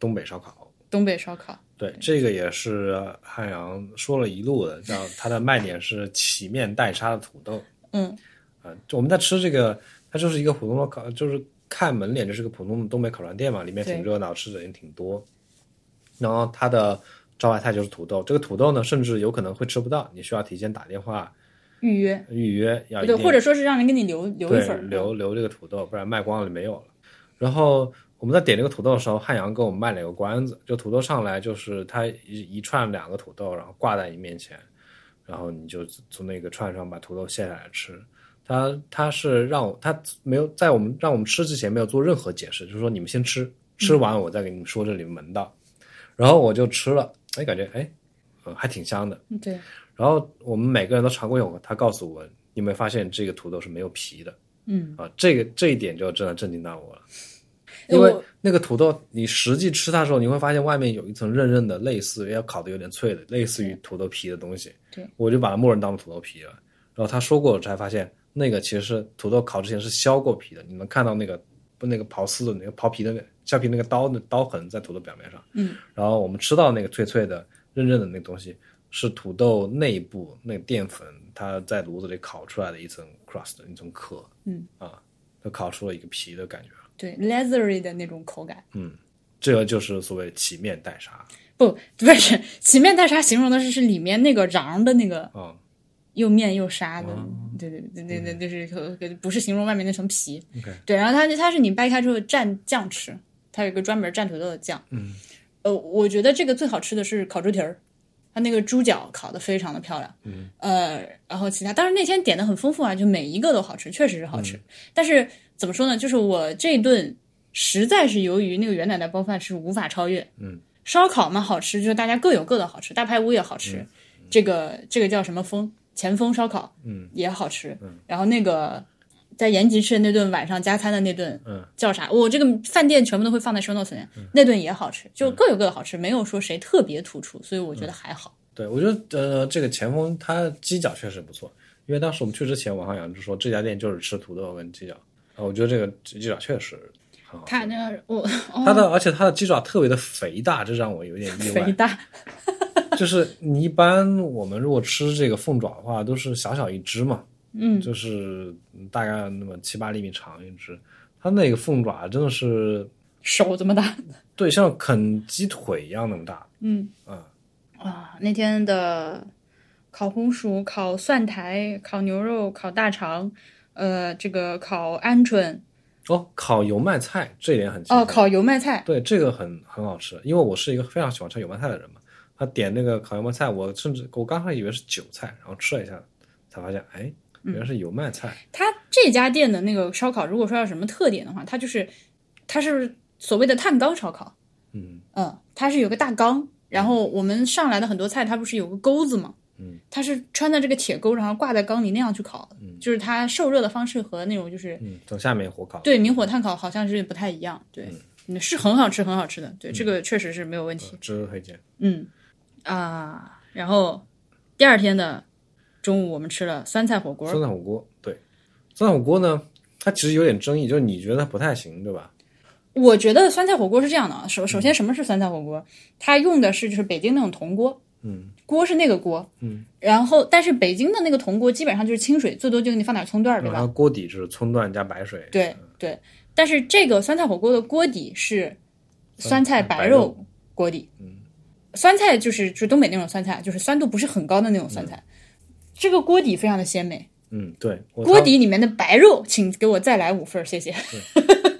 [SPEAKER 2] 东北烧烤。
[SPEAKER 1] 东北烧烤。
[SPEAKER 2] 对，这个也是呃汉阳说了一路的，叫它的卖点是起面带沙的土豆。
[SPEAKER 1] 嗯，
[SPEAKER 2] 啊、就我们在吃这个，它就是一个普通的烤，就是看门脸就是个普通的东北烤串店嘛，里面挺热闹，吃的人挺多。然后它的招牌菜就是土豆，这个土豆呢，甚至有可能会吃不到，你需要提前打电话
[SPEAKER 1] 预约
[SPEAKER 2] 预约，要
[SPEAKER 1] 不
[SPEAKER 2] 啊一
[SPEAKER 1] 对，
[SPEAKER 2] 定
[SPEAKER 1] 或者说是让人给你留留一
[SPEAKER 2] 对，
[SPEAKER 1] 份儿，
[SPEAKER 2] 留留这个土豆，不然卖光了没有了。然后我们在点这个土豆的时候，汉阳给我们卖了一个关子，就土豆上来就是它一一串两个土豆，然后挂在你面前，然后你就从那个串上把土豆卸下来吃。他他是让我他没有在我们让我们吃之前没有做任何解释，就是说你们先吃，吃完我再给你们说这里门道。然后我就吃了，哎，感觉哎，嗯，还挺香的。
[SPEAKER 1] 嗯对，
[SPEAKER 2] 然后我们每个人都尝过一口，他告诉我，你有没有发现这个土豆是没有皮的？
[SPEAKER 1] 嗯，
[SPEAKER 2] 啊，这个这一点就真的震惊到我了，
[SPEAKER 1] 呃
[SPEAKER 2] 因为
[SPEAKER 1] 我
[SPEAKER 2] 那个土豆你实际吃它的时候，你会发现外面有一层韧韧的，类似要烤的有点脆的，类似于土豆皮的东西。
[SPEAKER 1] 对，
[SPEAKER 2] 我就把它默认当土豆皮了。然后他说过，我才发现那个其实是土豆烤之前是削过皮的，你能看到那个不那个刨丝的那个刨皮的那削皮那个刀的刀痕在土豆表面上。
[SPEAKER 1] 嗯，
[SPEAKER 2] 然后我们吃到那个脆脆的、韧韧的那个东西，是土豆内部那个淀粉它在炉子里烤出来的一层 crust 一层壳。
[SPEAKER 1] 嗯，
[SPEAKER 2] 啊，它烤出了一个皮的感觉。
[SPEAKER 1] 对 leathery 的那种口感，
[SPEAKER 2] 这个就是所谓起面带沙。
[SPEAKER 1] 不不是起面带沙，形容的是是里面那个瓤的那个
[SPEAKER 2] 嗯，
[SPEAKER 1] 又面又沙的，对对对对对，就是可不是形容外面那层皮。
[SPEAKER 2] OK
[SPEAKER 1] 对，然后它它是你掰开之后蘸酱吃，它有一个专门蘸土豆的酱。嗯，呃，我觉得这个最好吃的是烤猪蹄儿，它那个猪脚烤的非常的漂亮。嗯，呃，然后其他，当然那天点的很丰富啊，就每一个都好吃，确实是好吃。但是怎么说呢，就是我这一顿实在是由于那个袁奶奶包饭是无法超越。
[SPEAKER 2] 嗯，
[SPEAKER 1] 烧烤嘛好吃，就是大家各有各的好吃，大排屋也好吃。这个这个叫什么风前锋烧烤，
[SPEAKER 2] 嗯，
[SPEAKER 1] 也好吃。嗯，然后那个在延吉吃的那顿晚上加餐的那顿，
[SPEAKER 2] 嗯，
[SPEAKER 1] 叫啥？我这个饭店全部都会放在 show notes 里面，那顿也好吃，就
[SPEAKER 2] 嗯
[SPEAKER 1] 各有各的好吃，没有说谁特别突出，所以我觉得还好。
[SPEAKER 2] 对，我觉得呃，这个前锋他鸡脚确实不错，因为当时我们去之前，王浩洋就说这家店就是吃土豆跟鸡脚啊，我觉得这个鸡脚确实很好吃。
[SPEAKER 1] 看那我
[SPEAKER 2] 它的而且它的鸡爪特别的肥大，这让我有点意
[SPEAKER 1] 肥
[SPEAKER 2] 外。
[SPEAKER 1] 大，
[SPEAKER 2] 就是你一般我们如果吃这个凤爪的话，都是小小一只嘛，
[SPEAKER 1] 嗯，
[SPEAKER 2] 就是大概那么七八厘米长一只。它那个凤爪真的是
[SPEAKER 1] 手这么大，
[SPEAKER 2] 对，像啃鸡腿一样那么大。
[SPEAKER 1] 嗯
[SPEAKER 2] 啊
[SPEAKER 1] 啊，那天的烤红薯、烤蒜苔、烤牛肉、烤大肠，呃，这个烤鹌鹑，
[SPEAKER 2] 哦，烤油麦菜这一点很清
[SPEAKER 1] 哦，
[SPEAKER 2] 楚
[SPEAKER 1] 烤油麦菜，
[SPEAKER 2] 对这个很很好吃，因为我是一个非常喜欢吃油麦菜的人嘛。他点那个烤油麦菜，我甚至我刚开始以为是韭菜，然后吃了一下，才发现哎，原来是油麦菜。
[SPEAKER 1] 它这家店的那个烧烤，如果说要有什么特点的话，它就是它是所谓的碳钢烧烤，
[SPEAKER 2] 嗯
[SPEAKER 1] 嗯，它是有个大缸，然后我们上来的很多菜，它不是有个钩子嘛，
[SPEAKER 2] 嗯，
[SPEAKER 1] 它是穿在这个铁钩，然后挂在缸里那样去烤的，
[SPEAKER 2] 嗯
[SPEAKER 1] 就是它受热的方式和那种就是
[SPEAKER 2] 嗯，从下面火烤。
[SPEAKER 1] 对明火炭烤好像是不太一样，对，嗯是很好吃，很好吃的，对，这个确实是没有问题，
[SPEAKER 2] 值得推荐。
[SPEAKER 1] 嗯啊，然后第二天的中午我们吃了酸菜火锅，
[SPEAKER 2] 酸菜火锅，对，酸菜火锅呢，它其实有点争议，就是你觉得它不太行，对吧？
[SPEAKER 1] 我觉得酸菜火锅是这样的啊，首首先什么是酸菜火锅？它用的是就是北京那种铜锅，
[SPEAKER 2] 嗯，
[SPEAKER 1] 锅是那个锅，
[SPEAKER 2] 嗯，
[SPEAKER 1] 然后但是北京的那个铜锅基本上就是清水，最多就给你放点葱段儿，对
[SPEAKER 2] 然
[SPEAKER 1] 吧？
[SPEAKER 2] 后锅底就是葱段加白水，
[SPEAKER 1] 对对，但是这个酸菜火锅的锅底是酸菜白
[SPEAKER 2] 白
[SPEAKER 1] 肉
[SPEAKER 2] 肉
[SPEAKER 1] 锅底，嗯，酸菜就是就是东北那种酸菜，就是酸度不是很高的那种酸菜，这个锅底非常的鲜美，
[SPEAKER 2] 嗯，对，我
[SPEAKER 1] 锅底里面的白肉，请给我再来五份儿，谢 谢。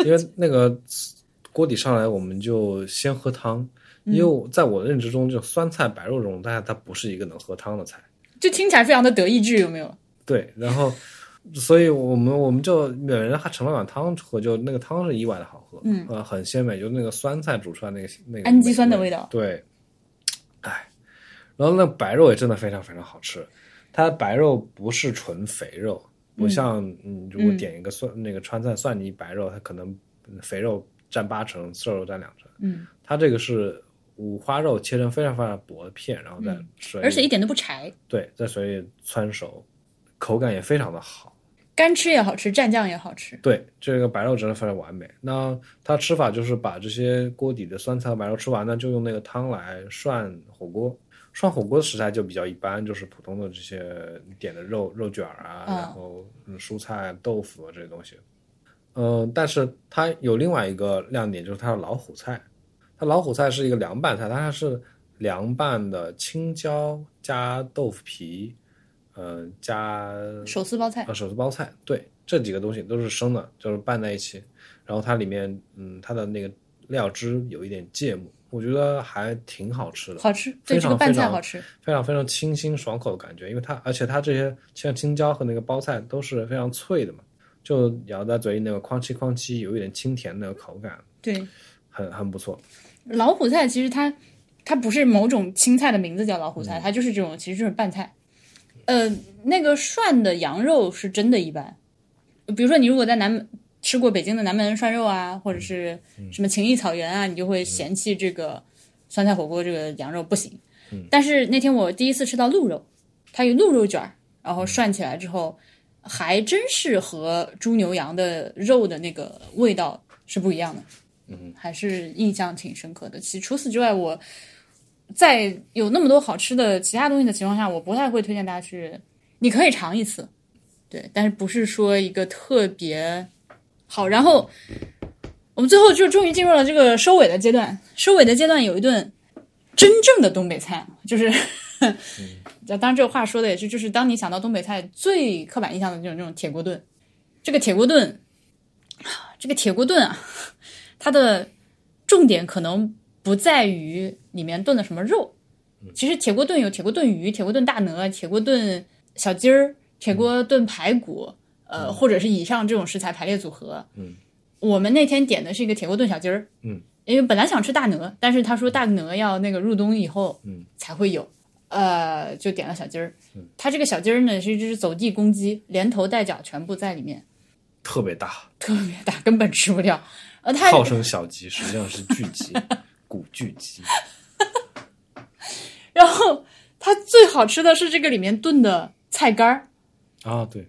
[SPEAKER 2] 因为那个锅底上来，我们就先喝汤，
[SPEAKER 1] 嗯
[SPEAKER 2] 因为我在我的认知中，就酸菜白肉这种，但是它不是一个能喝汤的菜。
[SPEAKER 1] 就听起来非常的德意志，有没有？
[SPEAKER 2] 对，然后，所以我们我们就每人还盛了碗汤喝，就那个汤是意外的好喝，
[SPEAKER 1] 嗯
[SPEAKER 2] 呃，很鲜美，就那个酸菜煮出来那个那个
[SPEAKER 1] 氨基酸的
[SPEAKER 2] 味
[SPEAKER 1] 味道
[SPEAKER 2] 对，哎，然后那白肉也真的非常非常好吃，它白肉不是纯肥肉，不像你如果
[SPEAKER 1] 嗯
[SPEAKER 2] 点一个蒜、那个川菜蒜泥白肉，它可能肥肉占八成，瘦肉占两成，
[SPEAKER 1] 嗯，
[SPEAKER 2] 它这个是五花肉切成非常非常薄的片，然后再水
[SPEAKER 1] 嗯
[SPEAKER 2] 里、
[SPEAKER 1] 而且一点都不柴。
[SPEAKER 2] 对在水里汆熟，口感也非常的好。
[SPEAKER 1] 干吃也好吃，蘸酱也好吃。
[SPEAKER 2] 对，这个白肉真的非常完美。那它吃法就是把这些锅底的酸菜和白肉吃完呢，就用那个汤来涮火锅。涮火锅的食材就比较一般，就是普通的这些你点的肉肉卷儿啊，
[SPEAKER 1] 嗯
[SPEAKER 2] 然后嗯蔬菜、豆腐啊这些东西。嗯，但是它有另外一个亮点，就是它的老虎菜。它老虎菜是一个凉拌菜，它是凉拌的青椒加豆腐皮，呃，加
[SPEAKER 1] 手撕包菜，
[SPEAKER 2] 啊，手撕包菜，对，这几个东西都是生的，就是拌在一起。然后它里面，嗯，它的那个料汁有一点芥末，我觉得还挺好吃的，
[SPEAKER 1] 好吃。对，
[SPEAKER 2] 非
[SPEAKER 1] 这
[SPEAKER 2] 常
[SPEAKER 1] 个拌
[SPEAKER 2] 非
[SPEAKER 1] 菜
[SPEAKER 2] 常
[SPEAKER 1] 好吃。
[SPEAKER 2] 非常非常清新爽口的感觉。因为它，而且它这些像青椒和那个包菜都是非常脆的嘛，就咬在嘴里那个哐哧哐哧，有一点清甜的口感，
[SPEAKER 1] 对，
[SPEAKER 2] 很很不错。
[SPEAKER 1] 老虎菜其实它它不是某种青菜的名字叫老虎菜，它就是这种，其实就是拌菜。呃，那个涮的羊肉是真的一般。比如说，你如果在南吃过北京的南门涮肉啊，或者是什么情谊草原啊，你就会嫌弃这个酸菜火锅这个羊肉不行。但是那天我第一次吃到鹿肉，它有鹿肉卷儿，然后涮起来之后，还真是和猪牛羊的肉的那个味道是不一样的。嗯，还是印象挺深刻的。其除此之外，我在有那么多好吃的其他东西的情况下，我不太会推荐大家去。你可以尝一次，对，但是不是说一个特别好。然后我们最后就终于进入了这个收尾的阶段。收尾的阶段有一顿真正的东北菜，就是。 当然，这话说的也是，就是当你想到东北菜最刻板印象的那种那种铁锅炖，这个铁锅炖，这个铁锅炖啊，它的重点可能不在于里面炖的什么肉。
[SPEAKER 2] 嗯
[SPEAKER 1] 其实铁锅炖有铁锅炖鱼、铁锅炖大鹅、铁锅炖小鸡儿、铁锅炖排骨，呃，或者是以上这种食材排列组合。
[SPEAKER 2] 嗯，
[SPEAKER 1] 我们那天点的是一个铁锅炖小鸡儿。
[SPEAKER 2] 嗯，
[SPEAKER 1] 因为本来想吃大鹅，但是他说大鹅要那个入冬以后，
[SPEAKER 2] 嗯，
[SPEAKER 1] 才会有。呃，就点了小鸡儿，它这个小鸡儿呢是一只走地公鸡，连头带脚全部在里面，
[SPEAKER 2] 特别大，
[SPEAKER 1] 特别大，根本吃不掉。呃，它
[SPEAKER 2] 号称小鸡，实际上是巨 鸡，古巨鸡。
[SPEAKER 1] 然后它最好吃的是这个里面炖的菜干儿，
[SPEAKER 2] 啊，对，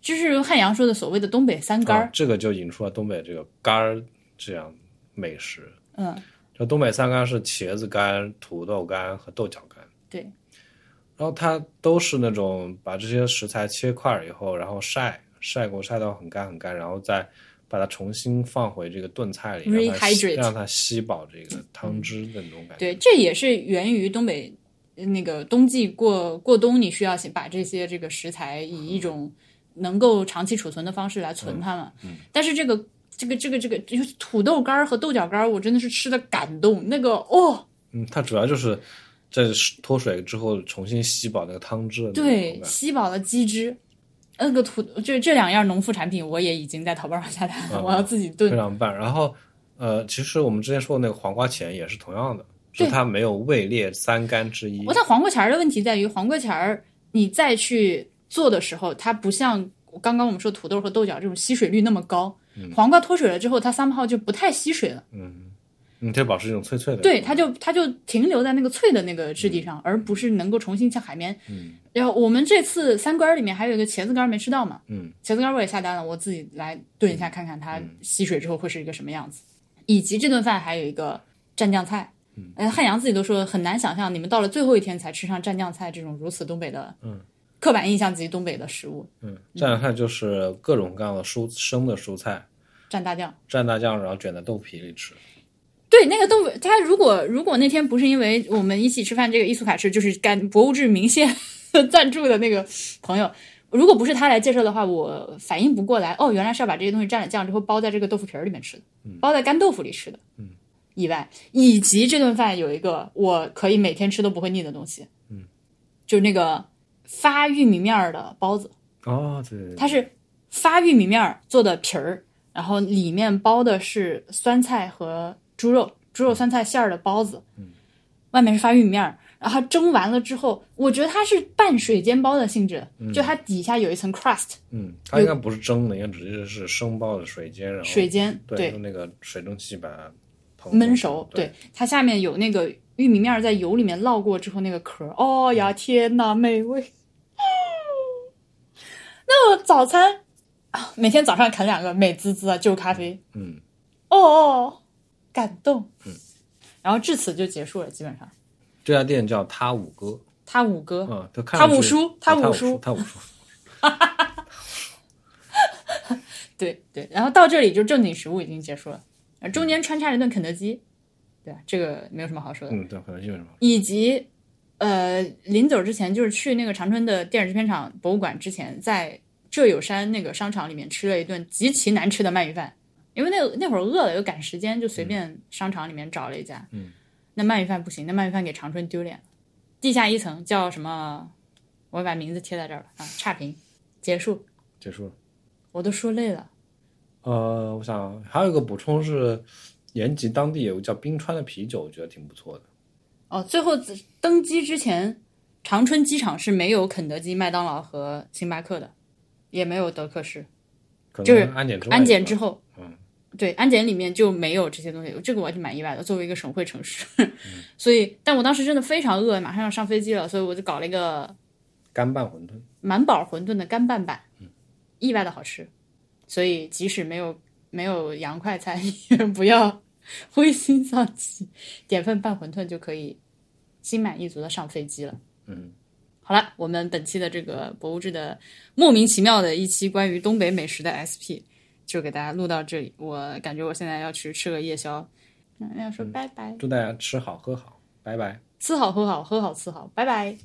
[SPEAKER 1] 就是汉阳说的所谓的东北三嗯干
[SPEAKER 2] 啊
[SPEAKER 1] 儿，。
[SPEAKER 2] 这个就引出了东北这个干儿这样美食。
[SPEAKER 1] 嗯，
[SPEAKER 2] 就东北三干是茄子干、土豆干和豆角干。
[SPEAKER 1] 对，
[SPEAKER 2] 然后它都是那种把这些食材切块儿以后，然后晒晒过，晒到很干很干，然后再把它重新放回这个炖菜里，让它吸
[SPEAKER 1] Rehydrate 嗯
[SPEAKER 2] 让它吸饱这个汤汁的那种感觉。
[SPEAKER 1] 对，这也是源于东北呃那个冬季过过冬，你需要先把这些这个食材以一种能够长期储存的方式来存它嘛。嗯但是这个这个这个这个，就是土豆干儿和豆角干儿，我真的是吃的感动。那个哦，
[SPEAKER 2] 嗯，它主要就是在脱水之后重新吸饱那个汤汁的那
[SPEAKER 1] 对
[SPEAKER 2] 种，感觉。
[SPEAKER 1] 吸饱了鸡汁。那个土这这两样农副产品，我也已经在淘宝上下单了，
[SPEAKER 2] 嗯
[SPEAKER 1] 我要自己
[SPEAKER 2] 非
[SPEAKER 1] 炖。
[SPEAKER 2] 常棒。然后呃，其实我们之前说的那个黄瓜钳也是同样的，
[SPEAKER 1] 对
[SPEAKER 2] 是它没有位列三干之一
[SPEAKER 1] 我。在黄瓜钱儿的问题在于，黄瓜钱儿你再去做的时候，它不像刚刚我们说土豆和豆角这种吸水率那么高。黄瓜脱水了之后，它 somehow 就不太吸水了，
[SPEAKER 2] 嗯，它保持这种脆脆的。
[SPEAKER 1] 对，它嗯就它就停留在那个脆的那个质地上，而不是能够重新像海绵。然后我们这次三观儿里面还有一个茄子干儿没吃到嘛，
[SPEAKER 2] 嗯，
[SPEAKER 1] 茄子干儿我也下单了，我自己来炖一下，看看它吸水之后会是一个什么样子。以及这顿饭还有一个蘸酱菜，嗯，呃，汉阳自己都说很难想象，你们到了最后一天才吃上蘸酱菜这种如此东北的，嗯，刻板印象及东北的食物，
[SPEAKER 2] 嗯，蘸酱菜就是各种各样的蔬生的蔬菜，
[SPEAKER 1] 蘸大酱。
[SPEAKER 2] 蘸大酱，然后卷在豆皮里吃。
[SPEAKER 1] 对，那个东北，他如果如果那天不是因为我们一起吃饭，这个伊苏卡吃就是干博物志名县呃赞助的那个朋友，如果不是他来介绍的话，我反应不过来。哦，原来是要把这些东西蘸了酱之后包在这个豆腐皮儿里面吃的，包在干豆腐里吃的。嗯，以外，以及这顿饭有一个我可以每天吃都不会腻的东西，嗯，就是那个发玉米面儿的包子。
[SPEAKER 2] 哦，对对对，
[SPEAKER 1] 它是发玉米面儿做的皮儿，然后里面包的是酸菜和猪肉，猪肉酸菜馅儿的包子，
[SPEAKER 2] 嗯
[SPEAKER 1] 外面是发玉米面儿。然后它蒸完了之后，我觉得它是半水煎包的性质，就它底下有一层 crust
[SPEAKER 2] 嗯，它应该不是蒸的，应该直接是生爆的水煎，然后
[SPEAKER 1] 水煎，
[SPEAKER 2] 哦对，用那个水蒸气把它烹
[SPEAKER 1] 焖熟，
[SPEAKER 2] 对，
[SPEAKER 1] 它下面有那个玉米面儿在油里面烙过之后那个壳儿，哦呀，
[SPEAKER 2] 嗯
[SPEAKER 1] 天呐，美味！ 那我早餐啊，每天早上啃两个，美滋滋啊，就咖啡，
[SPEAKER 2] 嗯，
[SPEAKER 1] 哦哦，感动，嗯，然后至此就结束了，基本上。
[SPEAKER 2] 这家店叫他五哥，
[SPEAKER 1] 他五哥，
[SPEAKER 2] 啊，就看上去
[SPEAKER 1] 哦他五叔
[SPEAKER 2] 啊他
[SPEAKER 1] 他五叔
[SPEAKER 2] 叔，他五叔，
[SPEAKER 1] 对对，然后到这里就正经食物已经结束了，呃中间穿插了一顿肯德基，对吧？这个没有什么好说的，
[SPEAKER 2] 嗯，对，可能基本上
[SPEAKER 1] 以及呃，临走之前就是去那个长春的电影制片厂博物馆之前，在浙友山那个商场里面吃了一顿极其难吃的鳗鱼饭，因为那那会儿饿了又赶时间，就随便商场里面找了一家。
[SPEAKER 2] 嗯，
[SPEAKER 1] 那鳗鱼饭不行，那鳗鱼饭给长春丢脸了。地下一层叫什么？我把名字贴在这儿了啊，差评结束。
[SPEAKER 2] 结束了。
[SPEAKER 1] 我都说累了，
[SPEAKER 2] 呃，我想还有一个补充是，延吉当地有个叫冰川的啤酒，我觉得挺不错的。
[SPEAKER 1] 哦，最后登机之前，长春机场是没有肯德基、麦当劳和星巴克的，也没有德克士。
[SPEAKER 2] 可
[SPEAKER 1] 就是
[SPEAKER 2] 能安检之外
[SPEAKER 1] 安检
[SPEAKER 2] 有
[SPEAKER 1] 之
[SPEAKER 2] 吧，
[SPEAKER 1] 后，嗯，对，安检里面就没有这些东西，这个我还挺蛮意外的。作为一个省会城市， 所以，但我当时真的非常饿，马上要上飞机了，所以我就搞了一个
[SPEAKER 2] 干拌馄饨，
[SPEAKER 1] 满饱馄饨的干拌版，意外的好吃。所以，即使没有没有洋快餐，也不要灰心丧气，点份拌馄饨就可以心满意足的上飞机了。
[SPEAKER 2] 嗯，
[SPEAKER 1] 好了，我们本期的这个博物志的莫名其妙的一期关于东北美食的 SP 就给大家录到这里。我感觉我现在要去吃个夜宵，嗯那要说拜拜，
[SPEAKER 2] 祝大家吃好喝好，拜拜。
[SPEAKER 1] 吃好喝好，喝好吃好，拜拜。